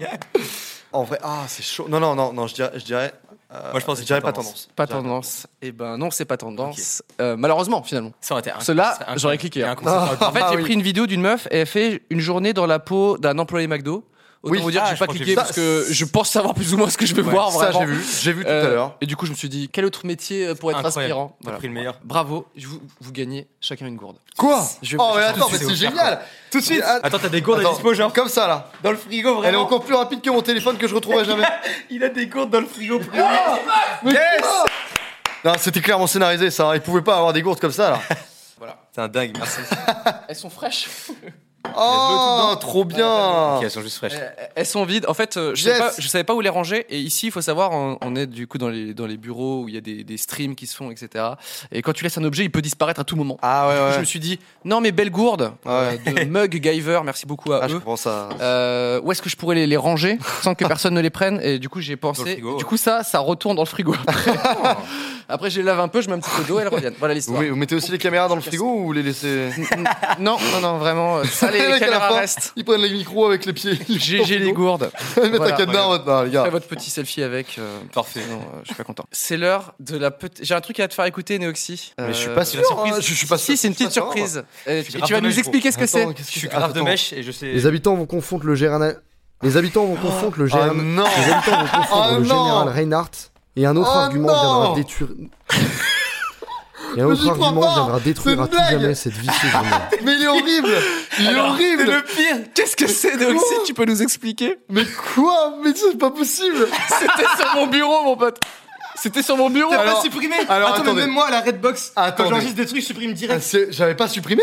Speaker 3: En vrai, ah, c'est chaud. Non, non, non, non, je dirais. Je dirais euh,
Speaker 4: Moi, je pense que
Speaker 3: je dirais
Speaker 4: c'est
Speaker 3: pas
Speaker 4: pas
Speaker 3: tendance.
Speaker 2: Pas
Speaker 3: Je dirais
Speaker 2: tendance. Eh ben non, c'est pas tendance. Euh, malheureusement, finalement.
Speaker 4: Ça aurait été
Speaker 2: Cela,
Speaker 4: inc- ça serait incroyable.
Speaker 2: j'aurais cliqué, hein.
Speaker 4: Un concept [LAUGHS] incroyable.
Speaker 2: En fait,
Speaker 3: Ah
Speaker 2: j'ai
Speaker 3: oui.
Speaker 2: pris une vidéo d'une meuf et elle fait une journée dans la peau d'un employé McDo. Autant
Speaker 3: Oui.
Speaker 2: vous dire que
Speaker 4: Ah,
Speaker 2: j'ai
Speaker 4: je
Speaker 2: pas
Speaker 4: crois que j'ai
Speaker 2: cliqué
Speaker 4: vu
Speaker 2: parce
Speaker 3: ça.
Speaker 2: que je pense savoir plus ou moins ce que je vais voir
Speaker 3: Ça,
Speaker 2: vraiment.
Speaker 3: j'ai vu. J'ai vu tout à
Speaker 2: Euh,
Speaker 3: l'heure.
Speaker 2: Et du coup, je me suis dit, quel autre métier euh, pourrait être
Speaker 4: Incroyable.
Speaker 2: inspirant
Speaker 4: T'as pris le meilleur.
Speaker 2: Bravo, je vous, vous gagnez chacun une gourde.
Speaker 3: Quoi
Speaker 2: Je vais-
Speaker 3: Oh, mais
Speaker 2: je-
Speaker 4: tout
Speaker 3: attends,
Speaker 4: de
Speaker 3: mais
Speaker 4: suite,
Speaker 3: c'est
Speaker 4: c'est offert,
Speaker 3: génial. Tout de suite. ah,
Speaker 4: Attends, t'as des gourdes à
Speaker 3: attends,
Speaker 4: dispo, genre
Speaker 3: Comme ça, là.
Speaker 4: Dans le frigo, vraiment
Speaker 3: Elle est encore plus rapide que mon téléphone que je retrouverai jamais.
Speaker 4: Il a des gourdes dans le frigo.
Speaker 3: yes Non, c'était clairement scénarisé, ça. Ils pouvaient pas avoir des gourdes comme ça, là.
Speaker 4: C'est un dingue, [LAUGHS] merci.
Speaker 2: Elles sont fraîches.
Speaker 3: Oh, trop bien.
Speaker 4: Ok, elles sont juste fraîches.
Speaker 2: [LAUGHS] Elles sont vides. En fait, euh, je,
Speaker 3: Yes.
Speaker 2: savais pas, je savais pas où les ranger. Et ici, il faut savoir, on, on est du coup dans les, dans les bureaux où il y a des, des streams qui se font, etc. Et quand tu laisses un objet, il peut disparaître à tout moment.
Speaker 3: Ah, ouais,
Speaker 2: Je
Speaker 3: ouais.
Speaker 2: me suis dit, non, mais belle gourde Euh,
Speaker 3: Ouais. [LAUGHS]
Speaker 2: de Mug Giver, merci beaucoup à
Speaker 3: Ah, je
Speaker 2: eux.
Speaker 3: comprends ça.
Speaker 2: Euh, où est-ce que je pourrais les, les ranger sans que personne ne les prenne Et du coup, j'ai
Speaker 4: Dans le
Speaker 2: pensé.
Speaker 4: frigo.
Speaker 2: Du coup, ça, ça retourne dans le frigo. Après, Après, je les lave un peu, je mets un petit peu d'eau, elles reviennent. Voilà
Speaker 3: Vous,
Speaker 2: l'histoire.
Speaker 3: vous mettez aussi les caméras dans le frigo ou vous les laissez
Speaker 2: Non, non, non, vraiment. euh, Ça, les,
Speaker 3: Les mecs, à la
Speaker 2: caméras
Speaker 3: fin,
Speaker 2: restent.
Speaker 3: Ils prennent les micros avec les pieds. Ils
Speaker 2: J'ai j'ai les gourdes.
Speaker 3: Ils mettent un
Speaker 2: Voilà.
Speaker 3: cadenas en mode. Non, les gars.
Speaker 2: Fais votre petit selfie avec. euh,
Speaker 4: Parfait.
Speaker 2: Non, euh, je suis pas content. C'est l'heure de la petite. J'ai un truc à te faire écouter, Neoxy.
Speaker 3: Mais je suis
Speaker 2: Euh,
Speaker 3: pas sûr.
Speaker 4: surprise.
Speaker 3: hein, Je je suis pas sûr.
Speaker 2: Si, c'est une
Speaker 3: Je suis
Speaker 2: petite
Speaker 3: pas sûr.
Speaker 2: surprise. Euh,
Speaker 4: suis
Speaker 2: tu
Speaker 4: grave
Speaker 2: tu vas
Speaker 4: dommage
Speaker 2: nous expliquer ce que c'est.
Speaker 3: Attends, qu'est-ce que
Speaker 4: Je suis
Speaker 3: c'est
Speaker 4: grave de
Speaker 3: Attends.
Speaker 4: mèche et je sais.
Speaker 10: Les habitants vont confondre le général. Les habitants vont confondre le
Speaker 3: Ah
Speaker 10: général.
Speaker 3: non
Speaker 10: Les habitants vont confondre
Speaker 3: Ah
Speaker 10: le
Speaker 3: non
Speaker 10: général Reinhardt et un autre
Speaker 3: Oh
Speaker 10: argument
Speaker 3: non
Speaker 10: viendra
Speaker 3: [LAUGHS]
Speaker 10: détruire. Et un
Speaker 3: Mais
Speaker 10: autre
Speaker 3: j'y crois
Speaker 10: argument
Speaker 3: pas
Speaker 10: viendra détruire
Speaker 3: une
Speaker 10: à tout
Speaker 3: blague [LAUGHS]
Speaker 10: jamais cette vie saisonnière.
Speaker 3: Mais il est horrible
Speaker 2: [LAUGHS]
Speaker 3: Il est horrible
Speaker 2: Le pire, qu'est-ce que c'est, Neoxy Tu peux nous expliquer
Speaker 3: Mais quoi Mais c'est pas possible
Speaker 2: C'était sur mon bureau, mon pote. C'était sur mon bureau.
Speaker 3: Alors-
Speaker 4: supprimé
Speaker 3: alors, attendez.
Speaker 4: moi à la Redbox,
Speaker 3: Attendez.
Speaker 4: des trucs, je supprime [LAUGHS]
Speaker 3: Ah, c'est- J'avais pas supprimé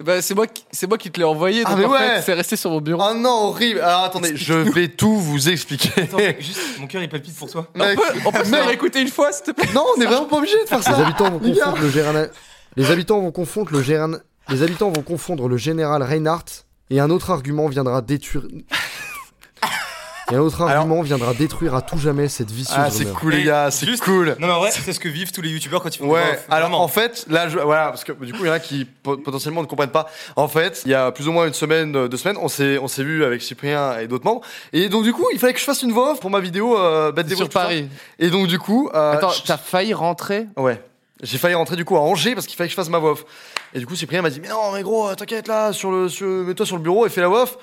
Speaker 2: Bah, c'est moi, qui- c'est moi qui te l'ai envoyé.
Speaker 3: Ah,
Speaker 2: Donc
Speaker 3: mais
Speaker 2: en
Speaker 3: ouais.
Speaker 2: fait, c'est resté sur mon bureau.
Speaker 3: Ah non, horrible Alors attendez, je vais tout vous expliquer.
Speaker 4: Attends, mec, juste, mon cœur il palpite pour toi.
Speaker 2: on
Speaker 3: Mec,
Speaker 2: peut, on peut se
Speaker 3: Ah, mec.
Speaker 2: faire écouter une fois, s'il te plaît.
Speaker 3: non, on est vraiment pas obligé de faire
Speaker 10: Les
Speaker 3: ça
Speaker 10: habitants vont
Speaker 3: Les gars.
Speaker 10: confondre le général. Les habitants vont confondre le général. Les habitants vont confondre le général Reinhardt et un autre argument viendra détruire. Et un autre
Speaker 3: Alors-
Speaker 10: argument viendra détruire à tout jamais cette vie
Speaker 3: Ah,
Speaker 10: saisonnière.
Speaker 3: c'est cool, les gars, c'est
Speaker 4: Juste-
Speaker 3: cool
Speaker 4: [LAUGHS] Non, mais en vrai, c'est ce que vivent tous les youtubeurs quand ils font des
Speaker 3: Ouais,
Speaker 4: offres. [LAUGHS]
Speaker 3: alors
Speaker 4: Vraiment.
Speaker 3: en fait, là, je- voilà, parce que du coup, il y en a qui po- potentiellement ne comprennent pas. En fait, il y a plus ou moins une semaine, euh, deux semaines, on s'est, on s'est vu avec Cyprien et d'autres membres. Et donc, du coup, il fallait que je fasse une voix off pour ma vidéo euh, Bête des
Speaker 2: Sur
Speaker 3: Bruits, tout ça.
Speaker 2: Paris.
Speaker 3: Et donc, du coup, euh,
Speaker 2: Attends,
Speaker 3: je-
Speaker 2: t'as failli rentrer
Speaker 3: Ouais. J'ai failli rentrer du coup à Angers parce qu'il fallait que je fasse ma voix off. Et du coup, Cyprien m'a dit Mais non, mais gros, euh, t'inquiète là, sur le, sur- mets-toi sur le bureau et fais la voix off.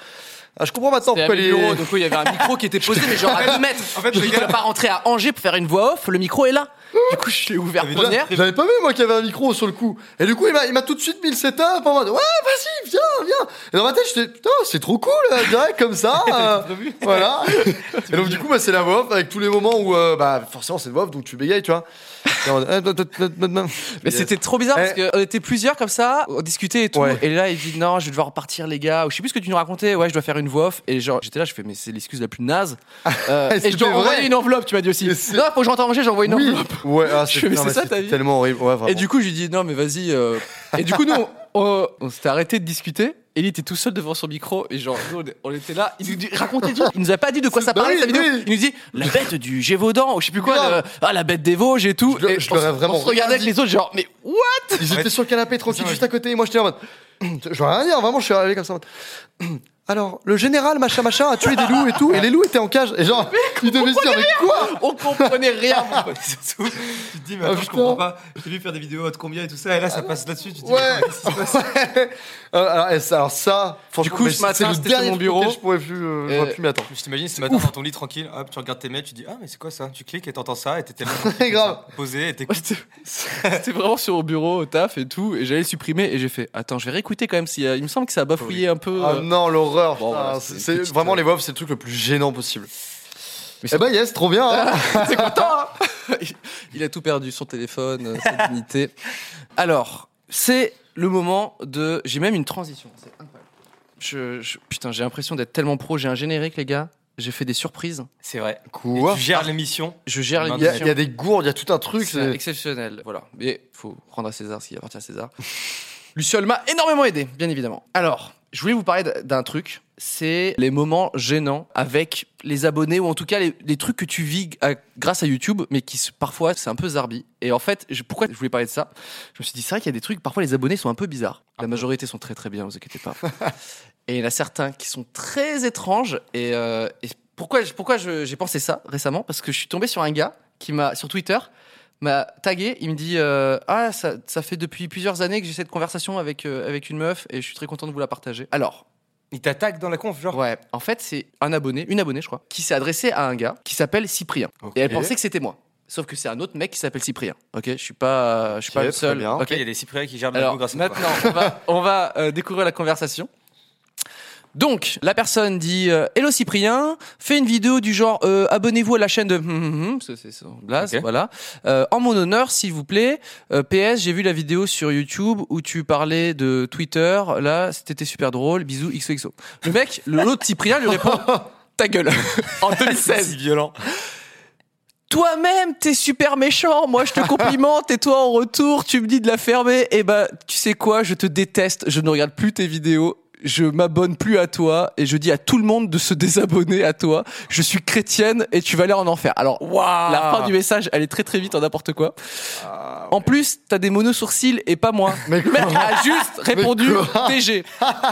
Speaker 3: Ah, je comprends maintenant
Speaker 2: C'était à
Speaker 3: pourquoi les.
Speaker 2: mes bureaux, donc oui, il y avait un micro qui était posé, mais genre à 2 mètres. En fait, je ne peux pas rentrer à Angers pour faire une voix off, le micro est là. Du coup, je l'ai ouvert
Speaker 4: T'avais déjà-
Speaker 2: première.
Speaker 3: J'avais pas vu moi qu'il y avait un micro sur le coup. Et du coup, il m'a, il m'a tout de suite mis le setup en mode Ouais, vas-y, viens, viens. Et dans ma tête, j'étais Putain, c'est trop cool, euh, direct comme ça. euh, voilà. Et donc, du coup, bah, c'est la voix off avec tous les moments où, euh, bah, forcément, c'est une voix off, donc tu bégayes, tu vois. Et en mode, Eh, dot, dot, dot, dot.
Speaker 2: Mais c'était trop bizarre parce
Speaker 3: Eh.
Speaker 2: qu'on était plusieurs comme ça, on discutait et tout.
Speaker 3: Ouais.
Speaker 2: Et là, il dit non, je vais devoir partir, les gars. Ou je sais plus ce que tu nous racontais. Ouais, je dois faire une une voix off et genre j'étais là je fais mais c'est l'excuse la plus naze
Speaker 3: [LAUGHS]
Speaker 2: Euh, et je
Speaker 3: C'était
Speaker 2: dois
Speaker 3: Ah, vrai.
Speaker 2: envoyer une enveloppe tu m'as dit aussi
Speaker 3: Et
Speaker 2: non
Speaker 3: c'est-
Speaker 2: faut que j'entends enregistrer j'envoie une
Speaker 3: Oui.
Speaker 2: enveloppe
Speaker 3: Ouais, ah,
Speaker 2: Je
Speaker 3: c'est
Speaker 2: fais, mais
Speaker 3: putain,
Speaker 2: c'est
Speaker 3: mais
Speaker 2: ça,
Speaker 3: c'est
Speaker 2: ta vie
Speaker 3: tellement horrible. Ouais, vraiment.
Speaker 2: et du coup je lui dis non mais vas-y euh. et du coup nous on, on- on s'était arrêté de discuter et il était tout seul devant son micro et genre nous, on on était là il nous dit- racontait tout il nous a pas dit de
Speaker 3: [LAUGHS]
Speaker 2: quoi ça
Speaker 3: Bah
Speaker 2: parlait
Speaker 3: oui,
Speaker 2: sa vidéo
Speaker 3: oui.
Speaker 2: il nous dit la bête du Gévaudan ou je sais plus quoi
Speaker 3: Grave.
Speaker 2: le- ah la bête des Vosges et tout
Speaker 3: Je le-
Speaker 2: et
Speaker 3: je
Speaker 2: on,
Speaker 3: l'aurais
Speaker 2: se-
Speaker 3: vraiment
Speaker 2: on se regardait
Speaker 3: rien
Speaker 2: avec les autres genre mais what
Speaker 3: Ils étaient
Speaker 4: Ouais.
Speaker 3: sur le canapé tranquille
Speaker 4: C'est
Speaker 3: juste à côté et moi j'étais en mode [CLEARS THROAT] je vais rien dire vraiment je suis arrivé comme ça en mode, [CLEARS THROAT] alors le général machin machin a tué des loups et tout et les loups étaient en cage et genre ils devaient se dire mais quoi
Speaker 2: on comprenait
Speaker 3: [LAUGHS]
Speaker 2: rien mon pote.
Speaker 4: Surtout, tu te dis, mais
Speaker 3: Ah,
Speaker 4: attends, je
Speaker 3: putain.
Speaker 4: comprends pas. J'ai vu faire des vidéos à haute combien et tout ça, et là, ça passe là-dessus. Tu te dis,
Speaker 3: ouais,
Speaker 4: mais attends, qu'est-ce qui se passe
Speaker 3: [LAUGHS] Ouais. Euh, alors, et ça- alors ça franchement
Speaker 2: coup,
Speaker 3: mais
Speaker 2: ce
Speaker 3: c'est- c'est
Speaker 2: matin,
Speaker 3: le
Speaker 2: j'étais
Speaker 3: dernier
Speaker 2: sur mon
Speaker 3: truc auquel
Speaker 2: bureau.
Speaker 3: je pourrais plus euh,
Speaker 2: Et-
Speaker 3: j'aurais plus m'y attendre
Speaker 4: Mais Je t'imagine, ce matin, dans ton lit tranquille, hop, tu regardes tes mails, tu dis, ah, mais c'est quoi ça Tu cliques et t'entends ça, et t'es [LAUGHS] tellement
Speaker 3: C'est grave.
Speaker 4: posé, et t'es.
Speaker 2: Moi, C'était c'était vraiment sur mon bureau, au taf et tout, et j'allais le supprimer et j'ai fait attends, je vais réécouter quand même s'il y a- il me semble que ça a bafouillé un peu.
Speaker 3: ah
Speaker 2: euh.
Speaker 3: non l'horreur
Speaker 2: Bon,
Speaker 3: putain,
Speaker 2: voilà, c'est
Speaker 3: c'est
Speaker 2: une
Speaker 3: c'est-
Speaker 2: petite,
Speaker 3: vraiment
Speaker 2: euh,
Speaker 3: les voix off, c'est le truc le plus gênant possible
Speaker 2: Mais Ah.
Speaker 3: eh ben yes trop bien hein.
Speaker 2: T'es content hein Il a tout perdu, son téléphone, euh, sa dignité. Alors, c'est le moment de. J'ai même une transition. C'est incroyable. Je, je- Putain, j'ai l'impression d'être tellement pro. J'ai un générique, les gars. J'ai fait des surprises.
Speaker 4: C'est vrai. Et
Speaker 3: quoi
Speaker 4: tu gères l'émission.
Speaker 2: Je gère les
Speaker 4: Il
Speaker 3: il y, a-
Speaker 2: missions.
Speaker 3: il y a des gourdes il y a tout un truc
Speaker 2: C'est
Speaker 3: c'est
Speaker 2: exceptionnel. Voilà. Mais faut rendre à César ce qui appartient à César. [LAUGHS] Luciol m'a énormément aidé, bien évidemment. Alors, je voulais vous parler d- d'un truc. C'est les moments gênants avec les abonnés ou en tout cas les, les trucs que tu vis à- grâce à YouTube, mais qui s- parfois c'est un peu zarbi. Et en fait, je- pourquoi je voulais parler de ça Je me suis dit, c'est vrai qu'il y a des trucs, parfois les abonnés sont un peu bizarres. La majorité sont très très bien, vous inquiétez pas. Et il y en a certains qui sont très étranges. Et, euh, et pourquoi, je- pourquoi je- j'ai pensé ça récemment Parce que je suis tombé sur un gars qui m'a, sur Twitter, m'a tagué. Il me dit euh, Ah, ça, ça fait depuis plusieurs années que j'ai cette conversation avec, euh, avec une meuf et je suis très content de vous la partager. Alors,
Speaker 4: Il t'attaque dans la conf, genre.
Speaker 2: ouais, en fait, c'est un abonné, une abonnée, je crois, qui s'est adressée à un gars qui s'appelle Cyprien.
Speaker 4: Ok.
Speaker 2: Et elle pensait que c'était moi. Sauf que c'est un autre mec qui s'appelle Cyprien. Ok, je suis pas, je suis
Speaker 3: Ok,
Speaker 2: pas le
Speaker 3: très
Speaker 2: seul.
Speaker 3: bien.
Speaker 2: Ok.
Speaker 4: Ok, il y a des Cypriens qui gèrent la
Speaker 2: Alors,
Speaker 4: grâce à toi.
Speaker 2: maintenant, on va, on va, euh, découvrir la conversation. Donc, la personne dit euh, Hello Cyprien, fais une vidéo du genre euh, abonnez-vous à la chaîne de. [LAUGHS] hum, hum, hum c'est- c'est son blaze,
Speaker 4: Ok.
Speaker 2: voilà. Euh, en mon honneur, s'il vous plaît. Euh, PS, j'ai vu la vidéo sur YouTube où tu parlais de Twitter. Là, c'était super drôle. Bisous XOXO. Le mec, le- l'autre Cyprien lui répond Ta gueule En [LAUGHS]
Speaker 4: C'est
Speaker 2: 2016
Speaker 4: si violent.
Speaker 2: toi-même, t'es super méchant. Moi, je te complimente et toi, en retour, tu me dis de la fermer. Et ben, tu sais quoi, je te déteste. Je ne regarde plus tes vidéos. Je m'abonne plus à toi et je dis à tout le monde de se désabonner à toi. Je suis chrétienne et tu vas aller en enfer. Alors,
Speaker 4: Waouh
Speaker 2: la fin du message, elle est très très vite en n'importe quoi. En plus, t'as des mono sourcils et pas moi.
Speaker 3: Mais
Speaker 2: le mec a juste répondu
Speaker 3: quoi
Speaker 2: TG.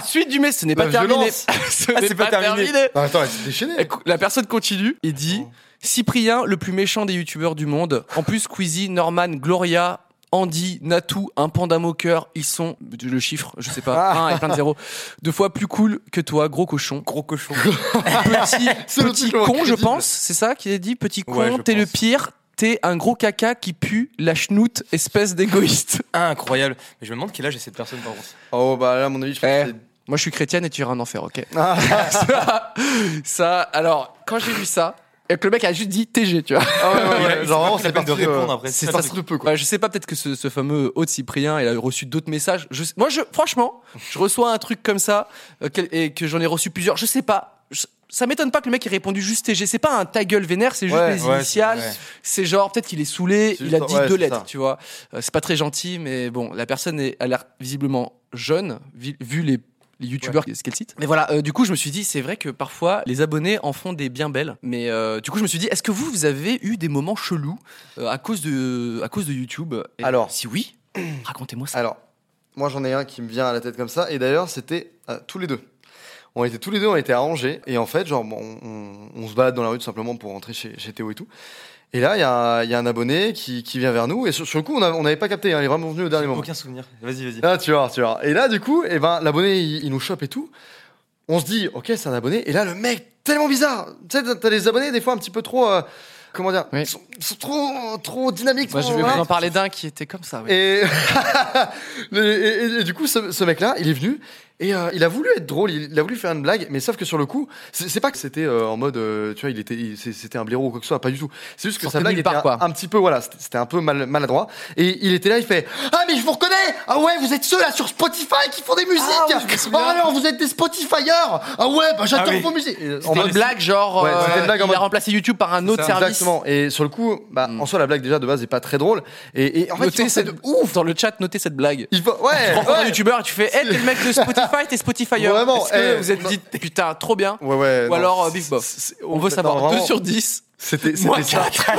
Speaker 2: Suite du message, ce n'est
Speaker 3: La
Speaker 2: pas terminé.
Speaker 3: violence.
Speaker 2: Ce
Speaker 4: Ah,
Speaker 2: n'est
Speaker 4: c'est pas terminé.
Speaker 3: Ah, attends elle s'est déchaînée
Speaker 2: Écou- [LAUGHS] La personne continue et dit Cyprien, le plus méchant des youtubeurs du monde. En plus, Squeezie, Norman, Gloria, Andy, Natou, un panda moqueur, ils sont, le chiffre, je sais pas, 1 et plein de zéros, deux fois plus cool que toi, gros cochon.
Speaker 4: Gros
Speaker 2: [LAUGHS]
Speaker 4: cochon.
Speaker 2: Petit,
Speaker 3: C'est le
Speaker 2: petit
Speaker 3: truc le moins
Speaker 2: con, je
Speaker 3: crédible.
Speaker 2: pense, c'est ça qu'il a dit Petit
Speaker 4: Ouais,
Speaker 2: con,
Speaker 4: je
Speaker 2: t'es le
Speaker 4: pense.
Speaker 2: pire, t'es un gros caca qui pue la chenoute, espèce d'égoïste.
Speaker 4: Incroyable. Mais je me demande quel âge est cette personne, par contre.
Speaker 3: oh bah là à mon avis je pense
Speaker 2: [LAUGHS] Eh.
Speaker 3: que c'est-
Speaker 2: Moi, je suis chrétienne et tu iras en enfer, ok
Speaker 3: Ah.
Speaker 2: ça, [LAUGHS] ça, alors, quand j'ai vu ça, et que le mec a juste dit TG, tu vois.
Speaker 3: Ah ouais, ouais,
Speaker 4: Il a-
Speaker 3: ouais,
Speaker 4: il s'est
Speaker 3: genre
Speaker 4: pas pris la
Speaker 3: vraiment c'est
Speaker 4: peine
Speaker 3: parti
Speaker 4: de répondre après.
Speaker 2: c'est
Speaker 4: C'est
Speaker 2: ça
Speaker 4: parti.
Speaker 2: se peut quoi. Bah, je sais pas peut-être que ce, ce fameux hôte Cyprien il a reçu d'autres messages. Je, sais- moi je franchement, je reçois un truc comme ça euh, quel- et que j'en ai reçu plusieurs, je sais pas. Je- ça m'étonne pas que le mec ait répondu juste TG, c'est pas un ta gueule vénère, c'est juste
Speaker 3: Ouais,
Speaker 2: les
Speaker 4: ouais,
Speaker 2: initiales.
Speaker 4: c'est- ouais.
Speaker 2: C'est genre peut-être qu'il est saoulé,
Speaker 3: C'est
Speaker 2: il a
Speaker 3: juste-
Speaker 2: dit
Speaker 3: ouais,
Speaker 2: deux
Speaker 3: c'est
Speaker 2: lettres,
Speaker 3: ça.
Speaker 2: tu vois. Euh, c'est pas très gentil mais bon, la personne est, a l'air visiblement jeune vi- vu les les youtubeurs, ce qu'elle cite. Mais voilà, euh, du coup, je me suis dit, c'est vrai que parfois, les abonnés en font des bien belles. Mais euh, du coup, je me suis dit, est-ce que vous, vous avez eu des moments chelous euh, à cause de à cause de YouTube. Et
Speaker 3: Alors.
Speaker 2: si oui, [CLEARS THROAT] racontez-moi ça.
Speaker 3: Alors, moi j'en ai un qui me vient à la tête comme ça, et d'ailleurs c'était euh, tous les deux. On était tous les deux, on était arrangés, et en fait, genre, bon, on, on- on se balade dans la rue tout simplement pour rentrer chez, chez Théo et tout. Et là, il y a, il y a un abonné qui, qui vient vers nous, et sur, sur le coup, on a- on n'avait pas capté, hein, il est vraiment venu au dernier moment.
Speaker 4: Aucun souvenir. Vas-y, vas-y.
Speaker 3: Ah, tu vois, tu vois. Et là, du coup, eh ben, l'abonné, il, il nous chope et tout. On se dit, ok, c'est un abonné. Et là, le mec, tellement bizarre. Tu sais, t'as- t'as des abonnés, des fois, un petit peu trop. euh, comment dire
Speaker 2: Oui.
Speaker 3: Ils sont, ils sont trop, trop dynamiques.
Speaker 2: Moi,
Speaker 3: trop-
Speaker 2: je vais
Speaker 3: voilà.
Speaker 2: vous en
Speaker 3: [LAUGHS]
Speaker 2: parler d'un qui était comme ça. oui.
Speaker 3: Et, et- et- et du coup, ce, ce mec-là, il est venu Et euh, il a voulu être drôle, il, il a voulu faire une blague, mais sauf que sur le coup, c'est c'est pas que c'était euh, en mode, euh, tu vois, il était, il- c'est- c'était un blaireau ou quoi que ce soit, pas du tout. C'est juste que
Speaker 2: Sortait
Speaker 3: sa
Speaker 2: de
Speaker 3: blague
Speaker 2: nulle
Speaker 3: était
Speaker 2: part,
Speaker 3: un,
Speaker 2: quoi.
Speaker 3: un petit peu, voilà, c'était c'était un peu mal, maladroit. Et il était là, il fait, ah mais je vous reconnais, ah ouais, vous êtes ceux là sur Spotify qui font des musiques, ah, alors vous êtes des Spotifyers, ah ouais, bah j'adore
Speaker 4: Ah oui.
Speaker 3: vos musiques. Et, euh, en
Speaker 2: C'était
Speaker 3: mode-
Speaker 2: une blague, genre,
Speaker 3: Ouais, c'était une
Speaker 2: euh,
Speaker 3: blague en
Speaker 2: il a
Speaker 3: mode-
Speaker 2: remplacé YouTube par un autre
Speaker 4: C'est ça,
Speaker 2: service.
Speaker 3: Exactement. Et sur le coup, bah, en soi, la blague déjà de base est pas très drôle. Et, et en fait,
Speaker 2: Mm. Notez
Speaker 3: c'est
Speaker 2: cette...
Speaker 3: de ouf.
Speaker 2: Dans le chat, notez cette blague.
Speaker 3: Il
Speaker 2: [LAUGHS]
Speaker 3: va-
Speaker 2: Tu
Speaker 3: ouais,
Speaker 2: rencontres un
Speaker 3: ouais.
Speaker 2: youtubeur et tu fais, hey, t'es le mec de Spotify, t'es Spotifyer.
Speaker 3: Vraiment,
Speaker 2: Est-ce que
Speaker 3: eh,
Speaker 2: vous êtes
Speaker 3: non.
Speaker 2: dit, putain, trop bien.
Speaker 3: Ouais, ouais,
Speaker 2: Ou
Speaker 3: non,
Speaker 2: alors, euh,
Speaker 3: c'est-
Speaker 2: Big Boss.
Speaker 3: c'est- c'est-
Speaker 2: On veut
Speaker 3: non,
Speaker 2: savoir.
Speaker 3: vraiment,
Speaker 2: 2 sur 10.
Speaker 3: C'était
Speaker 2: Moi,
Speaker 3: c'était ça.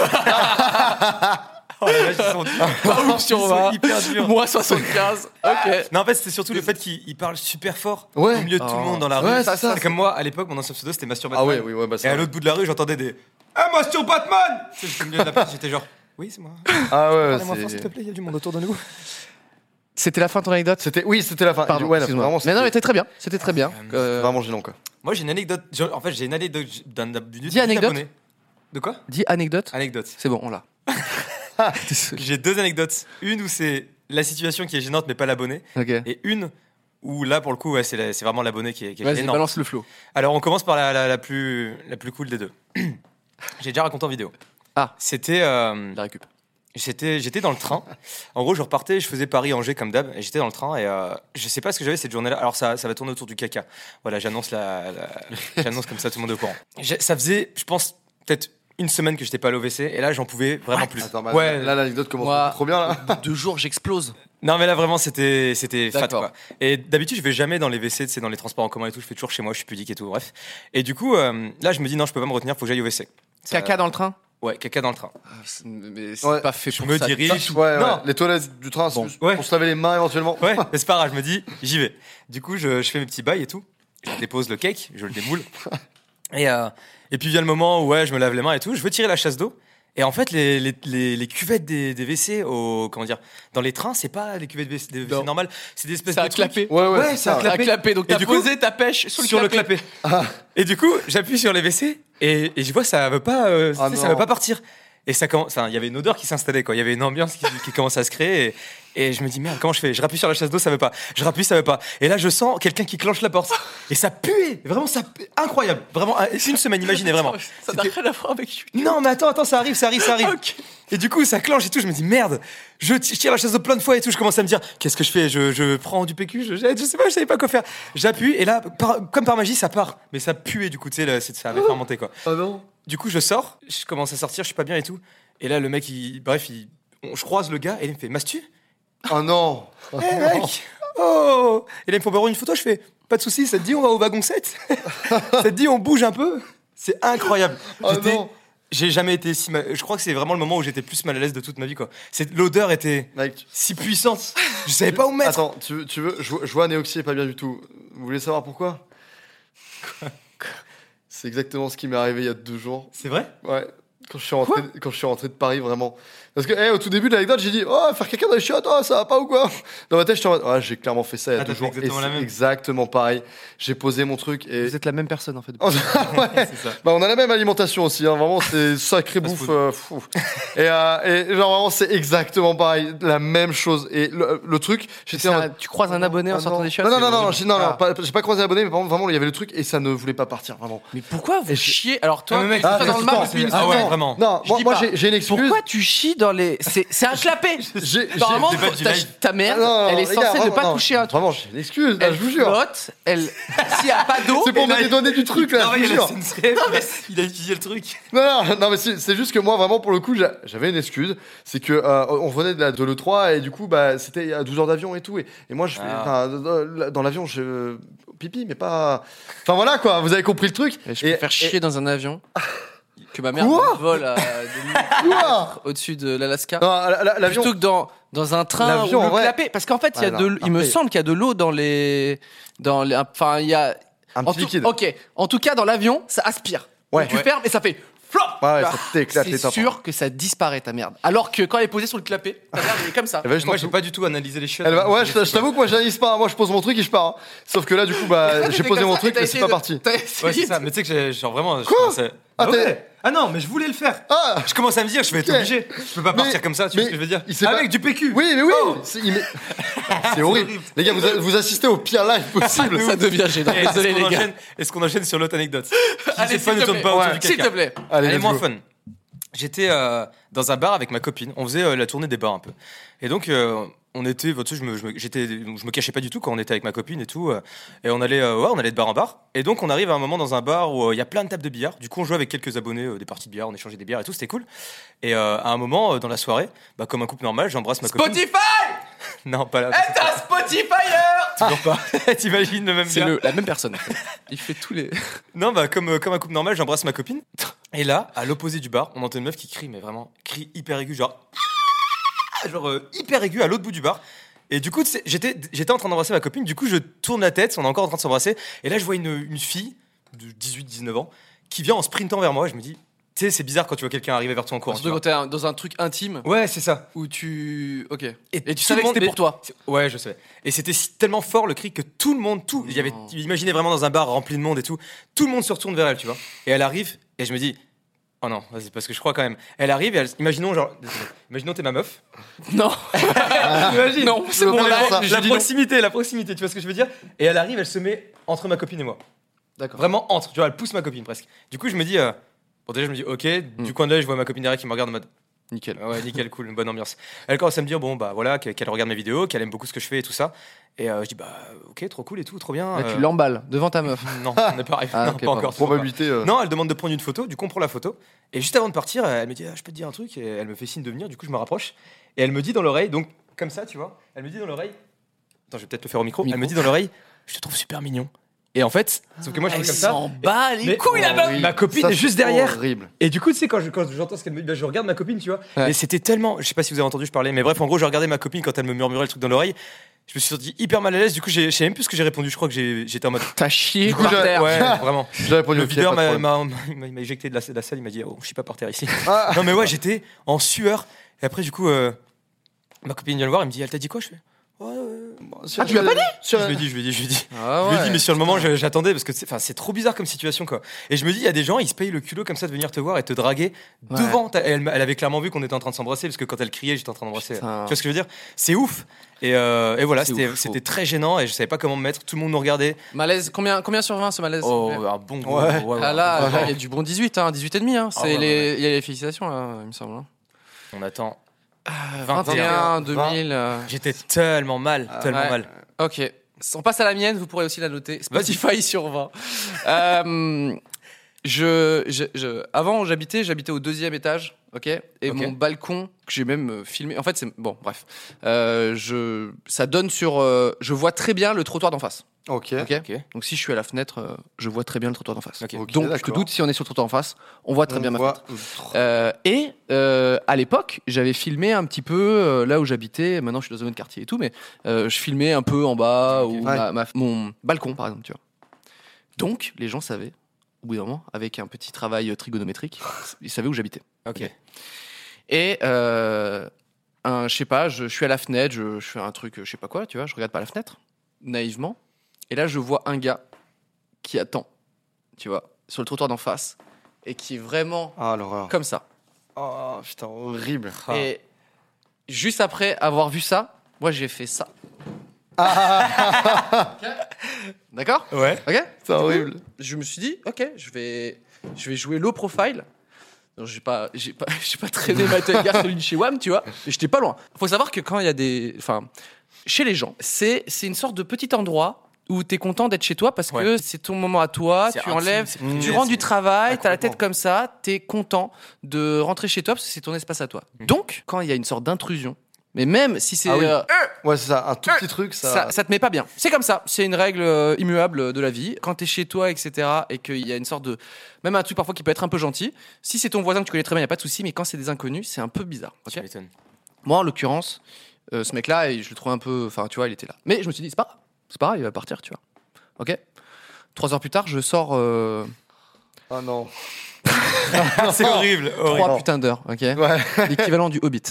Speaker 4: Oh la vache, ils sont- [LAUGHS]
Speaker 2: Pas ouf sur
Speaker 4: ils sont
Speaker 2: 20.
Speaker 4: hyper durs.
Speaker 2: Moi,
Speaker 4: [LAUGHS]
Speaker 2: 75. Ok.
Speaker 4: Non, en fait, c'était surtout le fait qu'il il parle super fort
Speaker 3: Ouais.
Speaker 4: au milieu de tout le monde dans la rue.
Speaker 3: Ouais, c'est ça.
Speaker 4: C'est Comme moi, à l'époque, mon ancien pseudo c'était Masturbate.
Speaker 3: Ah ouais, oui, ouais, bah
Speaker 4: Et à
Speaker 3: ça.
Speaker 4: l'autre bout de la rue, j'entendais des Ah, moi, sur Batman Tu sais, j'étais au milieu de la place, J'étais genre Oui, c'est moi.
Speaker 3: Ah ouais,
Speaker 4: Parlez-moi fort, s'il te
Speaker 3: c'est-
Speaker 4: plaît, il y a du monde autour de nous.
Speaker 2: C'était la fin de ton anecdote.
Speaker 3: c'était, oui, c'était la fin.
Speaker 2: Pardon,
Speaker 3: ouais, non,
Speaker 2: excuse-moi.
Speaker 3: vraiment,
Speaker 2: mais Ah, non, mais
Speaker 3: c'était
Speaker 2: c'était très bien. C'était très bien. Euh,
Speaker 3: vraiment gênant quoi.
Speaker 4: Moi, j'ai une anecdote. j'ai- En fait, j'ai une anecdote d'un abonné.
Speaker 2: Dis anecdote.
Speaker 4: De quoi
Speaker 2: Dis anecdote.
Speaker 4: Anecdote.
Speaker 2: C'est bon, [LAUGHS] on l'a.
Speaker 4: J'ai deux anecdotes. Une où c'est la situation qui est gênante, mais pas l'abonné.
Speaker 2: Ok.
Speaker 4: Et une où là, pour le coup, ouais, c'est la- c'est vraiment l'abonné qui est, qui est
Speaker 2: Vas-y,
Speaker 4: gênant.
Speaker 2: balance le flow.
Speaker 4: Alors, on commence par la, la- la plus, la plus cool des deux. [CLEARS THROAT] J'ai déjà raconté en vidéo.
Speaker 2: Ah.
Speaker 4: C'était. euh,
Speaker 2: La récup.
Speaker 4: j'étais j'étais dans le train. En gros, je repartais, je faisais Paris-Angers comme d'hab, et j'étais dans le train, et euh, je sais pas ce que j'avais cette journée-là. Alors, ça, ça va tourner autour du caca. Voilà, j'annonce la, la- j'annonce comme ça, tout le monde est au courant. J'ai- Ça faisait, je pense, peut-être une semaine que j'étais pas allé au WC, et là, j'en pouvais vraiment plus.
Speaker 3: Attends, bah,
Speaker 4: ouais,
Speaker 3: là l'anecdose commence
Speaker 2: Moi-
Speaker 3: trop bien là.
Speaker 2: Deux jours, j'explose.
Speaker 4: non, mais là, vraiment, c'était c'était fat,
Speaker 2: D'accord.
Speaker 4: quoi. Et d'habitude, je vais jamais dans les WC, tu sais, dans les transports en commun et tout, je fais toujours chez moi, je suis pudique et tout, bref. Et du coup, euh, là, je me dis, non, je peux pas me retenir, faut que j'aille au WC. Ça-
Speaker 2: [LAUGHS] Caca dans le train.
Speaker 4: Ouais, caca dans le train.
Speaker 2: Mais Ah, c'est
Speaker 3: Ouais.
Speaker 2: pas fait pour
Speaker 4: Je me
Speaker 2: ça.
Speaker 4: dirige.
Speaker 3: Ouais,
Speaker 4: Non.
Speaker 3: ouais. Les toilettes du train, c'est juste
Speaker 4: ouais.
Speaker 3: pour se laver les mains éventuellement.
Speaker 4: Ouais, [LAUGHS] mais c'est pas grave, je me dis, j'y vais. Du coup, je, je fais mes petits bails et tout. Je dépose le cake, je le
Speaker 2: [LAUGHS]
Speaker 4: démoule. Et, euh, et puis vient le moment où ouais, je me lave les mains et tout, je veux tirer la chasse d'eau. Et en fait, les, les, les, les cuvettes des, des WC au, comment dire, dans les trains, c'est pas les cuvettes des WC, des WC
Speaker 2: Non.
Speaker 4: normales, c'est des espèces
Speaker 2: Ça
Speaker 4: de
Speaker 2: a
Speaker 4: trucs-
Speaker 2: clapé.
Speaker 3: Ouais, ouais,
Speaker 4: Ouais,
Speaker 3: c'est
Speaker 4: ça a
Speaker 3: ça.
Speaker 2: À
Speaker 4: clapé.
Speaker 2: clapé. Donc
Speaker 4: Et
Speaker 2: t'as
Speaker 4: du coup,
Speaker 2: posé ta pêche sur
Speaker 4: sur,
Speaker 2: le
Speaker 4: le
Speaker 2: clapet.
Speaker 4: clapet.
Speaker 3: Ah.
Speaker 4: Et du coup, j'appuie sur les WC et, et je vois ça veut pas, euh, tu
Speaker 3: Ah
Speaker 4: sais,
Speaker 3: non.
Speaker 4: ça veut pas partir. Et ça commence, enfin, il y avait une odeur qui s'installait quoi. Il y avait une ambiance qui, qui commence à se créer. Et, et je me dis merde, comment je fais Je rappuie sur la chasse d'eau, ça veut pas. Je rappuie, ça veut pas. Et là, je sens quelqu'un qui clenche la porte. Et ça puait, vraiment ça, puait. incroyable, vraiment. un- C'est une semaine, imaginez vraiment.
Speaker 2: [LAUGHS] Ça n'a rien à voir avec YouTube.
Speaker 4: Non, mais attends, attends, ça arrive, ça arrive, ça arrive. Et du coup, ça clenche et tout. Je me dis merde, je ti- je tire la chasse de plein de fois et tout. Je commence à me dire qu'est-ce que je fais je, je prends du PQ, je, jette, je sais pas, je savais pas quoi faire. J'appuie et là, par- comme par magie, ça part. Mais ça puait du coup, tu sais, là, c'est- ça avait fermenté quoi.
Speaker 3: Ah non.
Speaker 4: Du coup, je sors, je commence à sortir, je suis pas bien et tout. Et là, le mec, il, bref, il, on- je croise le gars et il me fait Mastus
Speaker 3: Ah non.
Speaker 4: Eh mec Oh Et là, il me fait Bon, une photo, je fais Pas de soucis, ça te dit, on va au wagon 7 [LAUGHS] Ça te dit, on bouge un peu C'est incroyable
Speaker 3: Ah
Speaker 4: J'étais-
Speaker 3: non.
Speaker 4: J'ai jamais été si mal. Je crois que c'est vraiment le moment où j'étais plus mal à l'aise de toute ma vie, quoi. C'est- L'odeur était
Speaker 3: Mec.
Speaker 4: si puissante, je savais pas où me mettre.
Speaker 3: Attends, tu veux, tu veux, je, vois- je vois Neoxy est pas bien du tout. Vous voulez savoir pourquoi C'est exactement ce qui m'est arrivé il y a deux jours.
Speaker 4: C'est vrai [LAUGHS]
Speaker 3: Ouais. Quand je, suis rentré, quand je suis rentré de Paris, vraiment. Parce que, hey, au tout début de l'anecdote, j'ai dit Oh, faire quelqu'un dans les chiottes, oh, ça va pas ou quoi Dans ma tête, j'étais en mode Ah, j'ai clairement fait ça il y a
Speaker 4: Ah, t'as
Speaker 3: deux
Speaker 4: fait
Speaker 3: jours.
Speaker 4: exactement
Speaker 3: et
Speaker 4: la
Speaker 3: c'est
Speaker 4: même.
Speaker 3: Exactement pareil. J'ai posé mon truc et.
Speaker 2: Vous êtes la même personne en fait.
Speaker 3: [LAUGHS] Ouais.
Speaker 4: C'est ça.
Speaker 3: Bah, on a la même alimentation aussi, hein.
Speaker 4: [LAUGHS]
Speaker 3: vraiment, c'est sacré bouffe.
Speaker 4: food.
Speaker 3: euh, fou. et, euh, et genre, vraiment, c'est exactement pareil, la même chose. Et le, le truc, j'étais en.
Speaker 2: Ça, tu croises un abonné en
Speaker 3: Ah,
Speaker 2: sortant
Speaker 3: non.
Speaker 2: des chiottes.
Speaker 3: Non, non,
Speaker 2: c'est
Speaker 3: non, non,
Speaker 2: horrible.
Speaker 3: j'ai non, non,
Speaker 2: Ah.
Speaker 3: pas- j'ai pas croisé l'abonné, mais par contre, vraiment, il y avait le truc et ça ne voulait pas partir, vraiment.
Speaker 2: Mais pourquoi vous chiez Alors toi,
Speaker 4: Ah, mais mec,
Speaker 2: tu
Speaker 4: ah,
Speaker 2: fais dans
Speaker 4: mais
Speaker 2: le
Speaker 4: attends,
Speaker 2: marbre depuis une
Speaker 4: c'est- ah ouais,
Speaker 2: semaine.
Speaker 4: vraiment.
Speaker 3: Non,
Speaker 2: Je
Speaker 3: moi,
Speaker 2: dis
Speaker 3: moi,
Speaker 2: pas.
Speaker 3: j'ai j'ai une excuse.
Speaker 2: Pourquoi tu chies dans les C'est c'est un clapet.
Speaker 3: [LAUGHS] J'ai- j'ai-
Speaker 2: Normalement,
Speaker 4: j'ai pas dit
Speaker 2: ta,
Speaker 4: live.
Speaker 2: ta mère,
Speaker 3: Ah, non, non,
Speaker 2: elle est
Speaker 3: les
Speaker 2: censée
Speaker 3: gars,
Speaker 2: ne
Speaker 3: vraiment,
Speaker 2: pas
Speaker 3: non.
Speaker 2: toucher un truc.
Speaker 3: Vraiment, j'ai une excuse, là,
Speaker 2: Elle
Speaker 3: je vous jure.
Speaker 2: flotte, elle. S'il n'y a pas d'eau,
Speaker 3: [LAUGHS] C'est pour
Speaker 4: Et là,
Speaker 3: me
Speaker 4: il-
Speaker 3: donner du truc, là,
Speaker 4: Ah ouais,
Speaker 3: je vous
Speaker 4: il, a
Speaker 3: jure.
Speaker 4: la SNCF, il a utilisé le truc.
Speaker 3: Non, non, non, mais c'est c'est juste que moi, vraiment, pour le coup, j'a- j'avais une excuse. C'est que euh, on venait de, la- de l'E3 et du coup, bah, c'était à 12 heures d'avion et tout. Et, et moi, je fais-
Speaker 4: Ah.
Speaker 3: enfin, euh, dans l'avion, je pipi, mais pas. Enfin voilà quoi, vous avez compris le truc.
Speaker 2: Et Eh, je peux faire chier dans un avion que ma mère
Speaker 3: Quoi
Speaker 2: me vole à 2000
Speaker 3: Quoi
Speaker 2: au-dessus de l'Alaska.
Speaker 3: Ah. Non, la- la- l'avion.
Speaker 2: Plutôt que dans, dans un train
Speaker 3: L'avion,
Speaker 2: ou le
Speaker 3: en vrai-
Speaker 2: clapet. Parce qu'en fait, il, y a
Speaker 3: Ah, non,
Speaker 2: de, l- il me
Speaker 3: parfait.
Speaker 2: semble qu'il y a de l'eau dans les. Dans les enfin, il y a.
Speaker 3: Un
Speaker 2: en
Speaker 3: petit
Speaker 2: tout-
Speaker 3: liquide.
Speaker 2: ok, en tout cas, dans l'avion, ça aspire.
Speaker 3: Ouais.
Speaker 2: Donc, tu
Speaker 3: Ouais.
Speaker 2: fermes et ça fait flop Ah,
Speaker 3: Ouais, ouais, ça t'éclate les
Speaker 2: bah,
Speaker 3: hein.
Speaker 2: C'est
Speaker 3: tympans.
Speaker 2: sûr que ça disparaît ta merde. Alors que quand elle est posée sur le clapet, ta merde elle est comme ça.
Speaker 3: Elle va juste
Speaker 4: Moi,
Speaker 3: en-
Speaker 4: j'ai pas du tout analysé les chiottes.
Speaker 3: Elle va- ouais, je, je t'avoue que moi j'analyse pas. Moi je pose mon truc et je pars. hein.
Speaker 2: [LAUGHS]
Speaker 3: Sauf que là du coup bah j'ai posé mon truc mais c'est pas parti.
Speaker 2: T'as
Speaker 4: Ouais,
Speaker 2: essayé
Speaker 4: c'est
Speaker 2: de- [LAUGHS]
Speaker 4: ça, mais tu sais que j'ai genre vraiment. je
Speaker 3: Quoi
Speaker 4: commençais-
Speaker 3: Ah,
Speaker 4: Ah,
Speaker 3: t'es-
Speaker 4: ouais. Ah non, mais je voulais le faire.
Speaker 3: Ah
Speaker 4: Je commence à me dire, je vais être
Speaker 3: Ok.
Speaker 4: obligé. Je peux pas
Speaker 3: Mais-
Speaker 4: partir comme ça, tu
Speaker 3: mais
Speaker 4: vois ce que je veux dire
Speaker 3: il s'est
Speaker 4: Avec
Speaker 3: pas-
Speaker 11: [LAUGHS]
Speaker 4: du PQ.
Speaker 3: Oui, mais oui C'est il met- Oh. [LAUGHS] C'est horrible. Ah, Les gars, vous, a- vous assistez au pire live possible.
Speaker 11: Ça devient
Speaker 4: Et
Speaker 11: gênant.
Speaker 4: Est-ce
Speaker 11: Désolé,
Speaker 4: Eh, qu'on
Speaker 11: les gars.
Speaker 4: enchaîne- est-ce qu'on enchaîne sur
Speaker 11: [LAUGHS]
Speaker 4: l'autre anecdote
Speaker 11: Allez,
Speaker 4: C'est pas
Speaker 11: s'il
Speaker 4: ne
Speaker 11: te
Speaker 4: tourne pas autour
Speaker 11: plaît.
Speaker 4: du
Speaker 11: S'il
Speaker 4: caca.
Speaker 11: te plaît.
Speaker 3: Allez,
Speaker 4: Elle est
Speaker 3: let's
Speaker 4: moins
Speaker 3: go.
Speaker 4: fun. J'étais euh, dans un bar avec ma copine. On faisait euh, la tournée des bars un peu. Et donc, euh, on était, tu sais, je me, je me- j'étais, je me cachais pas du tout quand on était avec ma copine et tout. euh, et on allait, euh, ouais, on allait de bar en bar. Et donc, on arrive à un moment dans un bar où euh, il y a plein de tables de billard. Du coup, on jouait avec quelques abonnés euh, des parties de billard, on échangeait des bières et tout. C'était cool. Et euh, à un moment euh, dans la soirée, bah, comme un couple normal, j'embrasse ma copine.
Speaker 11: Spotify
Speaker 4: [LAUGHS] Non, pas là.
Speaker 11: est un Spotifyer
Speaker 4: Toujours pas. [LAUGHS] T'imagines le même
Speaker 11: C'est
Speaker 4: gars.
Speaker 11: le- la même personne. en fait. Il fait tous les.
Speaker 4: Non, bah, comme, euh, comme un couple normal, j'embrasse ma copine. [LAUGHS] Et là, à l'opposé du bar, on entend une meuf qui crie, mais vraiment, crie hyper aigu, genre. [LAUGHS] Genre euh, hyper aigu à l'autre bout du bar. Et du coup, tu sais, j'étais j'étais en train d'embrasser ma copine, du coup, je tourne la tête, on est encore en train de s'embrasser. Et là, je vois une, une fille de 18-19 ans qui vient en sprintant vers moi. Je me dis, tu sais, c'est bizarre quand tu vois quelqu'un arriver vers toi en courant. tu
Speaker 2: Surtout quand
Speaker 4: vois.
Speaker 2: t'es un- dans un truc intime
Speaker 4: Ouais, c'est ça.
Speaker 2: où tu. Ok. Et,
Speaker 4: Et,
Speaker 2: tu savais que c'était pour toi.
Speaker 4: C'est- Ouais, je savais. Et c'était si- tellement fort le cri que tout le monde, tout. Il y avait, imaginez vraiment dans un bar rempli de monde et tout. Tout le monde se retourne vers elle, tu vois. Et elle arrive, et je me dis, oh non, vas-y, parce que je crois quand même. Elle arrive, et elle, imaginons, genre, désolé. imaginons t'es ma meuf.
Speaker 2: Non.
Speaker 4: Imagine.
Speaker 2: Ah. Non, c'est bon.
Speaker 3: faire
Speaker 2: là,
Speaker 3: ça.
Speaker 2: je
Speaker 4: la
Speaker 2: dis non.
Speaker 4: proximité, la proximité, tu vois ce que je veux dire Et elle arrive, elle se met entre ma copine et moi.
Speaker 2: D'accord.
Speaker 4: Vraiment entre, tu vois, elle pousse ma copine presque. Du coup, je me dis, euh, bon, déjà, je me dis, ok,
Speaker 2: Hmm.
Speaker 4: du coin de l'œil, je vois ma copine derrière qui me regarde en mode,
Speaker 11: Nickel.
Speaker 4: Ah Ouais, nickel, cool, une bonne ambiance. Elle commence à me dire, bon, bah voilà, que- qu'elle regarde mes vidéos, qu'elle aime beaucoup ce que je fais et tout ça. Et euh, je dis, bah ok, trop cool et tout, trop bien.
Speaker 11: Là,
Speaker 4: euh,
Speaker 11: tu l'emballes devant ta meuf. [LAUGHS]
Speaker 4: Non, on n'est pas arrivé,
Speaker 11: Ah,
Speaker 4: non,
Speaker 11: ok,
Speaker 4: pas
Speaker 11: pardon.
Speaker 4: encore. toujours pas.
Speaker 3: Probabilité. euh,
Speaker 4: Non, elle demande de prendre une photo, du coup on prend la photo. Et juste avant de partir, elle me dit, Ah, je peux te dire un truc, et elle me fait signe de venir, du coup je me rapproche. Et elle me dit dans l'oreille, donc comme ça, tu vois, elle me dit dans l'oreille, attends, je vais peut-être le faire au micro, elle me dit dans l'oreille, je te trouve super mignon. Et en fait, sauf que moi je
Speaker 2: Ah
Speaker 4: fais comme ça.
Speaker 11: bat
Speaker 4: Mais-
Speaker 3: oui,
Speaker 4: Ma copine
Speaker 3: ça,
Speaker 4: est
Speaker 3: c'est
Speaker 4: juste derrière.
Speaker 3: Horrible.
Speaker 4: Et du coup, tu sais, quand je- quand j'entends ce qu'elle me dit, bah, je regarde ma copine, tu vois.
Speaker 11: Ouais.
Speaker 4: Et c'était tellement. Je sais pas si vous avez entendu, je parlais, mais bref, en gros, je regardais ma copine quand elle me murmurait le truc dans l'oreille. Je me suis senti hyper mal à l'aise, du coup, j'ai- je sais même plus ce que j'ai répondu. Je crois que j'ai- j'étais en mode.
Speaker 11: T'as chié
Speaker 3: Du coup,
Speaker 11: par
Speaker 3: j'ai-
Speaker 11: terre.
Speaker 4: Ouais, vraiment.
Speaker 3: J'avais répondu
Speaker 4: Le
Speaker 3: ok, pas
Speaker 4: videur
Speaker 3: de
Speaker 4: m'a-
Speaker 3: problème.
Speaker 4: m'a m'a- m'a éjecté de la, de la salle, il m'a dit, oh, je suis pas par terre ici.
Speaker 3: Ah.
Speaker 4: [LAUGHS] Non, mais ouais, j'étais en sueur. Et après, du coup, euh, ma copine vient le voir, elle me dit, elle t'a dit quoi Je fais. Ouais, ouais.
Speaker 3: Ah, tu l'as pas dit
Speaker 4: Je lui ai dit, je lui ai dit, je lui ai dit.
Speaker 11: Ah
Speaker 4: Je lui ai
Speaker 11: ouais.
Speaker 4: dit, mais sur le moment, je- j'attendais parce que c'est- enfin, c'est trop bizarre comme situation. quoi. Et je me dis, il y a des gens, ils se payent le culot comme ça de venir te voir et te draguer
Speaker 11: Ouais.
Speaker 4: devant. ta- Elle, m'a- elle avait clairement vu qu'on était en train de s'embrasser parce que quand elle criait, j'étais en train d'embrasser. Tu
Speaker 11: Putain.
Speaker 4: vois ce que je veux dire C'est ouf. Et, euh, et voilà,
Speaker 11: C'est
Speaker 4: c'était
Speaker 11: ouf,
Speaker 4: c'était très gênant et je savais pas comment me mettre. Tout le monde nous regardait.
Speaker 2: Malaise, combien, combien sur 20 ce malaise
Speaker 4: Oh, un bon gros-
Speaker 12: Ouais.
Speaker 4: ouais, ouais.
Speaker 2: Ah là, là, il y a du bon 18, hein, 18 et demi. Hein. C'est
Speaker 4: ouais,
Speaker 2: les, il y a les félicitations, là, il me semble. hein.
Speaker 4: On attend.
Speaker 2: Ah,
Speaker 4: Euh,
Speaker 2: 21, 2000. euh,
Speaker 4: J'étais tellement mal, tellement
Speaker 2: ouais.
Speaker 4: mal.
Speaker 2: Ok. On passe à la mienne, vous pourrez aussi la noter.
Speaker 4: Vas-y.
Speaker 2: Spotify sur 20. Euh, je, je- je- avant, j'habitais, j'habitais au deuxième étage, ok Et mon balcon, que j'ai même euh, filmé. En fait, c'est. Bon, bref. Euh, je, ça donne sur. euh, je vois très bien le trottoir d'en face.
Speaker 3: Ok.
Speaker 2: Ok, Donc si je suis à la fenêtre, euh, je vois très bien le trottoir d'en face.
Speaker 4: Ok.
Speaker 3: Ok,
Speaker 2: Donc je te
Speaker 3: d'accord.
Speaker 2: doute si on est sur le trottoir d'en face, on voit très
Speaker 3: On
Speaker 2: bien ma
Speaker 3: voit-
Speaker 2: fenêtre. Euh, et euh, à l'époque, j'avais filmé un petit peu euh, là où j'habitais. Maintenant, je suis dans un autre quartier et tout, mais euh, je filmais un peu en bas ou ma- ma- mon balcon, par exemple. Tu vois. Donc, les gens savaient, au bout d'un moment, avec un petit travail euh, trigonométrique, ils savaient où j'habitais.
Speaker 4: Ok.
Speaker 2: Et euh, un, je sais pas, je, je suis à la fenêtre, je, je fais un truc, euh, je sais pas quoi, tu vois, je regarde par la fenêtre, naïvement. Et là, je vois un gars qui attend, tu vois, sur le trottoir d'en face, et qui est vraiment
Speaker 3: Ah, l'horreur.
Speaker 2: comme ça.
Speaker 3: Oh, putain, horrible.
Speaker 2: Et juste après avoir vu ça, moi j'ai fait ça. [LAUGHS] Ok D'accord
Speaker 4: Ouais.
Speaker 2: Ok
Speaker 3: C'est horrible.
Speaker 2: Je me suis dit, ok, je vais, je vais jouer low profile. Non, J'ai pas, j'ai pas, [LAUGHS] j'ai pas traîné ma tête celui de chez Wam, tu vois. mais J'étais pas loin. Faut savoir que quand il y a des, enfin, chez les gens, c'est, c'est une sorte de petit endroit où t'es content d'être chez toi parce que
Speaker 4: Ouais.
Speaker 2: c'est ton moment à toi.
Speaker 4: C'est
Speaker 2: Ah, Tu
Speaker 4: intime,
Speaker 2: enlèves,
Speaker 4: c'est privé,
Speaker 2: tu rentres du
Speaker 4: c'est-
Speaker 2: travail,
Speaker 4: Ah,
Speaker 2: t'as la tête
Speaker 4: complètement.
Speaker 2: comme ça, t'es content de rentrer chez toi parce que c'est ton espace à toi. Donc, quand il y a une sorte d'intrusion, mais même si c'est
Speaker 3: Ah oui.
Speaker 2: euh,
Speaker 3: Ouais, c'est ça. Un tout petit truc, Ah, ça.
Speaker 2: ça, ça te met pas bien. C'est comme ça. C'est une règle euh, immuable de la vie. Quand t'es chez toi, etc., et qu'il y a une sorte de. Même un truc parfois qui peut être un peu gentil. Si c'est ton voisin que tu connais très bien, il a pas de souci. Mais quand c'est des inconnus, c'est un peu bizarre. ok
Speaker 4: Oh, Tu m'étonnes.
Speaker 2: [LAUGHS] Moi, en l'occurrence, euh, ce mec-là, il- je le trouvais un peu. Enfin, tu vois, il était là. Mais je me suis dit, c'est pas grave. C'est pas grave, il va partir, tu vois. Ok Trois heures plus tard, je sors euh,
Speaker 3: Ah non.
Speaker 4: C'est horrible. horrible.
Speaker 2: trois putains d'heures. Ok
Speaker 3: Ouais.
Speaker 2: L'équivalent du Hobbit.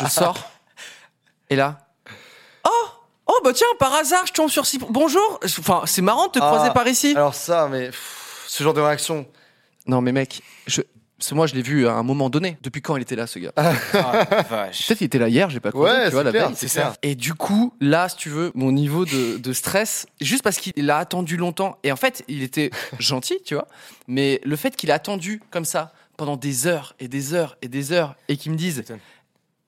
Speaker 2: je sors. Et là. Oh Oh, bah tiens, par hasard, je tombe sur. Cyp- Bonjour Enfin, c'est marrant de te
Speaker 3: Ah,
Speaker 2: croiser par ici.
Speaker 3: Alors, ça, mais. pff, Ce genre de réaction.
Speaker 2: Non, mais mec, je... parce que moi, je l'ai vu à un moment donné. Depuis quand il était là, ce gars
Speaker 4: Ah, vache.
Speaker 2: Peut-être qu'il était là hier, j'ai pas compris.
Speaker 3: Ouais,
Speaker 2: tu vois,
Speaker 3: c'est
Speaker 2: la
Speaker 3: clair,
Speaker 2: veille,
Speaker 3: c'est clair.
Speaker 2: Et du coup, là, si tu veux, mon niveau de, de stress, juste parce qu'il a attendu longtemps, et en fait, il
Speaker 3: [LAUGHS]
Speaker 2: était gentil, tu vois, mais le fait qu'il a attendu comme ça pendant des heures et des heures et des heures, et qu'il me dise,
Speaker 4: Putain.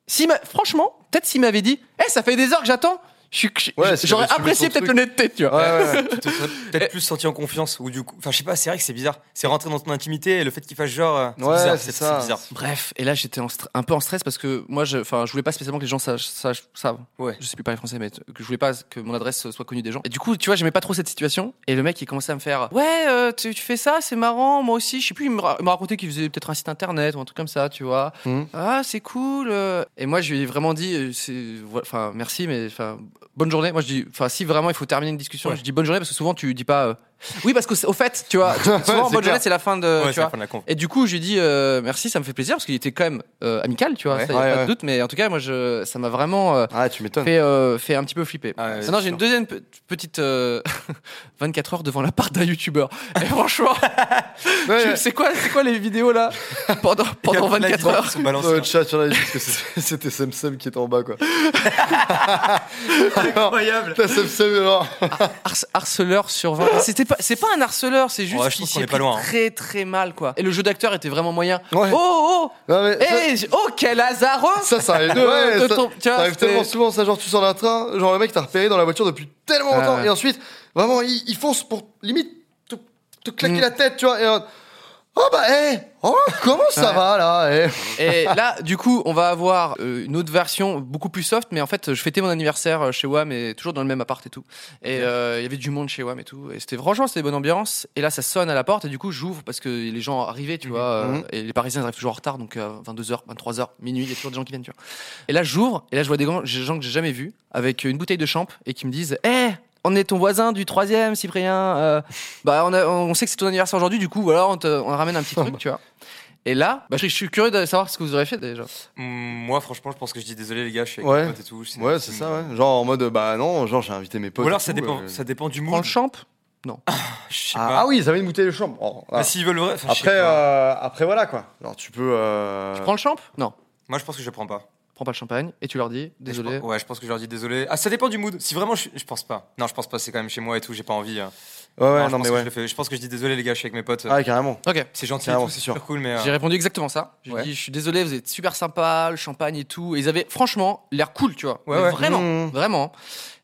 Speaker 2: si franchement, peut-être s'il m'avait dit, eh, ça fait des heures que j'attends, je suis- je-
Speaker 3: Ouais, s'il
Speaker 2: j'aurais
Speaker 3: avait suivi
Speaker 2: apprécié
Speaker 3: son
Speaker 2: peut-être
Speaker 3: truc.
Speaker 2: l'honnêteté, tu vois.
Speaker 3: Ouais, [LAUGHS] ouais, ouais.
Speaker 4: Tu te serais peut-être plus senti en confiance ou du coup. Enfin, je sais pas, c'est vrai que c'est bizarre. C'est rentré dans ton intimité et le fait qu'il fasse genre. euh, C'est
Speaker 3: Ouais,
Speaker 4: bizarre, c'est
Speaker 3: c'est ça.
Speaker 4: c'est bizarre.
Speaker 2: Bref, et là j'étais en stre- un peu en stress parce que moi, je, enfin, je voulais pas spécialement que les gens sachent, sachent- savent.
Speaker 4: Ouais.
Speaker 2: Je sais plus parler français, mais t- que je voulais pas que mon adresse soit connue des gens. Et du coup, tu vois, j'aimais pas trop cette situation. Et le mec, il commençait à me faire, ouais, euh, tu, tu fais ça, c'est marrant. Moi aussi, je sais plus. Il me ra- il m'a raconté qu'il faisait peut-être un site internet ou un truc comme ça, tu vois.
Speaker 3: Mhm.
Speaker 2: Ah, c'est cool. euh. Et moi, je lui ai vraiment dit, euh, c'est- voilà, enfin, merci, mais enfin, bonne journée. Moi, je dis, enfin, si vraiment il faut terminer une discussion, je dis bonne journée parce que souvent tu dis pas. euh, oui, parce qu'au au fait, tu vois, souvent
Speaker 3: c'est
Speaker 2: bonne
Speaker 3: clair.
Speaker 2: journée, c'est la fin
Speaker 3: Euh,
Speaker 2: de.
Speaker 4: Ouais,
Speaker 2: tu
Speaker 4: c'est la
Speaker 2: vois.
Speaker 4: fin de la conf.
Speaker 2: Et du coup, j'ai dit euh, merci, ça me fait plaisir parce qu'il était quand même euh, amical, tu vois,
Speaker 4: Ouais.
Speaker 2: ça y a
Speaker 3: Ouais,
Speaker 2: pas
Speaker 3: ouais.
Speaker 2: de doute. Mais en tout cas, moi, je, ça m'a vraiment euh,
Speaker 3: Ah, tu m'étonnes.
Speaker 2: fait, euh, fait un petit peu flipper.
Speaker 4: Ah ouais,
Speaker 2: Sinon,
Speaker 4: c'est
Speaker 2: j'ai une
Speaker 4: sûr.
Speaker 2: deuxième pe- petite euh, [LAUGHS] 24 heures devant l'appart d'un youtubeur. Et franchement,
Speaker 3: Ouais,
Speaker 2: tu-
Speaker 3: ouais.
Speaker 2: c'est quoi, c'est quoi les vidéos là pendant
Speaker 4: Il y a
Speaker 2: pendant
Speaker 4: plein de
Speaker 2: 24
Speaker 4: live
Speaker 2: heures
Speaker 4: qui sont balancés,
Speaker 3: Dans le
Speaker 4: hein.
Speaker 3: chat, il y en a qui disent que c'était- [LAUGHS] c'était Samsem qui était
Speaker 4: [LAUGHS]
Speaker 3: en bas, quoi. Incroyable. T'as Samsem, alors.
Speaker 2: Harce- harceleur sur 20. C'était pas, c'est pas un harceleur, c'est juste
Speaker 4: Ouais, je
Speaker 2: qu'il
Speaker 4: trouve
Speaker 2: s'y
Speaker 4: qu'on
Speaker 2: est
Speaker 4: est pas loin,
Speaker 2: pris
Speaker 4: hein.
Speaker 2: très très mal quoi. Et le jeu d'acteur était vraiment moyen.
Speaker 3: Ouais.
Speaker 2: Oh oh,
Speaker 3: Non, mais ça-
Speaker 2: Eh, oh quel hasardeux
Speaker 3: Ça, ça arrive.
Speaker 4: eh,
Speaker 2: de-
Speaker 3: ouais,
Speaker 2: de
Speaker 3: ça,
Speaker 2: ton- tu vois,
Speaker 3: ça arrive
Speaker 2: c'était-
Speaker 3: tellement souvent, ça. Genre, tu sors d'un train, genre, le mec t'a repéré dans la voiture depuis tellement
Speaker 2: Ah
Speaker 3: longtemps.
Speaker 2: ouais.
Speaker 3: Et ensuite, vraiment, il, il fonce pour limite te, te claquer
Speaker 2: Mm.
Speaker 3: la tête, tu vois. Et, euh, oh, bah, hé, oh, comment ça
Speaker 2: Ouais.
Speaker 3: va, là eh? hé
Speaker 2: Et là, du coup, on va avoir euh, une autre version beaucoup plus soft, mais en fait, je fêtais mon anniversaire euh, chez WAM et toujours dans le même appart et tout. Et euh, il y avait du monde chez WAM et tout. Et c'était franchement, c'était bonne ambiance. Et là, ça sonne à la porte et du coup, j'ouvre parce que les gens arrivaient, tu vois. euh,
Speaker 3: Mhm.
Speaker 2: Et les Parisiens ils arrivent toujours en retard, donc euh, 22h, 23h, minuit, il y a toujours des gens qui viennent, tu vois. Et là, j'ouvre et là, je vois des gens, des gens que j'ai jamais vus avec une bouteille de champ et qui me disent Hé, on est ton voisin du troisième, Cyprien. euh, bah, on, a- on sait que c'est ton anniversaire aujourd'hui, du coup, voilà, on, te, on ramène
Speaker 3: [LAUGHS]
Speaker 2: un petit truc, tu vois. Et là, bah, je, je suis curieux de savoir ce que vous aurez fait déjà.
Speaker 4: Mm, Moi, franchement, je pense que je dis désolé, les gars, je suis avec
Speaker 3: Ouais.
Speaker 4: mes potes et tout. je sais-
Speaker 3: [LAUGHS] Ouais, c'est ça, ouais. Genre, en mode, bah, non, genre, j'ai invité mes potes.
Speaker 4: Ou alors,
Speaker 3: et
Speaker 4: ça
Speaker 3: tout,
Speaker 4: dépend,
Speaker 3: euh.
Speaker 4: ça dépend du
Speaker 2: Prends
Speaker 4: mood.
Speaker 2: le champ.
Speaker 4: Euh. Je sais
Speaker 3: Ah,
Speaker 4: pas.
Speaker 3: ah oui, ils avaient une bouteille de chambre. Oh,
Speaker 4: Bah,
Speaker 3: ah.
Speaker 4: s'ils veulent vrai. enfin, je sais
Speaker 3: Après,
Speaker 4: pas.
Speaker 3: euh, après, voilà, quoi. Alors, tu peux. euh,
Speaker 2: Tu prends le champ Non,
Speaker 4: Moi, je pense que je prends pas.
Speaker 2: prends pas le champagne et tu leur dis
Speaker 4: Je
Speaker 2: désolé.
Speaker 4: pense- ouais, je pense que je leur dis désolé. Ah, ça dépend du mood. Si vraiment, je, je pense pas. Non, je pense pas. C'est quand même chez moi et tout. J'ai pas envie. hein.
Speaker 3: Ouais, ouais,
Speaker 4: je
Speaker 3: non,
Speaker 4: pense
Speaker 3: mais
Speaker 4: que
Speaker 3: ouais.
Speaker 4: Je, le fais. Je pense que je dis désolé, les gars, je suis avec mes potes.
Speaker 3: Ah, carrément.
Speaker 2: Ok.
Speaker 4: c'est gentil, et
Speaker 3: carrément,
Speaker 4: tout,
Speaker 3: c'est
Speaker 4: c'est
Speaker 3: sûr.
Speaker 4: super cool, mais. euh,
Speaker 2: J'ai répondu exactement ça. J'ai
Speaker 4: Ouais.
Speaker 2: dit, je suis désolé, vous êtes super sympa, le champagne et tout. Et ils avaient franchement l'air cool, tu vois.
Speaker 4: Ouais,
Speaker 2: Mais
Speaker 4: ouais.
Speaker 2: Vraiment,
Speaker 3: Mmh.
Speaker 2: vraiment.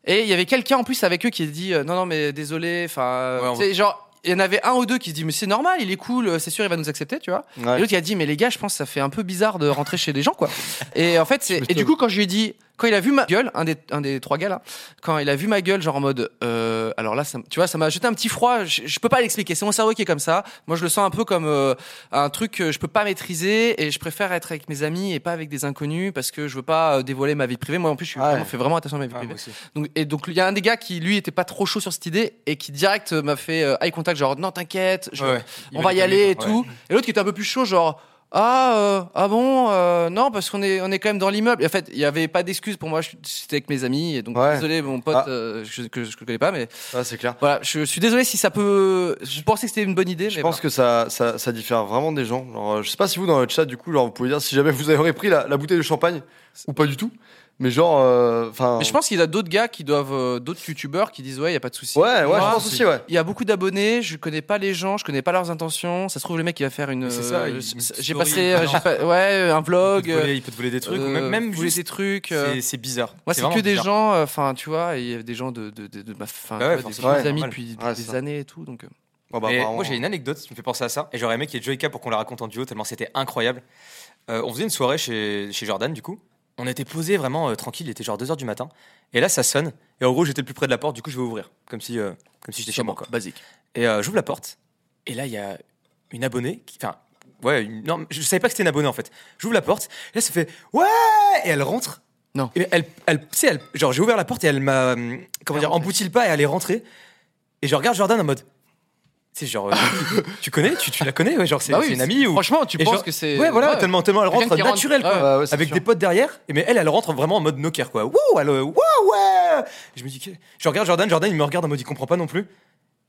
Speaker 2: Et il y avait quelqu'un en plus avec eux qui a dit euh, non, non, mais désolé. Enfin, euh,
Speaker 4: Ouais, on
Speaker 2: tu sais, genre, il y en avait un ou deux qui se dit mais c'est normal, il est cool, euh, c'est sûr, il va nous accepter, tu vois.
Speaker 3: Ouais.
Speaker 2: Et l'autre qui a dit mais les gars, je pense que ça fait un peu bizarre de rentrer chez les gens
Speaker 4: [LAUGHS]
Speaker 2: quoi. Et en fait c'est et du coup quand je lui ai dit quand il a vu ma gueule, un des, un des trois gars là, quand il a vu ma gueule genre en mode euh, alors là ça, m- tu vois ça m'a jeté un petit froid, je, je peux pas l'expliquer, c'est mon cerveau qui est comme ça. Moi je le sens un peu comme euh, un truc que je peux pas maîtriser et je préfère être avec mes amis et pas avec des inconnus parce que je veux pas euh, dévoiler ma vie privée. Moi en plus je suis
Speaker 3: Ouais.
Speaker 2: vraiment, fais vraiment attention à ma vie
Speaker 4: ah,
Speaker 2: privée.
Speaker 4: moi aussi.
Speaker 2: Donc, et donc, il y a un des gars qui, lui, était pas trop chaud sur cette idée et qui direct euh, m'a fait euh, eye contact, genre, non, t'inquiète, je-
Speaker 4: Ouais, ouais. Il
Speaker 2: on
Speaker 4: va
Speaker 2: va y
Speaker 4: nous
Speaker 2: aller et
Speaker 4: calmer,
Speaker 2: tout. Et l'autre qui était un peu plus chaud, genre, ah, euh, ah bon, euh, non, parce qu'on est, on est quand même dans l'immeuble. Et en fait, il y avait pas d'excuse pour moi, je- j'étais avec mes amis, et donc,
Speaker 3: Ouais.
Speaker 2: désolé, mon pote,
Speaker 3: Ah.
Speaker 2: euh, je- que je, que je connais pas, mais
Speaker 3: Ah, c'est clair.
Speaker 2: voilà, je, suis désolé si ça peut. Je pensais que c'était une bonne idée,
Speaker 3: Je
Speaker 2: mais.
Speaker 3: pense que ça, ça, ça diffère vraiment des gens. Genre, euh, je sais pas si vous dans le chat du coup, genre vous pouvez dire si jamais vous avez pris la, la bouteille de champagne ou pas du tout. Mais genre, euh, enfin.
Speaker 2: voilà. Mais je pense qu'il y a d'autres gars qui doivent, euh, d'autres youtubeurs qui disent, ouais, il y a pas de souci.
Speaker 3: Ouais, ouais,
Speaker 2: Moi,
Speaker 3: je pense aussi, ouais.
Speaker 2: Il y a beaucoup d'abonnés, je connais pas les gens, je connais pas leurs intentions. Ça se trouve, le mec, il va faire une.
Speaker 4: Mais c'est ça,
Speaker 2: euh,
Speaker 4: une
Speaker 2: c-
Speaker 4: petite
Speaker 2: J'ai
Speaker 4: story,
Speaker 2: passé. euh,
Speaker 4: une
Speaker 2: j'ai pas- ouais, un
Speaker 4: Il peut,
Speaker 2: vlog.
Speaker 4: te voler, il peut te voler des trucs, ou
Speaker 2: euh,
Speaker 4: même, même
Speaker 2: voler
Speaker 4: juste.
Speaker 2: des trucs. euh,
Speaker 4: C'est c'est bizarre.
Speaker 2: Moi, c'est
Speaker 4: vraiment
Speaker 2: que des
Speaker 4: bizarre.
Speaker 2: gens, euh, enfin, tu vois, il y a des gens de, de, de, de ma fin,
Speaker 4: Bah ouais,
Speaker 2: tu vois,
Speaker 4: forcément,
Speaker 2: des, des
Speaker 4: ouais,
Speaker 2: amis
Speaker 4: normal.
Speaker 2: depuis depuis
Speaker 3: Ouais, c'est
Speaker 2: des
Speaker 3: ça.
Speaker 2: années et tout. Donc, euh.
Speaker 3: Oh, bah,
Speaker 4: Et
Speaker 3: apparemment,
Speaker 4: moi j'ai une anecdote qui me fait penser à ça et j'aurais aimé qu'il y ait Joyka pour qu'on la raconte en duo tellement c'était incroyable. Euh, on faisait une soirée chez, chez Jordan du coup. On était posé vraiment euh, tranquille, il était genre 2h du matin et là ça sonne et en gros j'étais le plus près de la porte du coup je vais ouvrir comme si euh, comme si j'étais chez moi quoi.
Speaker 2: Basique.
Speaker 4: Et euh, j'ouvre la porte et là il y a une abonnée qui enfin ouais une- non je savais pas que c'était une abonnée en fait. J'ouvre la porte et là ça fait ouais et elle rentre.
Speaker 2: Non.
Speaker 4: Et elle elle tu sais elle genre j'ai ouvert la porte et elle m'a hum, comment
Speaker 2: Elle
Speaker 4: dire
Speaker 2: rentre.
Speaker 4: embouti le pas et elle est rentrée et je regarde Jordan en mode c'est genre euh, tu connais tu, tu la connais ouais, genre c'est
Speaker 2: Bah oui,
Speaker 4: c'est une amie ou
Speaker 2: Franchement, tu
Speaker 4: Et
Speaker 2: penses
Speaker 4: genre-
Speaker 2: que c'est.
Speaker 4: ouais voilà tellement tellement elle
Speaker 2: Quelqu'un
Speaker 4: rentre
Speaker 2: qui rentre.
Speaker 4: naturelle quoi
Speaker 2: Ouais,
Speaker 3: hein. ouais, ouais, c'est
Speaker 4: avec
Speaker 3: sûr.
Speaker 4: des potes derrière et mais elle elle rentre vraiment en mode knocker quoi wouh elle euh, waouh ouais je me dis que je regarde Jordan Jordan il me regarde en mode il comprend pas non plus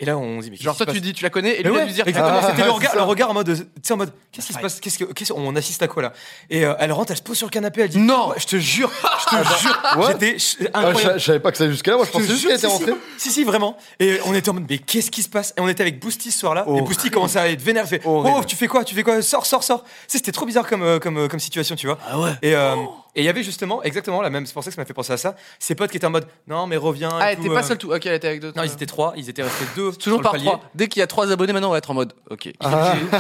Speaker 4: Et là, on se dit, mais
Speaker 2: Genre,
Speaker 4: qu'est-ce
Speaker 2: toi,
Speaker 4: qui se
Speaker 2: tu
Speaker 4: passe
Speaker 2: dis, tu la connais, et
Speaker 4: Mais
Speaker 2: lui,
Speaker 4: ouais,
Speaker 2: il va dire
Speaker 4: exactement,
Speaker 2: ah,
Speaker 4: c'était le
Speaker 3: ouais,
Speaker 4: regard,
Speaker 3: c'est
Speaker 4: le
Speaker 3: ça.
Speaker 4: regard en mode, tu sais, en mode, qu'est-ce qui se passe, qu'est-ce que, qu'est-ce- on assiste à quoi là Et euh, elle rentre, elle se pose sur le canapé, elle dit,
Speaker 2: Non
Speaker 4: Ouais, je te
Speaker 3: [LAUGHS]
Speaker 4: jure, je te jure,
Speaker 3: Ouais.
Speaker 4: j'étais ch-
Speaker 3: bah, Ah, je,
Speaker 4: incroyable.
Speaker 3: je savais pas que ça allait jusqu'à là, moi
Speaker 4: Je
Speaker 3: je
Speaker 4: te
Speaker 3: pensais juste
Speaker 4: jure,
Speaker 3: qu'elle était
Speaker 4: si, si,
Speaker 3: rentrée.
Speaker 4: Si, si, vraiment. Et on était en mode, mais qu'est-ce qui se passe Et on était avec Boosty ce soir-là. Et
Speaker 3: Horrible.
Speaker 4: Boosty commençait à être vénère. il fait,
Speaker 3: Oh. Horrible.
Speaker 4: oh, tu fais quoi Tu fais quoi Sors, sors, sors. Tu sais, C'était trop bizarre comme, euh, comme, euh, comme situation, tu vois.
Speaker 3: Ah
Speaker 4: Et euh,
Speaker 3: Oh.
Speaker 4: et il y avait justement, exactement la même, c'est pour ça que ça m'a fait penser à ça. Ses potes qui étaient en mode, non, mais reviens. et
Speaker 2: Ah, elle
Speaker 4: tout,
Speaker 2: était pas
Speaker 4: euh.
Speaker 2: seul tout. Ok, elle était avec d'autres.
Speaker 4: Non, ils étaient trois, ils étaient restés deux.
Speaker 2: Toujours
Speaker 4: sur le
Speaker 2: par
Speaker 4: palier. Ah.
Speaker 2: trois. Dès qu'il y a trois abonnés, maintenant, on va être en mode, ok. Qui qui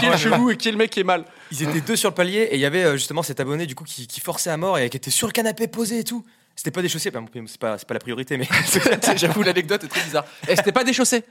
Speaker 2: est le chelou et qui est le mec qui est
Speaker 4: [LAUGHS]
Speaker 2: mal
Speaker 4: Ils étaient deux sur le palier et il y avait euh, justement cet abonné du coup qui, qui forçait à mort et qui était sur le canapé posé et tout. C'était pas des chaussées, enfin, bon, c'est pas, c'est pas la priorité, mais [LAUGHS]
Speaker 2: J'avoue, l'anecdote est très bizarre. Et c'était pas déchaussé.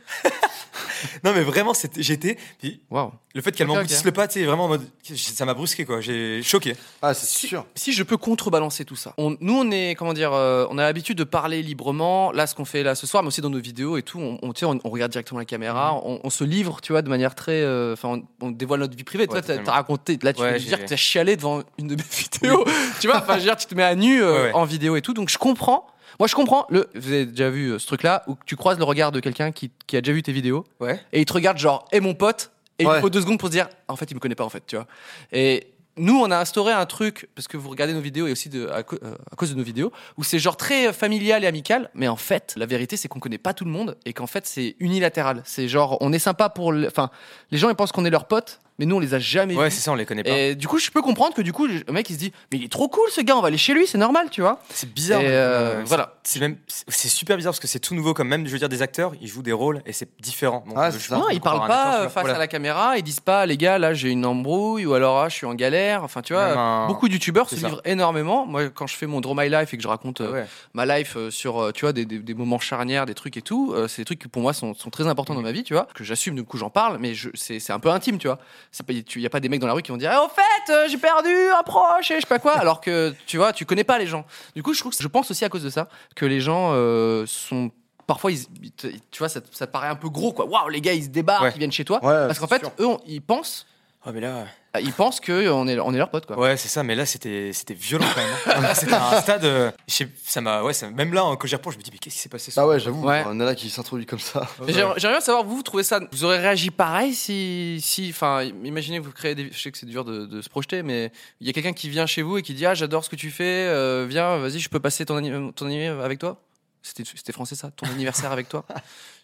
Speaker 4: non, mais vraiment, c'était- j'étais. puis
Speaker 2: Waouh.
Speaker 4: Le fait qu'elle
Speaker 2: Ok,
Speaker 4: m'emboutisse
Speaker 2: ok.
Speaker 4: le pas, tu sais, vraiment en mode. Ça m'a brusqué quoi, j'ai choqué.
Speaker 3: Ah, c'est sûr.
Speaker 2: Si je peux contrebalancer tout ça. On- nous, on est, comment dire, euh, on a l'habitude de parler librement. Là, ce qu'on fait là ce soir, mais aussi dans nos vidéos et tout, on, on, tu sais, on- on regarde directement la caméra,
Speaker 4: Mhm.
Speaker 2: on, on se livre, tu vois, de manière très. euh, Enfin, on, on dévoile notre vie privée. Toi, t'as
Speaker 4: totalement.
Speaker 2: t'as raconté. Là, tu
Speaker 4: Ouais,
Speaker 2: veux
Speaker 4: j'ai-
Speaker 2: dire que t'as chialé devant une de mes [LAUGHS] vidéos. tu vois, enfin, je veux dire, tu te mets à nu euh,
Speaker 4: Ouais, ouais.
Speaker 2: en vidéo et tout. Donc, je comprends. Moi, je comprends. Le, vous avez déjà vu euh, ce truc-là où tu croises le regard de quelqu'un qui, qui a déjà vu tes vidéos
Speaker 4: Ouais.
Speaker 2: et il te regarde genre et mon pote et il
Speaker 3: Ouais.
Speaker 2: faut deux secondes pour se dire en fait il me connaît pas en fait tu vois et nous on a instauré un truc parce que vous regardez nos vidéos et aussi de, à, co- euh, à cause de nos vidéos où c'est genre très euh, familial et amical mais en fait la vérité c'est qu'on connaît pas tout le monde et qu'en fait c'est unilatéral c'est genre on est sympa pour le- enfin les gens ils pensent qu'on est leurs potes mais nous on les a jamais
Speaker 4: Ouais,
Speaker 2: vus.
Speaker 4: c'est ça, on les connaît pas.
Speaker 2: et du coup je peux comprendre que du coup le mec il se dit mais il est trop cool ce gars on va aller chez lui c'est normal tu vois
Speaker 4: C'est bizarre.
Speaker 2: et,
Speaker 4: mais,
Speaker 2: euh,
Speaker 4: euh, c'est-
Speaker 2: voilà.
Speaker 4: C'est même, c'est c'est super bizarre parce que c'est tout nouveau comme même. Je veux dire, des acteurs, ils jouent des rôles et c'est différent. Donc,
Speaker 3: Ah,
Speaker 4: je pense
Speaker 3: c'est ça.
Speaker 2: Non,
Speaker 4: qu'on
Speaker 2: ils
Speaker 4: compare
Speaker 2: parlent
Speaker 4: un acteur,
Speaker 2: pas
Speaker 4: tu
Speaker 2: euh,
Speaker 4: vois,
Speaker 2: face
Speaker 4: voilà.
Speaker 2: à la caméra, ils disent pas les gars là j'ai une embrouille ou alors ah, je suis en galère. Enfin tu vois,
Speaker 4: Même un-
Speaker 2: beaucoup de youtubeurs se
Speaker 4: C'est ça. Ah
Speaker 2: livrent énormément. Moi quand je fais mon Draw My Life et que je raconte euh,
Speaker 4: Ouais.
Speaker 2: ma life euh, sur euh, tu vois des, des- des moments charnières, des trucs et tout, euh, c'est des trucs qui pour moi sont, sont très importants dans ma vie, tu vois, que j'assume du coup j'en parle, mais je- c'est c'est un peu intime, tu vois. C'est pas il y a pas des mecs dans la rue qui vont dire Eh, au fait euh, j'ai perdu un proche et je sais pas quoi, [LAUGHS] alors que tu vois tu connais pas les gens. Du coup je trouve que je pense aussi à cause de ça que les gens euh, sont Parfois, ils- ils te- tu vois, ça, te- ça te paraît un peu gros, quoi. Waouh, les gars, ils se débarquent,
Speaker 4: Ouais.
Speaker 2: ils viennent chez toi.
Speaker 3: Ouais,
Speaker 2: Parce qu'en
Speaker 3: c'est
Speaker 2: fait,
Speaker 3: sûr.
Speaker 2: eux, on- ils pensent,
Speaker 4: Oh, mais là.
Speaker 2: ils pensent que on est, on est leur pote, quoi.
Speaker 4: Ouais, c'est ça, mais là c'était c'était violent quand même. Là, [LAUGHS] c'était un stade. euh, je sais- ça m'a ouais, ça- même là hein, quand j'y repense, je me dis mais qu'est-ce qui s'est passé ce
Speaker 3: Ah
Speaker 4: soir
Speaker 3: ouais, j'avoue,
Speaker 2: Bah Ouais.
Speaker 3: un nana qui s'introduit comme ça.
Speaker 2: Mais J'aimerais j'aimerais bien savoir, vous, vous trouvez ça, vous aurez réagi pareil si, si, enfin, imaginez que vous créez des, je sais que c'est dur de, de se projeter, mais il y a quelqu'un qui vient chez vous et qui dit, ah, j'adore ce que tu fais, euh, viens, vas-y, je peux passer ton, anni- ton anniversaire avec toi. C'était c'était français ça, ton anniversaire avec
Speaker 4: [LAUGHS]
Speaker 2: toi.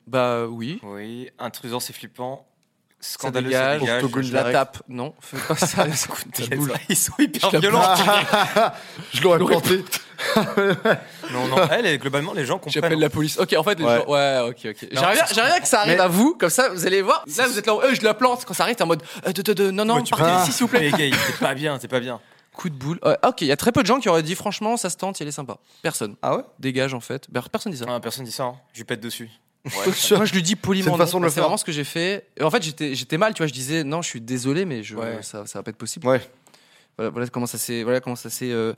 Speaker 2: Bah oui.
Speaker 4: Oui, intrusant, c'est flippant.
Speaker 2: Ça
Speaker 4: Scandaleux,
Speaker 2: dégage,
Speaker 4: ça dégage.
Speaker 2: je la tape. Non, fais pas
Speaker 4: [LAUGHS]
Speaker 2: ça, ça coûte
Speaker 4: Je-
Speaker 2: cher.
Speaker 4: Ils sont hyper
Speaker 2: Je la
Speaker 4: violents.
Speaker 3: [LAUGHS] Je l'aurais planté.
Speaker 4: non, non. Elle, et globalement, les gens
Speaker 2: J'appelle
Speaker 4: comprennent.
Speaker 2: la police. Ok, en fait, les
Speaker 3: Ouais.
Speaker 2: gens- ouais, ok, ok.
Speaker 4: Non,
Speaker 2: J'aimerais bien, j'aimerais bien que ça arrive
Speaker 3: Mais-
Speaker 2: à vous, comme ça, vous allez voir. Là, vous êtes là, en- euh, je la plante. Quand ça arrive, t'es en mode, euh, de, de, de, non, non,
Speaker 4: hein. Ouais, tu
Speaker 2: partez
Speaker 4: parles
Speaker 2: d'ici, s'il vous plaît.
Speaker 4: Les gars, il- t'es pas bien, t'es pas bien.
Speaker 2: Coup de boule. Ouais, ok, il y a très peu de gens qui auraient dit, franchement, ça se tente, il est sympa. Personne.
Speaker 3: Ah ouais
Speaker 2: Dégage, en fait. Ben, personne dit ça.
Speaker 4: Ah, personne dit ça, hein. je lui pète dessus. [LAUGHS]
Speaker 2: Moi, je lui dis poliment.
Speaker 3: C'est une
Speaker 2: non.
Speaker 3: façon de le
Speaker 2: C'est
Speaker 3: faire.
Speaker 2: vraiment ce que j'ai fait. Et en fait, j'étais, j'étais mal, tu vois. Je disais, non, je suis désolé, mais je,
Speaker 4: Ouais.
Speaker 2: ça, ça va pas être possible.
Speaker 3: Ouais.
Speaker 2: Voilà, voilà comment ça s'est, voilà comment ça s'est euh,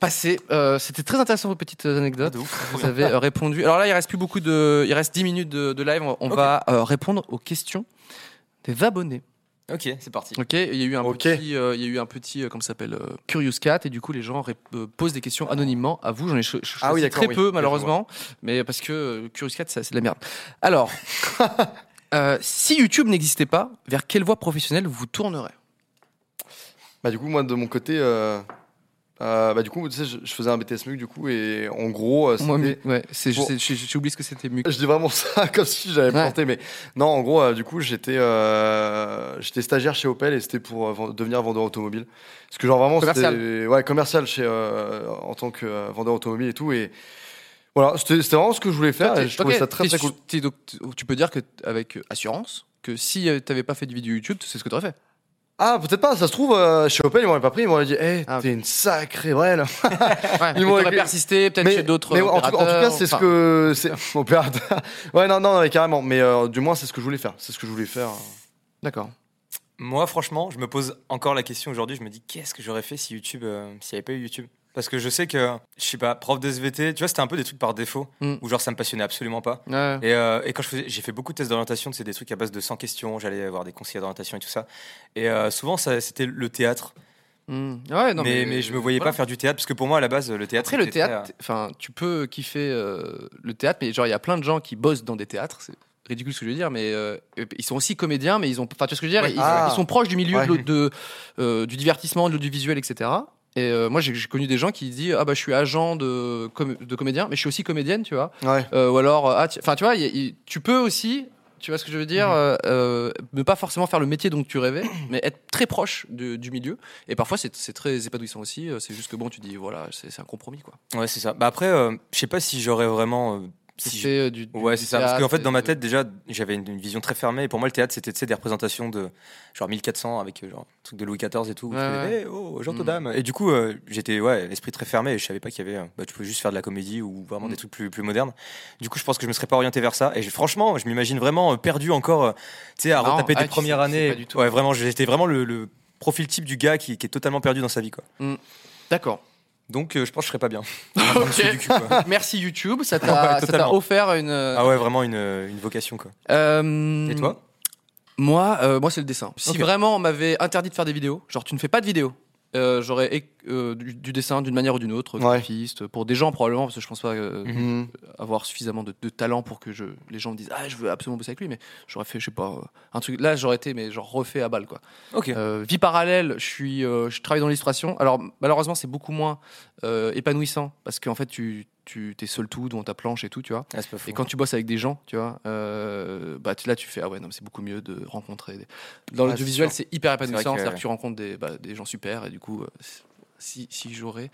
Speaker 2: passé. Euh, c'était très intéressant vos petites euh, anecdotes. vous avez euh, répondu. Alors là, il reste plus beaucoup de, il reste 10 minutes de, de live. On, on
Speaker 4: Ok.
Speaker 2: va euh, répondre aux questions des abonnés.
Speaker 4: Ok, c'est parti.
Speaker 2: Ok. Il y a eu un
Speaker 3: Ok.
Speaker 2: petit, euh, il y a eu un petit, euh, comment ça s'appelle, euh, Curious Cat, et du coup, les gens ré- euh, posent des questions anonymement à vous. J'en ai cho- cho-
Speaker 3: Ah oui,
Speaker 2: choisi
Speaker 3: d'accord,
Speaker 2: très
Speaker 3: oui.
Speaker 2: peu malheureusement, mais parce que euh, Curious Cat, ça, c'est de la merde. Alors, [LAUGHS] euh, si YouTube n'existait pas, vers quelle voie professionnelle vous tournerez
Speaker 3: Bah du coup moi de mon côté euh, euh, bah du coup tu sais je, je faisais un BTS MUC du coup et en gros euh,
Speaker 2: Moi,
Speaker 3: c'était-
Speaker 2: mais- ouais, c'est,
Speaker 3: Bon.
Speaker 2: c'est- j'ai j'ai oublié ce que c'était muc.
Speaker 3: je dis vraiment ça [LAUGHS] comme si j'avais planté mais non en gros euh, du coup j'étais euh, j'étais stagiaire chez Opel et c'était pour euh, ven- devenir vendeur automobile parce que genre vraiment
Speaker 2: Commercial.
Speaker 3: c'était ouais commercial chez euh, en tant que euh, vendeur automobile et tout et voilà c'était c'était vraiment ce que je voulais faire
Speaker 2: Toi,
Speaker 3: et
Speaker 2: t'es-
Speaker 3: Ah, je trouvais
Speaker 2: ok,
Speaker 3: ça très
Speaker 2: t'es
Speaker 3: très
Speaker 2: su-
Speaker 3: cool
Speaker 2: t'es donc- t- tu peux dire que t- avec euh, assurance que si euh, t'avais pas fait de vidéo YouTube, c'est ce que t'aurais fait.
Speaker 3: [LAUGHS] ah peut-être pas ça se trouve euh, chez Opel ils m'auraient pas pris ils m'auraient dit hé
Speaker 2: Ah, ok.
Speaker 3: t'es une sacrée brêle
Speaker 2: Ouais,
Speaker 3: Ils
Speaker 2: mais
Speaker 3: m'ont
Speaker 2: t'aurais
Speaker 3: écrit-
Speaker 2: persisté peut-être chez d'autres
Speaker 3: mais en, tout, en tout cas,
Speaker 2: opérateurs,
Speaker 3: c'est ce
Speaker 2: enfin,
Speaker 3: que c'est [LAUGHS] opérateur. ouais, non, non, mais carrément. Mais euh, du moins, c'est ce que je voulais faire. C'est ce que je voulais faire.
Speaker 2: D'accord.
Speaker 4: Moi, franchement, je me pose encore la question aujourd'hui. Je me dis, qu'est-ce que j'aurais fait si YouTube, euh, s'il n'y avait pas eu YouTube Parce que je sais que, je sais pas, prof de SVT, tu vois, c'était un peu des trucs par défaut,
Speaker 2: Mm.
Speaker 4: où genre ça me passionnait absolument pas.
Speaker 2: Ouais.
Speaker 4: Et, euh, et quand je faisais, j'ai fait beaucoup de tests d'orientation, c'est des trucs à base de 100 questions, j'allais voir des conseillers d'orientation et tout ça. Et euh, souvent, ça, c'était le théâtre.
Speaker 2: Hmm. Ouais, non,
Speaker 4: mais, mais je me voyais
Speaker 2: voilà.
Speaker 4: pas faire du théâtre, parce que pour moi, à la base, le théâtre.
Speaker 2: Après le
Speaker 4: était très,
Speaker 2: théâtre, t'es- enfin, tu peux kiffer euh, le théâtre, mais genre il y a plein de gens qui bossent dans des théâtres. c'est- ridicule ce que je veux dire, mais euh, ils sont aussi comédiens, mais ils ont, enfin, tu vois ce que je veux dire,
Speaker 3: Ouais.
Speaker 2: ils,
Speaker 3: Ah.
Speaker 2: ils sont proches du milieu
Speaker 3: Ouais.
Speaker 2: de l'au- de, euh, du divertissement, de l'audiovisuel, etc. Et euh, moi, j'ai j'ai connu des gens qui disent ah bah je suis agent de com- de comédien, mais je suis aussi comédienne, tu vois.
Speaker 3: Ouais.
Speaker 2: Euh, ou alors, euh, ah, tu- enfin, tu vois, il y a- il- tu peux aussi, tu vois ce que je veux
Speaker 3: Mm-hmm.
Speaker 2: dire, euh, euh, ne pas forcément faire le métier dont tu rêvais, [COUGHS] mais être très proche du, du milieu. Et parfois, c'est c'est très épanouissant aussi. euh, C'est juste que bon, tu dis, voilà, c'est c'est un compromis, quoi.
Speaker 4: Ouais, c'est ça. Bah après, euh, je sais pas si j'aurais vraiment. euh, si je-
Speaker 2: C'est euh, du. du-
Speaker 4: Ouais,
Speaker 2: du
Speaker 4: c'est ça. Parce qu'en
Speaker 2: théâtre,
Speaker 4: fait, dans ma
Speaker 2: de-
Speaker 4: tête, déjà, j'avais une, une vision très fermée. Et pour moi, le théâtre, c'était tu sais, des représentations de genre 1400 avec euh, genre un truc de Louis XIV et tout. où tu
Speaker 2: Ouais,
Speaker 4: fais,
Speaker 2: ouais.
Speaker 4: Eh, oh, genre
Speaker 2: Mm.
Speaker 4: aux dames. Et du coup, euh, j'étais ouais, l'esprit très fermé. Et je savais pas qu'il y avait. euh, bah, tu pouvais juste faire de la comédie ou
Speaker 2: Mm.
Speaker 4: vraiment des trucs plus, plus modernes. Du coup, je pense que je me serais pas orienté vers ça. Et j'ai- franchement, je m'imagine vraiment euh, perdu encore, euh, tu sais, à
Speaker 2: Non,
Speaker 4: retaper
Speaker 2: ah,
Speaker 4: des
Speaker 2: tu
Speaker 4: premières
Speaker 2: sais- tu sais
Speaker 4: années.
Speaker 2: pas du tout.
Speaker 4: Ouais, vraiment, j'étais vraiment le, le profil type du gars qui, qui est totalement perdu dans sa vie, quoi. [LAUGHS]
Speaker 2: D'accord.
Speaker 4: Donc, euh, je pense que je
Speaker 2: [LAUGHS]
Speaker 4: serais pas bien. Vraiment, je me suis du cul, quoi.
Speaker 2: Merci YouTube, ça
Speaker 4: Ah Ouais,
Speaker 2: t'a ça t'a
Speaker 4: totalement.
Speaker 2: offert une. euh,
Speaker 4: Ah ouais, vraiment une, une vocation, quoi.
Speaker 2: euh,
Speaker 4: Et toi
Speaker 2: Moi, euh, moi c'est le dessin. Si
Speaker 4: Ok.
Speaker 2: vraiment on m'avait interdit de faire des vidéos, genre tu ne fais pas de vidéos, euh, j'aurais éc- euh, du, du dessin d'une manière ou d'une autre,
Speaker 3: Ouais.
Speaker 2: graphiste, pour des gens probablement, parce que je pense pas euh,
Speaker 4: Mm.
Speaker 3: Mhm.
Speaker 2: avoir suffisamment de, de talent pour que je, les gens me disent ah je veux absolument bosser avec lui, mais j'aurais fait je sais pas euh, un truc. Là j'aurais été mais genre refait à balle quoi.
Speaker 4: Ok.
Speaker 2: Euh, vie parallèle, je suis, euh, je travaille dans l'illustration. Alors malheureusement c'est beaucoup moins euh, épanouissant parce qu'en fait tu tu t'es seul tout, dont ta planche et tout, tu vois.
Speaker 4: Ah, c'est pas fou.
Speaker 2: Et quand tu bosses avec des gens, tu vois, euh, bah, tu- là tu fais ah ouais non mais c'est beaucoup mieux de rencontrer. Des... Dans
Speaker 4: Ah,
Speaker 2: l'audiovisuel
Speaker 4: c'est
Speaker 2: c'est hyper
Speaker 4: C'est
Speaker 2: épanouissant,
Speaker 4: vrai que-
Speaker 2: c'est-à-dire que tu rencontres des, bah, des gens super et du coup euh, si si j'aurais,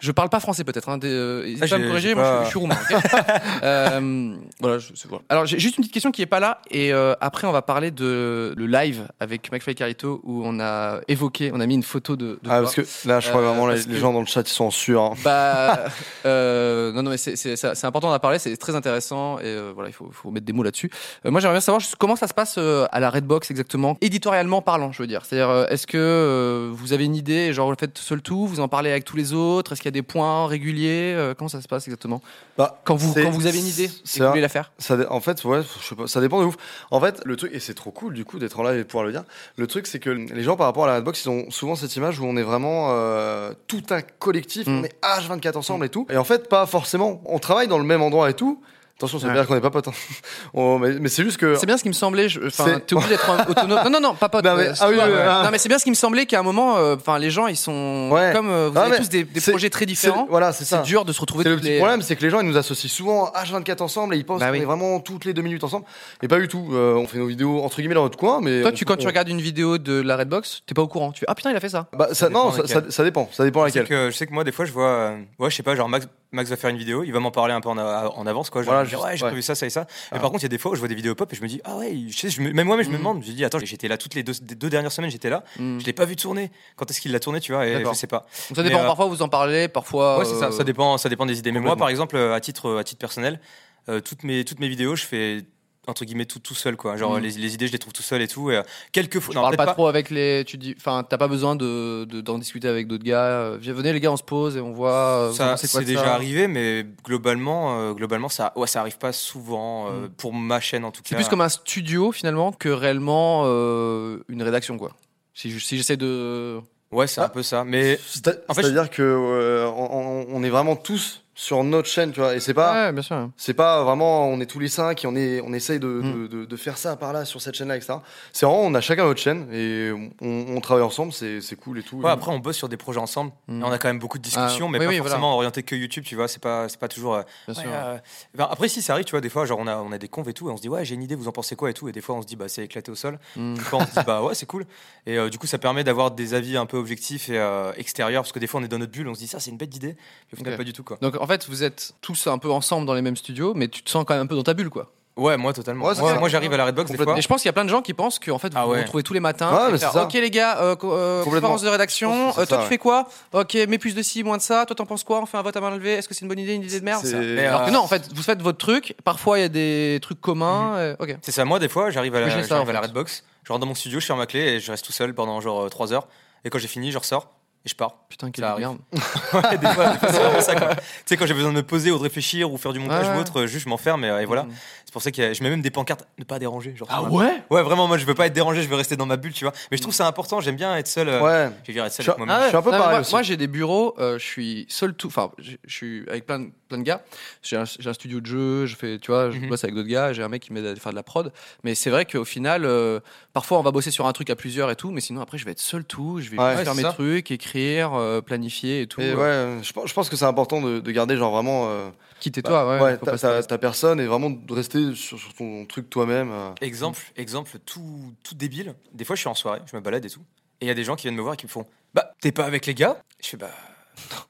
Speaker 2: je parle pas français peut-être, hein, des- euh, n'hésite
Speaker 4: Ah,
Speaker 2: pas à me
Speaker 4: j'ai-
Speaker 2: corriger,
Speaker 4: j'ai
Speaker 2: moi je-
Speaker 4: pas-
Speaker 2: je, suis roumain. ok [LAUGHS] Euh, voilà, je- c'est- voilà. Alors j'ai juste une petite question qui est pas là et euh, après on va parler de le live avec McFly et Carito où on a évoqué, on a mis une photo de. de
Speaker 3: Ah,
Speaker 2: toi.
Speaker 3: parce que là, je crois
Speaker 2: Euh,
Speaker 3: vraiment, les,
Speaker 2: parce
Speaker 3: les
Speaker 2: que-
Speaker 3: gens dans le chat, ils sont en sueur. hein.
Speaker 2: Bah, euh, non, non, mais c'est- c'est ça- c'est important d'en parler, c'est très intéressant et euh, voilà, il faut, faut mettre des mots là-dessus. Euh, moi, j'aimerais bien savoir juste comment ça se passe euh, à la Redbox exactement, éditorialement parlant, je veux dire. C'est-à-dire, euh, est-ce que euh, vous avez une idée, genre vous le faites seul tout, vous en parlez avec tous les autres, est-ce qu'il y a des points réguliers, euh, comment ça se passe exactement
Speaker 3: Bah,
Speaker 2: quand vous,
Speaker 3: c'est-
Speaker 2: quand vous avez une idée et que
Speaker 3: c'est
Speaker 2: vous
Speaker 3: un-
Speaker 2: voulez la faire
Speaker 3: Ça, dé- en fait, ouais, je sais pas, ça dépend de ouf. En fait, le truc, et c'est trop cool du coup d'être en live et de pouvoir le dire, le truc c'est que les gens par rapport à la Redbox, ils ont souvent cette image où on est vraiment euh, tout un collectif,
Speaker 2: Mm.
Speaker 3: on est H24 ensemble et tout. Et en fait, pas forcément. On travaille dans le même endroit et tout. Attention, ça veut
Speaker 2: Ouais.
Speaker 3: dire qu'on n'est pas potes. hein. [LAUGHS] On- mais mais c'est juste que.
Speaker 2: C'est bien ce qui me semblait. je- Enfin,
Speaker 3: C'est-
Speaker 2: t'es obligé d'être un- autonome. Non, non, non, pas pote.
Speaker 3: Non, mais-
Speaker 2: euh,
Speaker 3: ah oui,
Speaker 2: toi,
Speaker 3: oui,
Speaker 2: ouais.
Speaker 3: ah.
Speaker 2: Non, mais c'est bien ce qui me semblait qu'à un moment, euh, enfin, les gens, ils sont
Speaker 3: Ouais.
Speaker 2: comme euh, vous
Speaker 3: Ah,
Speaker 2: avez
Speaker 3: mais
Speaker 2: tous des, des
Speaker 3: c'est-
Speaker 2: projets très
Speaker 3: c'est-
Speaker 2: différents.
Speaker 3: Voilà, c'est ça.
Speaker 2: C'est dur de se retrouver
Speaker 3: C'est le
Speaker 2: tous
Speaker 3: petit
Speaker 2: les-
Speaker 3: problème, c'est que les gens ils nous associent souvent H24 ensemble et ils pensent
Speaker 2: Bah
Speaker 3: qu'on
Speaker 2: oui.
Speaker 3: est vraiment toutes les deux minutes ensemble. Et pas du tout. Euh, on fait nos vidéos entre guillemets dans notre coin, mais.
Speaker 2: Toi,
Speaker 3: on-
Speaker 2: tu, quand tu
Speaker 3: on-
Speaker 2: regardes une vidéo de la Redbox, t'es pas au courant. Tu fais Ah putain, il a fait ça.
Speaker 3: Bah, ça,
Speaker 4: dépend
Speaker 3: non, ça,
Speaker 4: laquelle.
Speaker 3: ça- ça dépend. Ça dépend
Speaker 4: Je sais,
Speaker 3: laquelle.
Speaker 4: que, je sais que moi, des fois, je vois. euh, ouais, je sais pas, genre Max, Max va faire une vidéo, il va m'en parler un peu en, a- en avance, quoi. Genre,
Speaker 3: Voilà,
Speaker 4: il va dire,
Speaker 3: juste-
Speaker 4: ouais, j'ai
Speaker 3: ouais.
Speaker 4: prévu ça, ça et ça. Mais
Speaker 3: Ah.
Speaker 4: par contre, il y a des fois où je vois des vidéos pop et je me dis, ah ouais, je sais, je me- même moi-même, je me demande. Je me dis, attends, j'étais là toutes les deux, deux dernières semaines, j'étais là, je l'ai pas vu tourner. Quand est-ce qu'il l'a tourné, tu vois Et
Speaker 2: D'accord.
Speaker 4: je sais pas.
Speaker 2: Donc, ça
Speaker 4: Mais,
Speaker 2: dépend.
Speaker 4: euh,
Speaker 2: Parfois, vous en parlez. Parfois.
Speaker 4: Ouais, c'est ça,
Speaker 2: euh,
Speaker 4: ça dépend, ça dépend des idées. Mais moi,
Speaker 3: complètement.
Speaker 4: par exemple, euh, à titre, euh, à titre personnel, euh, toutes, mes, toutes mes vidéos, je fais entre guillemets tout, tout seul, quoi. Genre,
Speaker 2: Mm.
Speaker 4: les, les idées, je les trouve tout seul et tout. Et, euh, quelques fois.
Speaker 2: Tu
Speaker 4: non,
Speaker 2: parles
Speaker 4: peut-être
Speaker 2: pas, trop avec les. Tu dis. Enfin, t'as pas besoin de de- d'en discuter avec d'autres gars. euh, Viens, venez les gars, on se pose et on voit. euh, vous en
Speaker 4: Ça,
Speaker 2: pensez quoi
Speaker 4: c'est
Speaker 2: de
Speaker 4: déjà
Speaker 2: ça
Speaker 4: arrivé, mais globalement, euh, globalement, ça, ouais, ça arrive pas souvent euh, pour ma chaîne en tout cas.
Speaker 2: Mm. C'est plus comme un studio finalement que réellement euh, une rédaction quoi. Si je- si j'essaie de.
Speaker 4: Ouais, c'est un
Speaker 3: Ah.
Speaker 4: peu ça. Mais
Speaker 3: C'est-
Speaker 4: en fait,
Speaker 3: C'est-à-dire que euh, on, on- on est vraiment tous sur notre chaîne, tu vois. Et c'est pas,
Speaker 2: Ouais, bien sûr. Hmm.
Speaker 3: c'est pas vraiment, on est tous les cinq et on est, on essaye de,
Speaker 2: Mm.
Speaker 3: de, de- de faire ça par là sur cette chaîne-là, etc. C'est vraiment, on a chacun notre chaîne et on, on travaille ensemble, c'est c'est cool et tout.
Speaker 4: ouais, après, on bosse sur des projets ensemble.
Speaker 2: Mm.
Speaker 4: Et on a quand même beaucoup de discussions,
Speaker 2: Ah,
Speaker 4: mais
Speaker 2: oui,
Speaker 4: pas
Speaker 2: oui, voilà.
Speaker 4: forcément orienté que YouTube. Tu vois, c'est pas, c'est pas toujours. euh,
Speaker 2: Bien
Speaker 4: ouais,
Speaker 2: sûr.
Speaker 4: euh, ben, après, si ça arrive, tu vois, des fois, genre, on a, on a des conves et tout, et on se dit, ouais, j'ai une idée, vous en pensez quoi et tout. Et des fois, on se dit, bah, c'est éclaté au sol.
Speaker 2: Mm.
Speaker 4: Des fois, on se
Speaker 2: [LAUGHS]
Speaker 4: dit, bah, ouais, c'est cool. Et euh, du coup, ça permet d'avoir des avis un peu objectifs et euh, extérieurs, parce que des fois, on est dans notre bulle, on se dit, ça, c'est une bête d'idée. Puis au final,
Speaker 2: Ok.
Speaker 4: pas du tout, quoi.
Speaker 2: Donc en fait, vous êtes tous un peu ensemble dans les mêmes studios, mais tu te sens quand même un peu dans ta bulle quoi.
Speaker 4: Ouais, moi, totalement.
Speaker 3: Ouais, c'est
Speaker 4: moi,
Speaker 3: ça.
Speaker 4: moi, j'arrive à la Redbox, des
Speaker 3: Complètement.
Speaker 4: fois.
Speaker 2: Et je pense qu'il y a plein de gens qui pensent qu'en fait, vous
Speaker 4: Ah
Speaker 2: vous
Speaker 4: ouais.
Speaker 2: retrouvez tous les matins.
Speaker 3: Ouais,
Speaker 2: et
Speaker 3: mais
Speaker 2: faire,
Speaker 3: c'est ça.
Speaker 2: ok, les gars, euh, co- euh,
Speaker 3: Complètement.
Speaker 2: conférence de
Speaker 3: Je
Speaker 2: rédaction.
Speaker 3: pense que c'est
Speaker 2: euh, toi,
Speaker 3: ça,
Speaker 2: tu
Speaker 3: ouais.
Speaker 2: fais quoi Ok, mais plus de ci, moins de ça. Toi, t'en penses quoi On fait un vote à main levée. Est-ce que c'est une bonne idée, une idée de merde
Speaker 3: C'est-
Speaker 2: ça
Speaker 4: Mais,
Speaker 2: Alors que
Speaker 4: euh,
Speaker 2: non, en fait, vous faites votre truc. Parfois, il y a des trucs communs. euh, ok.
Speaker 4: C'est Mhm. ça, moi des fois j'arrive à, la,
Speaker 2: Oui, j'ai ça,
Speaker 4: j'arrive
Speaker 2: en
Speaker 4: à la
Speaker 2: fait.
Speaker 4: Redbox, je rentre dans mon studio, je ferme ma clé et je reste tout seul pendant genre 3 heures. Et quand j'ai fini, je ressors et je pars.
Speaker 2: Putain, quelle
Speaker 4: Ça arrive.
Speaker 2: merde. Ah.
Speaker 4: [LAUGHS] Ouais, des fois, des fois, c'est vraiment ça quoi. Tu sais, quand j'ai besoin de me poser ou de réfléchir ou faire du montage
Speaker 2: Ouais, ouais.
Speaker 4: ou autre, euh, juste je m'enferme et, euh, et voilà.
Speaker 2: Mhm. Ah
Speaker 4: C'est pour ça que je mets même des pancartes, ne pas déranger. Genre,
Speaker 3: Ah
Speaker 4: sur ma-
Speaker 2: ouais
Speaker 4: Ouais, vraiment, moi je veux pas être dérangé, je veux rester dans ma bulle, tu vois. Mais je trouve ça important, j'aime bien être seul. euh,
Speaker 3: ouais.
Speaker 4: Je veux dire, être
Speaker 2: Ah
Speaker 4: seul
Speaker 3: Je-
Speaker 4: avec
Speaker 3: Je
Speaker 4: moi-même.
Speaker 3: suis un peu
Speaker 2: Non, mais
Speaker 3: pareil
Speaker 2: moi,
Speaker 3: aussi.
Speaker 2: moi, j'ai des bureaux, euh, je suis seul tout. Enfin, je je suis avec plein de plein de gars. J'ai un, j'ai un studio de jeu, je fais, tu vois, je
Speaker 4: Mhm.
Speaker 2: bosse avec d'autres gars, j'ai un mec qui m'aide à faire de la prod. Mais c'est vrai qu'au final, euh, parfois on va bosser sur un truc à plusieurs et tout, mais sinon après je vais être seul tout, je vais
Speaker 3: Ouais,
Speaker 2: faire
Speaker 3: c'est
Speaker 2: mes
Speaker 3: ça.
Speaker 2: trucs, écrire, euh, planifier et tout.
Speaker 3: Et
Speaker 2: Euh,
Speaker 3: ouais, euh, je, pense- je pense que c'est important de, de garder genre vraiment euh,
Speaker 2: Quittez-toi,
Speaker 3: bah,
Speaker 2: ouais.
Speaker 3: ouais,
Speaker 2: faut
Speaker 3: ta,
Speaker 2: pas se-
Speaker 3: ta- ta personne et vraiment de rester sur, sur ton truc toi-même. euh.
Speaker 4: Exemple, exemple tout, tout débile. Des fois, je suis en soirée, je me balade et tout. Et il y a des gens qui viennent me voir et qui me font Bah, t'es pas avec les gars Je fais Bah,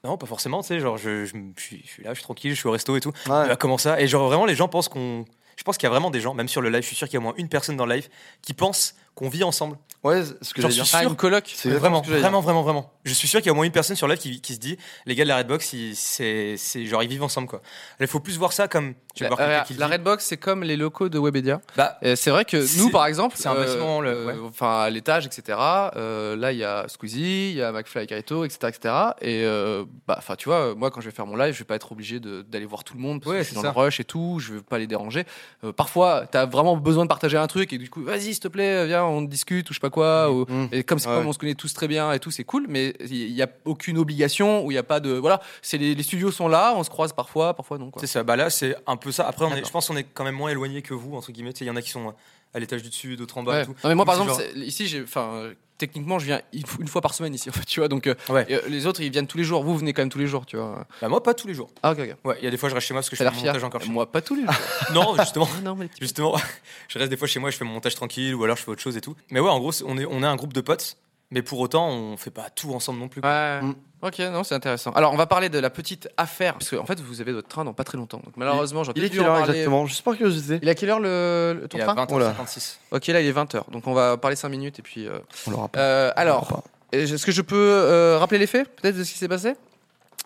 Speaker 4: non, pas forcément, tu sais. Genre, je, je, me- je suis, je suis là, je suis tranquille, je suis au resto et tout.
Speaker 3: Ouais.
Speaker 4: Bah, comment ça Et genre, vraiment, les gens pensent qu'on. Je pense qu'il y a vraiment des gens, même sur le live, je suis sûr qu'il y a au moins une personne dans le live qui pense qu'on vit ensemble.
Speaker 3: Ouais, c'est ce que
Speaker 4: J'en
Speaker 3: j'allais
Speaker 4: suis
Speaker 3: dire.
Speaker 2: Ah,
Speaker 4: sûr.
Speaker 2: une coloc
Speaker 3: C'est
Speaker 4: Mais vraiment,
Speaker 3: ce que j'allais
Speaker 4: vraiment, vraiment, vraiment. Je suis sûr qu'il y a au moins une personne sur live qui, qui se dit les gars de la Redbox, ils, c'est, c'est- genre, ils vivent ensemble, quoi. Il faut plus voir ça comme. Je
Speaker 2: La,
Speaker 4: vais
Speaker 3: Bah,
Speaker 4: voir quelqu'un
Speaker 2: euh,
Speaker 4: qui le
Speaker 2: la
Speaker 4: dit.
Speaker 2: Redbox, c'est comme les locaux de Webedia.
Speaker 4: Bah,
Speaker 2: Et Euh, c'est vrai que
Speaker 4: C'est-
Speaker 2: nous, par exemple, euh,
Speaker 4: c'est un bâtiment, le- ouais.
Speaker 2: enfin à l'étage, etc. euh, là, il y a Squeezie, il y a McFly, et Carito, etc., etc. Et euh, bah, enfin, tu vois, moi, quand je vais faire mon live, je vais pas être obligé de- d'aller voir tout le monde parce
Speaker 4: Ouais,
Speaker 2: que je suis
Speaker 4: c'est
Speaker 2: dans
Speaker 4: ça.
Speaker 2: le rush et tout. Je veux pas les déranger. Euh, parfois, t'as vraiment besoin de partager un truc et du coup, vas-y, s'il te plaît, viens, on discute ou je sais pas
Speaker 4: Mm,
Speaker 2: quoi. Ou...
Speaker 3: Mmh.
Speaker 2: Et comme, c'est-
Speaker 3: Ouais.
Speaker 2: comme on se connaît tous très bien et tout, c'est cool, mais il n'y a aucune obligation ou il n'y a pas de. Voilà, c'est les, les studios sont là, on se croise parfois, parfois non. Quoi.
Speaker 4: C'est ça, bah là c'est un peu ça. Après, on est,
Speaker 2: D'accord.
Speaker 4: je pense qu'on est quand même moins éloigné que vous, entre guillemets. Tu sais, Il y en a qui sont euh, à l'étage du dessus, d'autres en bas
Speaker 2: Ouais.
Speaker 4: et tout.
Speaker 2: Non, mais moi, par
Speaker 4: Donc,
Speaker 2: exemple,
Speaker 4: c'est
Speaker 2: c'est- ici, j'ai, enfin, euh, techniquement, je viens une f- une fois par semaine ici, en fait, tu vois. Donc, euh,
Speaker 4: Ouais.
Speaker 2: et, euh, les autres, ils viennent tous les jours. Vous, vous venez quand même tous les jours, tu vois.
Speaker 4: genre- Bah, moi, pas tous les jours.
Speaker 2: Ah, ok, ok.
Speaker 4: Ouais, il y a des fois, je reste chez moi parce que je
Speaker 2: T'as
Speaker 4: fais
Speaker 2: l'air fier.
Speaker 4: mon montage encore chez moi.
Speaker 2: Moi, pas tous les jours.
Speaker 4: [LAUGHS] Non, justement.
Speaker 2: non, mais les petits-
Speaker 4: Justement, [LAUGHS] je reste des fois chez moi, je fais mon montage tranquille ou alors je fais autre chose et tout. Mais ouais, en gros, c'est- on est, on est un groupe de potes, mais pour autant, on fait pas tout ensemble non plus. quoi.
Speaker 2: Ouais.
Speaker 3: Mm.
Speaker 2: Ok, non, c'est intéressant. Alors, on va parler de la petite affaire, parce que en fait, vous avez votre train dans pas très longtemps. Donc, malheureusement, j'aurais
Speaker 3: Il est
Speaker 2: peut-être dû
Speaker 3: quelle
Speaker 2: en
Speaker 3: heure
Speaker 2: parler-
Speaker 3: exactement Juste par curiosité.
Speaker 2: Il est à quelle heure le, le- ton
Speaker 4: Et à
Speaker 2: train
Speaker 4: 20h56.
Speaker 2: Ok, là, il est 20h. Donc, on va parler 5 minutes et puis. euh,
Speaker 3: On l'aura pas.
Speaker 2: Euh,
Speaker 3: On l'aura
Speaker 2: alors, est-ce que je peux euh, rappeler les faits, peut-être, de ce qui s'est passé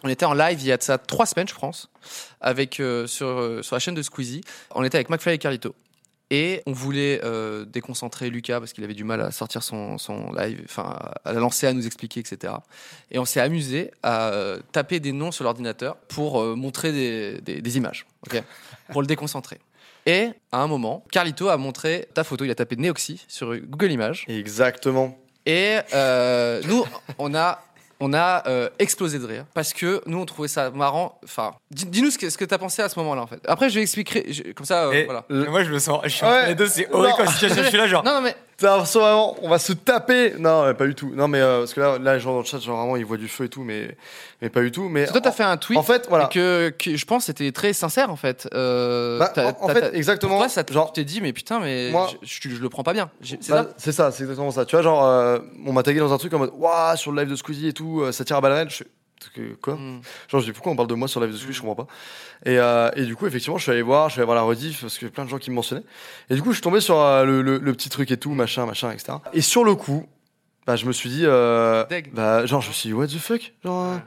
Speaker 2: On était en live il y a de ça trois semaines, je pense, avec, euh, sur, euh, sur la chaîne de Squeezie. On était avec McFly et Carlito. Et on voulait euh, déconcentrer Lucas parce qu'il avait du mal à sortir son, son live, enfin, à la lancer, à nous expliquer, etc. Et on s'est amusé à euh, taper des noms sur l'ordinateur pour euh, montrer des, des- des images, ok pour le déconcentrer. Et à un moment, Carlito a montré ta photo, il a tapé Neoxy sur Google Images.
Speaker 3: Exactement.
Speaker 2: Et euh, nous, on a, on a euh, explosé de rire parce que nous, on trouvait ça marrant. Enfin, dis- dis-nous ce que, ce que t'as pensé à ce moment-là, en fait. Après, je vais expliquer. je- comme ça, euh,
Speaker 4: Et
Speaker 2: voilà.
Speaker 4: et moi, je me sens. Je suis
Speaker 3: Ouais.
Speaker 4: entre les deux, c'est horrible
Speaker 3: Non.
Speaker 4: quand je je suis là, [LAUGHS] genre.
Speaker 2: [LAUGHS] Non, non, mais
Speaker 3: Putain, parce que vraiment, on va se taper. Non, mais pas du tout. Non, mais euh, parce que là, là, genre dans le chat, genre vraiment, ils voient du feu et tout, mais mais pas du tout. Mais
Speaker 2: parce que toi, t'as fait un tweet
Speaker 3: En fait, voilà.
Speaker 2: que, que je pense c'était très sincère, en fait. Euh,
Speaker 3: Bah,
Speaker 2: t'as-
Speaker 3: en en
Speaker 2: t'as-
Speaker 3: fait,
Speaker 2: t'as-
Speaker 3: exactement.
Speaker 2: Pourquoi ça t-
Speaker 3: genre,
Speaker 2: tu t'es dit, mais putain, mais
Speaker 3: Moi-
Speaker 2: je, je- je le prends pas bien. J'ai- C'est
Speaker 3: Bah,
Speaker 2: ça
Speaker 3: C'est ça, c'est exactement ça. Tu vois, genre, euh, on m'a tagué dans un truc en mode Waouh, sur le live de Squeezie et tout, euh, ça tire à balles réelles. Je fais, Que- Quoi
Speaker 2: Mm.
Speaker 3: Genre, je dis pourquoi on parle de moi sur la live de Squeezie, je comprends pas. Et, euh, et du coup, effectivement, je suis allé voir, je suis allé voir la rediff parce qu'il y a plein de gens qui me mentionnaient. Et du coup, je suis tombé sur euh, le, le- le petit truc et tout, machin, machin, etc. Et sur le coup, bah, je me suis dit, euh,
Speaker 2: Deg.
Speaker 3: bah, genre, je me suis dit, what the fuck Genre, euh,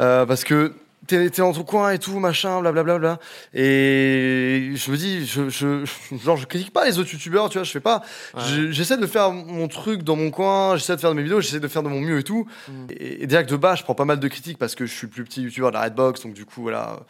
Speaker 3: euh, parce que t'es t'es dans ton coin et tout, machin, blablabla. Bla, bla. Et je me dis, je, je, [LAUGHS] genre, je critique pas les autres youtubeurs, tu vois, je fais pas.
Speaker 2: Ouais.
Speaker 3: je- J'essaie de faire mon truc dans mon coin, j'essaie de faire de mes vidéos, j'essaie de faire de mon mieux et tout.
Speaker 2: Mm.
Speaker 3: Et, et déjà que de bas, je prends pas mal de critiques parce que je suis le plus petit youtubeur de la Redbox, donc du coup, voilà.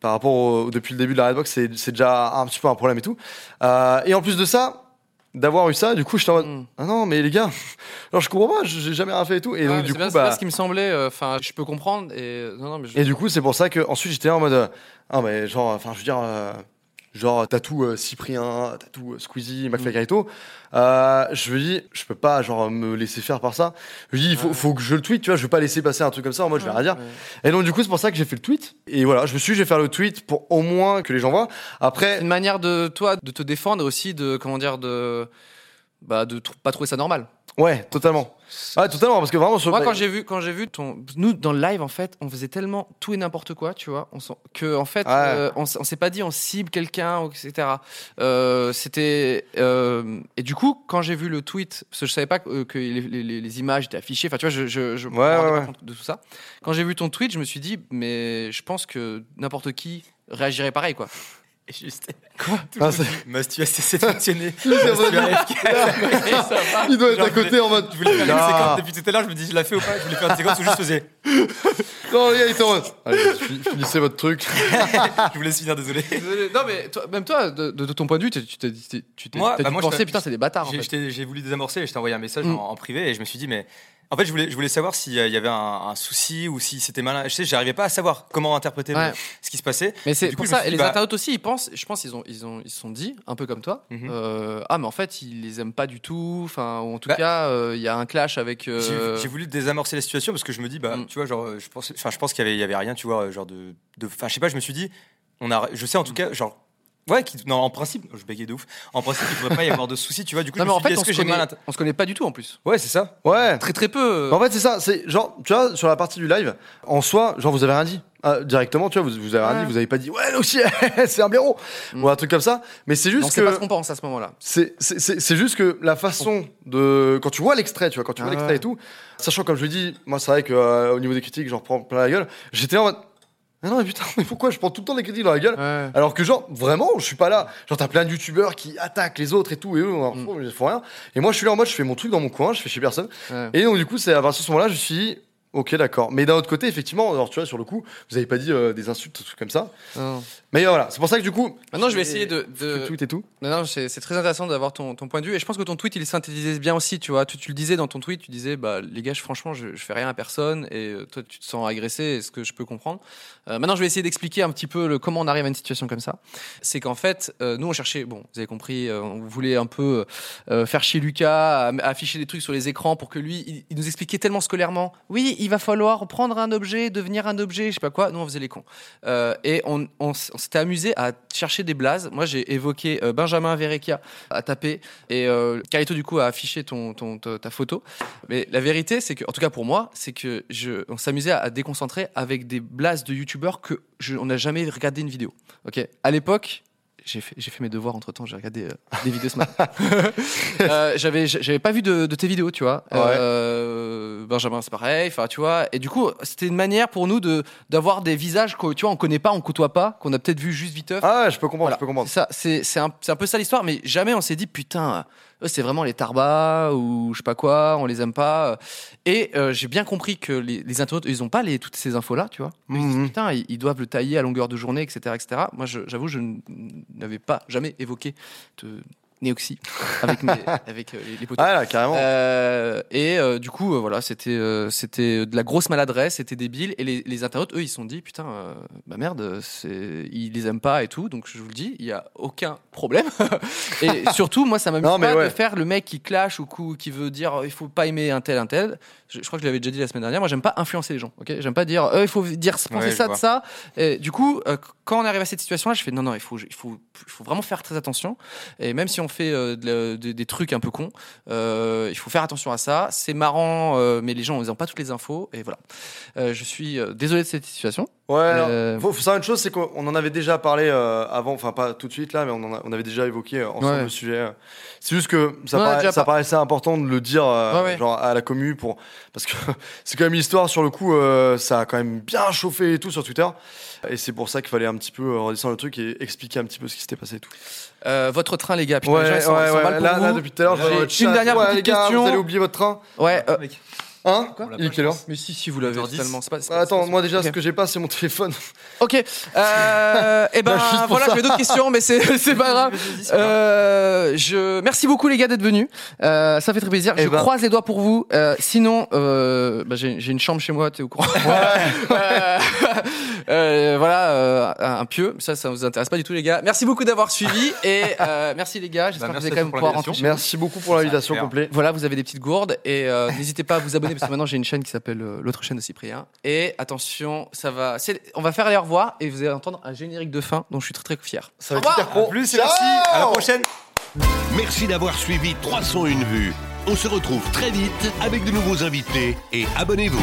Speaker 3: Par rapport au, depuis le début de la Redbox, c'est c'est déjà un petit peu un problème et tout. Euh, et en plus de ça, d'avoir eu ça, du coup, j'étais en mode,
Speaker 2: Mm.
Speaker 3: ah non, mais les gars, [LAUGHS] alors je comprends pas, j'ai jamais rien fait et tout. Et
Speaker 2: Ouais, mais
Speaker 3: donc,
Speaker 2: c'est
Speaker 3: du coup,
Speaker 2: bien- c'est
Speaker 3: bah.
Speaker 2: pas ce qui me semblait. euh, Enfin, je peux comprendre. Et euh, non, non, mais je-
Speaker 3: Et du coup, c'est pour ça que ensuite j'étais là en mode euh, ah mais genre enfin je veux dire euh, genre t'as tout euh, Cyprien, t'as tout euh,
Speaker 2: Mm.
Speaker 3: Squeezie, McFly Carito. Euh, je me dis je peux pas genre me laisser faire par ça. Je me dis il faut,
Speaker 2: Ouais.
Speaker 3: faut que je le tweet, tu vois, je veux pas laisser passer un truc comme ça en mode je vais rien dire.
Speaker 2: Ouais.
Speaker 3: Et donc du coup, c'est pour ça que j'ai fait le tweet et voilà, je me suis dit, je vais faire le tweet pour au moins que les gens voient. Après
Speaker 2: C'est une manière de toi de te défendre et aussi de comment dire de bah de tr- pas trouver ça normal.
Speaker 3: ouais, totalement.
Speaker 4: Ah,
Speaker 3: Ouais, totalement parce que vraiment sur
Speaker 2: Moi
Speaker 4: bah,
Speaker 2: quand j'ai vu quand j'ai vu ton nous dans le live en fait on faisait tellement tout et n'importe quoi tu vois on s'en- que en fait
Speaker 4: Ah
Speaker 3: Ouais.
Speaker 2: euh, on, s- on s'est pas dit on cible quelqu'un ou etc Euh, c'était euh, et du coup quand j'ai vu le tweet parce que je savais pas que, euh, que les, les- les- les images étaient affichées enfin tu vois je je, je me
Speaker 3: Ouais, ouais,
Speaker 2: rendais pas
Speaker 3: ouais.
Speaker 2: compte de tout ça quand j'ai vu ton tweet je me suis dit mais je pense que n'importe qui réagirait pareil
Speaker 4: [LAUGHS]
Speaker 2: quoi
Speaker 4: Et juste.
Speaker 2: Quoi
Speaker 3: Ah, c'est-
Speaker 2: [LAUGHS]
Speaker 4: Mastu a cessé de fonctionner. Mastu
Speaker 3: il
Speaker 4: a FK.
Speaker 3: doit être
Speaker 4: Genre,
Speaker 3: à côté en mode
Speaker 4: [LAUGHS] Je voulais faire une
Speaker 3: Non.
Speaker 4: séquence depuis tout à l'heure, je me dis, je la fais ou pas Je voulais faire une séquence où je juste faisais.
Speaker 3: Non, les gars, oh, il était en mode. Allez, fi- finissez votre truc.
Speaker 4: Je vous laisse finir, désolé.
Speaker 2: [LAUGHS] Désolé. [LAUGHS] Non, mais toi- même toi, de, de- de ton point de vue, t'es- tu t'es dit- t'es- tu t'es-
Speaker 4: Moi,
Speaker 2: t'as
Speaker 4: bah,
Speaker 2: dû
Speaker 4: moi, je
Speaker 2: penser,
Speaker 4: t'ai-
Speaker 2: putain, c'est des bâtards. En
Speaker 4: J'ai-
Speaker 2: fait.
Speaker 4: j'étais- J'ai voulu désamorcer et je t'ai envoyé un message
Speaker 2: Mm.
Speaker 4: en, en privé et je me suis dit, mais en fait, je voulais, je voulais savoir s'il y avait un, un souci ou si c'était malin. Je sais, j'arrivais pas à savoir comment interpréter
Speaker 2: Ouais.
Speaker 4: le- ce qui se passait.
Speaker 2: Mais c'est
Speaker 4: Du coup,
Speaker 2: pour
Speaker 4: je me
Speaker 2: ça,
Speaker 4: suis
Speaker 2: et
Speaker 4: dit,
Speaker 2: les
Speaker 4: bah,
Speaker 2: internautes aussi, ils pensent, je pense, ils ont, ils ont, ils se sont dit, un peu comme toi,
Speaker 4: Mhm.
Speaker 2: euh, ah mais en fait, ils les aiment pas du tout, enfin, ou en tout
Speaker 4: Bah.
Speaker 2: cas, euh, il y a un clash avec. euh,
Speaker 4: J'ai j'ai voulu désamorcer la situation parce que je me dis, bah,
Speaker 2: Mm.
Speaker 4: tu vois, genre, euh, je pense, enfin, je pense qu'il y avait, il y avait rien, tu vois, euh, genre de, de, enfin, je sais pas, je me suis dit, on a, je sais en tout
Speaker 2: Mm.
Speaker 4: cas, genre, ouais, qu'il- non, en principe, je bégayais de ouf. En principe, il devrait pas y avoir de souci, tu vois. Du coup,
Speaker 2: Non
Speaker 4: je
Speaker 2: mais
Speaker 4: me
Speaker 2: en
Speaker 4: suis dit,
Speaker 2: fait, on se,
Speaker 4: est-ce que j'ai mal
Speaker 2: connaît,
Speaker 4: int-
Speaker 2: on se connaît pas du tout en plus.
Speaker 4: Ouais, c'est ça.
Speaker 3: Ouais.
Speaker 2: Très très peu.
Speaker 3: Bah, En fait, c'est ça. C'est genre, tu vois, sur la partie du live, en soi, genre, vous avez rien dit. Ah, directement, tu vois, vous, vous avez rien
Speaker 2: Ouais.
Speaker 3: dit, vous avez pas dit, ouais, là aussi, [LAUGHS] c'est un blaireau.
Speaker 2: Mm.
Speaker 3: Ou un truc comme ça. Mais c'est
Speaker 2: on
Speaker 3: juste
Speaker 2: sait pas ce
Speaker 3: que.
Speaker 2: qu'on pense à ce moment-là.
Speaker 3: C'est c'est- c'est- c'est juste que la façon de. Quand tu vois l'extrait, tu vois, quand tu vois
Speaker 2: Ah
Speaker 3: l'extrait et tout, sachant, comme je dis, moi, c'est vrai que euh, au niveau des critiques, j'en prends plein la gueule. J'étais en mode. Ah non, mais putain, [LAUGHS] mais pourquoi je prends tout le temps des critiques dans la gueule alors que genre vraiment je suis pas là genre t'as plein de youtubeurs qui attaquent les autres et tout et eux on
Speaker 2: Mm.
Speaker 3: leur- ils font rien et moi je suis là en mode je fais mon truc dans mon coin je fais chez personne
Speaker 2: Ouais.
Speaker 3: et donc du coup c'est à partir de ce moment là je me suis dit, ok d'accord mais d'un autre côté effectivement alors tu vois sur le coup vous avez pas dit euh, des insultes des trucs comme ça
Speaker 2: Non.
Speaker 3: mais euh, voilà c'est pour ça que du coup
Speaker 2: Maintenant, je vais essayer de. de-
Speaker 3: tout et tout
Speaker 2: Non, non, c'est c'est très intéressant d'avoir ton, ton point de vue. Et je pense que ton tweet, il synthétisait bien aussi, tu vois. Tu, tu le disais dans ton tweet, tu disais, bah, les gars, je- franchement, je, je fais rien à personne. Et euh, toi, tu te sens agressé, est ce que je peux comprendre. Euh, maintenant, je vais essayer d'expliquer un petit peu le, comment on arrive à une situation comme ça. C'est qu'en fait, euh, nous, on cherchait, bon, vous avez compris, euh, on voulait un peu euh, faire chier Lucas, à- à afficher des trucs sur les écrans pour que lui, il, il nous expliquait tellement scolairement. Oui, il va falloir prendre un objet, devenir un objet, je sais pas quoi. Nous, on faisait les cons. Euh, et on, on s- on s'était amusé à chercher des blazes. Moi, j'ai évoqué euh, Benjamin Verrecchia à taper et euh, Carito, du coup, a affiché ton, ton- ta ta photo. Mais la vérité, c'est que, en tout cas pour moi, c'est que je, on s'amusait à, à déconcentrer avec des blazes de youtubeurs que je, on n'a jamais regardé une vidéo. Ok, à l'époque. J'ai fait, j'ai fait mes devoirs entre temps, j'ai regardé euh, des vidéos ce matin. Euh, j'avais, j'avais pas vu de, de tes vidéos, tu vois.
Speaker 3: Ouais.
Speaker 2: Euh, Benjamin, c'est pareil, enfin, tu vois. Et du coup, c'était une manière pour nous de, d'avoir des visages que tu vois on connaît pas on côtoie pas qu'on a peut-être vu juste viteuf
Speaker 3: ah je peux comprendre
Speaker 2: Voilà.
Speaker 3: je peux comprendre
Speaker 2: C'est ça c'est c'est un, c'est un peu ça l'histoire mais jamais on s'est dit putain eux c'est vraiment les tarbas ou je sais pas quoi on les aime pas et euh, j'ai bien compris que les, les internautes ils ont pas les, toutes ces infos là tu vois
Speaker 3: Mhm.
Speaker 2: putain ils, ils doivent le tailler à longueur de journée etc etc moi je- j'avoue je n- n'avais pas jamais évoqué de Neoxy avec mes, avec euh, les, les potos.
Speaker 3: ah là carrément
Speaker 2: Euh, et euh, du coup, euh, voilà, c'était euh, c'était de la grosse maladresse, c'était débile. Et les, les internautes, eux, ils se sont dit putain, euh, bah merde, c'est- ils les aiment pas et tout. Donc je vous le dis, il y a aucun problème. [LAUGHS] et surtout, moi, ça m'amuse
Speaker 3: Non, mais
Speaker 2: pas de
Speaker 3: ouais.
Speaker 2: faire le mec qui clash ou cou- qui veut dire oh, il faut pas aimer un tel, un tel. Je, je crois que je l'avais déjà dit la semaine dernière. Moi, j'aime pas influencer les gens. Ok, j'aime pas dire euh, il faut dire penser
Speaker 4: Ouais, je
Speaker 2: ça de
Speaker 4: vois.
Speaker 2: ça. Et du coup, euh, quand on arrive à cette situation-là, je fais non, non, il faut, il faut, il faut vraiment faire très attention. Et même si on fait euh, de la- des- des trucs un peu cons. Euh, il faut faire attention à ça. C'est marrant, euh, mais les gens n'ont pas toutes les infos. Et voilà. Euh, je suis euh, désolé de cette situation.
Speaker 3: Ouais,
Speaker 2: Euh,
Speaker 3: alors, faut, faut savoir une chose, c'est qu'on on en avait déjà parlé euh, avant, enfin pas tout de suite là, mais on, en a- on avait déjà évoqué euh, ensemble
Speaker 2: Ouais.
Speaker 3: le sujet. euh. C'est juste que ça,
Speaker 2: On en a
Speaker 3: paraît-
Speaker 2: déjà
Speaker 3: ça
Speaker 2: par-
Speaker 3: paraissait important de le dire
Speaker 2: Ouais,
Speaker 3: euh,
Speaker 2: ouais.
Speaker 3: genre à la commu pour parce que [LAUGHS] c'est quand même une histoire sur le coup, euh, ça a quand même bien chauffé et tout sur Twitter, et c'est pour ça qu'il fallait un petit peu euh, redescendre le truc et expliquer un petit peu ce qui s'était passé et tout.
Speaker 2: euh, votre train, les gars. Putain, les gens, ils sont- ils sont mal
Speaker 3: Là,
Speaker 2: pour
Speaker 3: là,
Speaker 2: vous.
Speaker 3: depuis tout à l'heure, je
Speaker 2: J'ai
Speaker 3: vois votre
Speaker 2: une
Speaker 3: chat.
Speaker 2: dernière
Speaker 3: Ouais,
Speaker 2: petite
Speaker 3: les gars,
Speaker 2: question.
Speaker 3: Vous allez oublier votre train,
Speaker 2: Ouais. euh,
Speaker 4: Mec,
Speaker 3: hein
Speaker 4: on l'a
Speaker 3: Il est
Speaker 4: pas, je
Speaker 3: quelle heure
Speaker 4: pense.
Speaker 2: mais si, si, vous l'avez.
Speaker 4: 14.
Speaker 2: Tellement, c'est pas- c'est pas-
Speaker 3: Attends,
Speaker 2: c'est
Speaker 3: moi déjà,
Speaker 2: Ok.
Speaker 3: ce que j'ai pas, c'est mon téléphone.
Speaker 2: pas- Ok. [LAUGHS] Euh, et ben
Speaker 3: Là, juste pour
Speaker 2: voilà,
Speaker 3: ça.
Speaker 2: j'avais d'autres questions, mais c'est [LAUGHS] c'est pas grave. Euh, je merci beaucoup les gars d'être venus. Euh, ça fait très plaisir.
Speaker 3: Eh
Speaker 2: je
Speaker 3: ben.
Speaker 2: croise les doigts pour vous. Euh, sinon, euh, bah, j'ai j'ai une chambre chez moi, t'es au courant. [LAUGHS] Euh, euh, voilà, euh, un un pieu. Ça, ça vous intéresse pas du tout les gars. Merci beaucoup d'avoir suivi et euh, merci les gars. J'espère
Speaker 4: Bah,
Speaker 2: que vous
Speaker 4: merci
Speaker 2: allez quand
Speaker 4: à
Speaker 2: même
Speaker 4: toi pour
Speaker 2: pouvoir
Speaker 4: l'invitation.
Speaker 2: rentrer.
Speaker 3: Merci beaucoup pour l'invitation
Speaker 4: Ça va
Speaker 3: complète.
Speaker 2: Voilà, vous avez des petites gourdes et euh, [LAUGHS] n'hésitez pas à vous abonner parce que maintenant j'ai une chaîne qui s'appelle euh, l'autre chaîne de Cyprien. Et attention, ça va, c'est- on va faire les au revoir et vous allez entendre un générique de fin dont je suis très très fier.
Speaker 3: Ça va être hyper
Speaker 4: À
Speaker 3: pro.
Speaker 4: plus, et
Speaker 3: Ciao
Speaker 4: merci. À la prochaine.
Speaker 5: Merci d'avoir suivi 301 vues. On se retrouve très vite avec de nouveaux invités et abonnez-vous.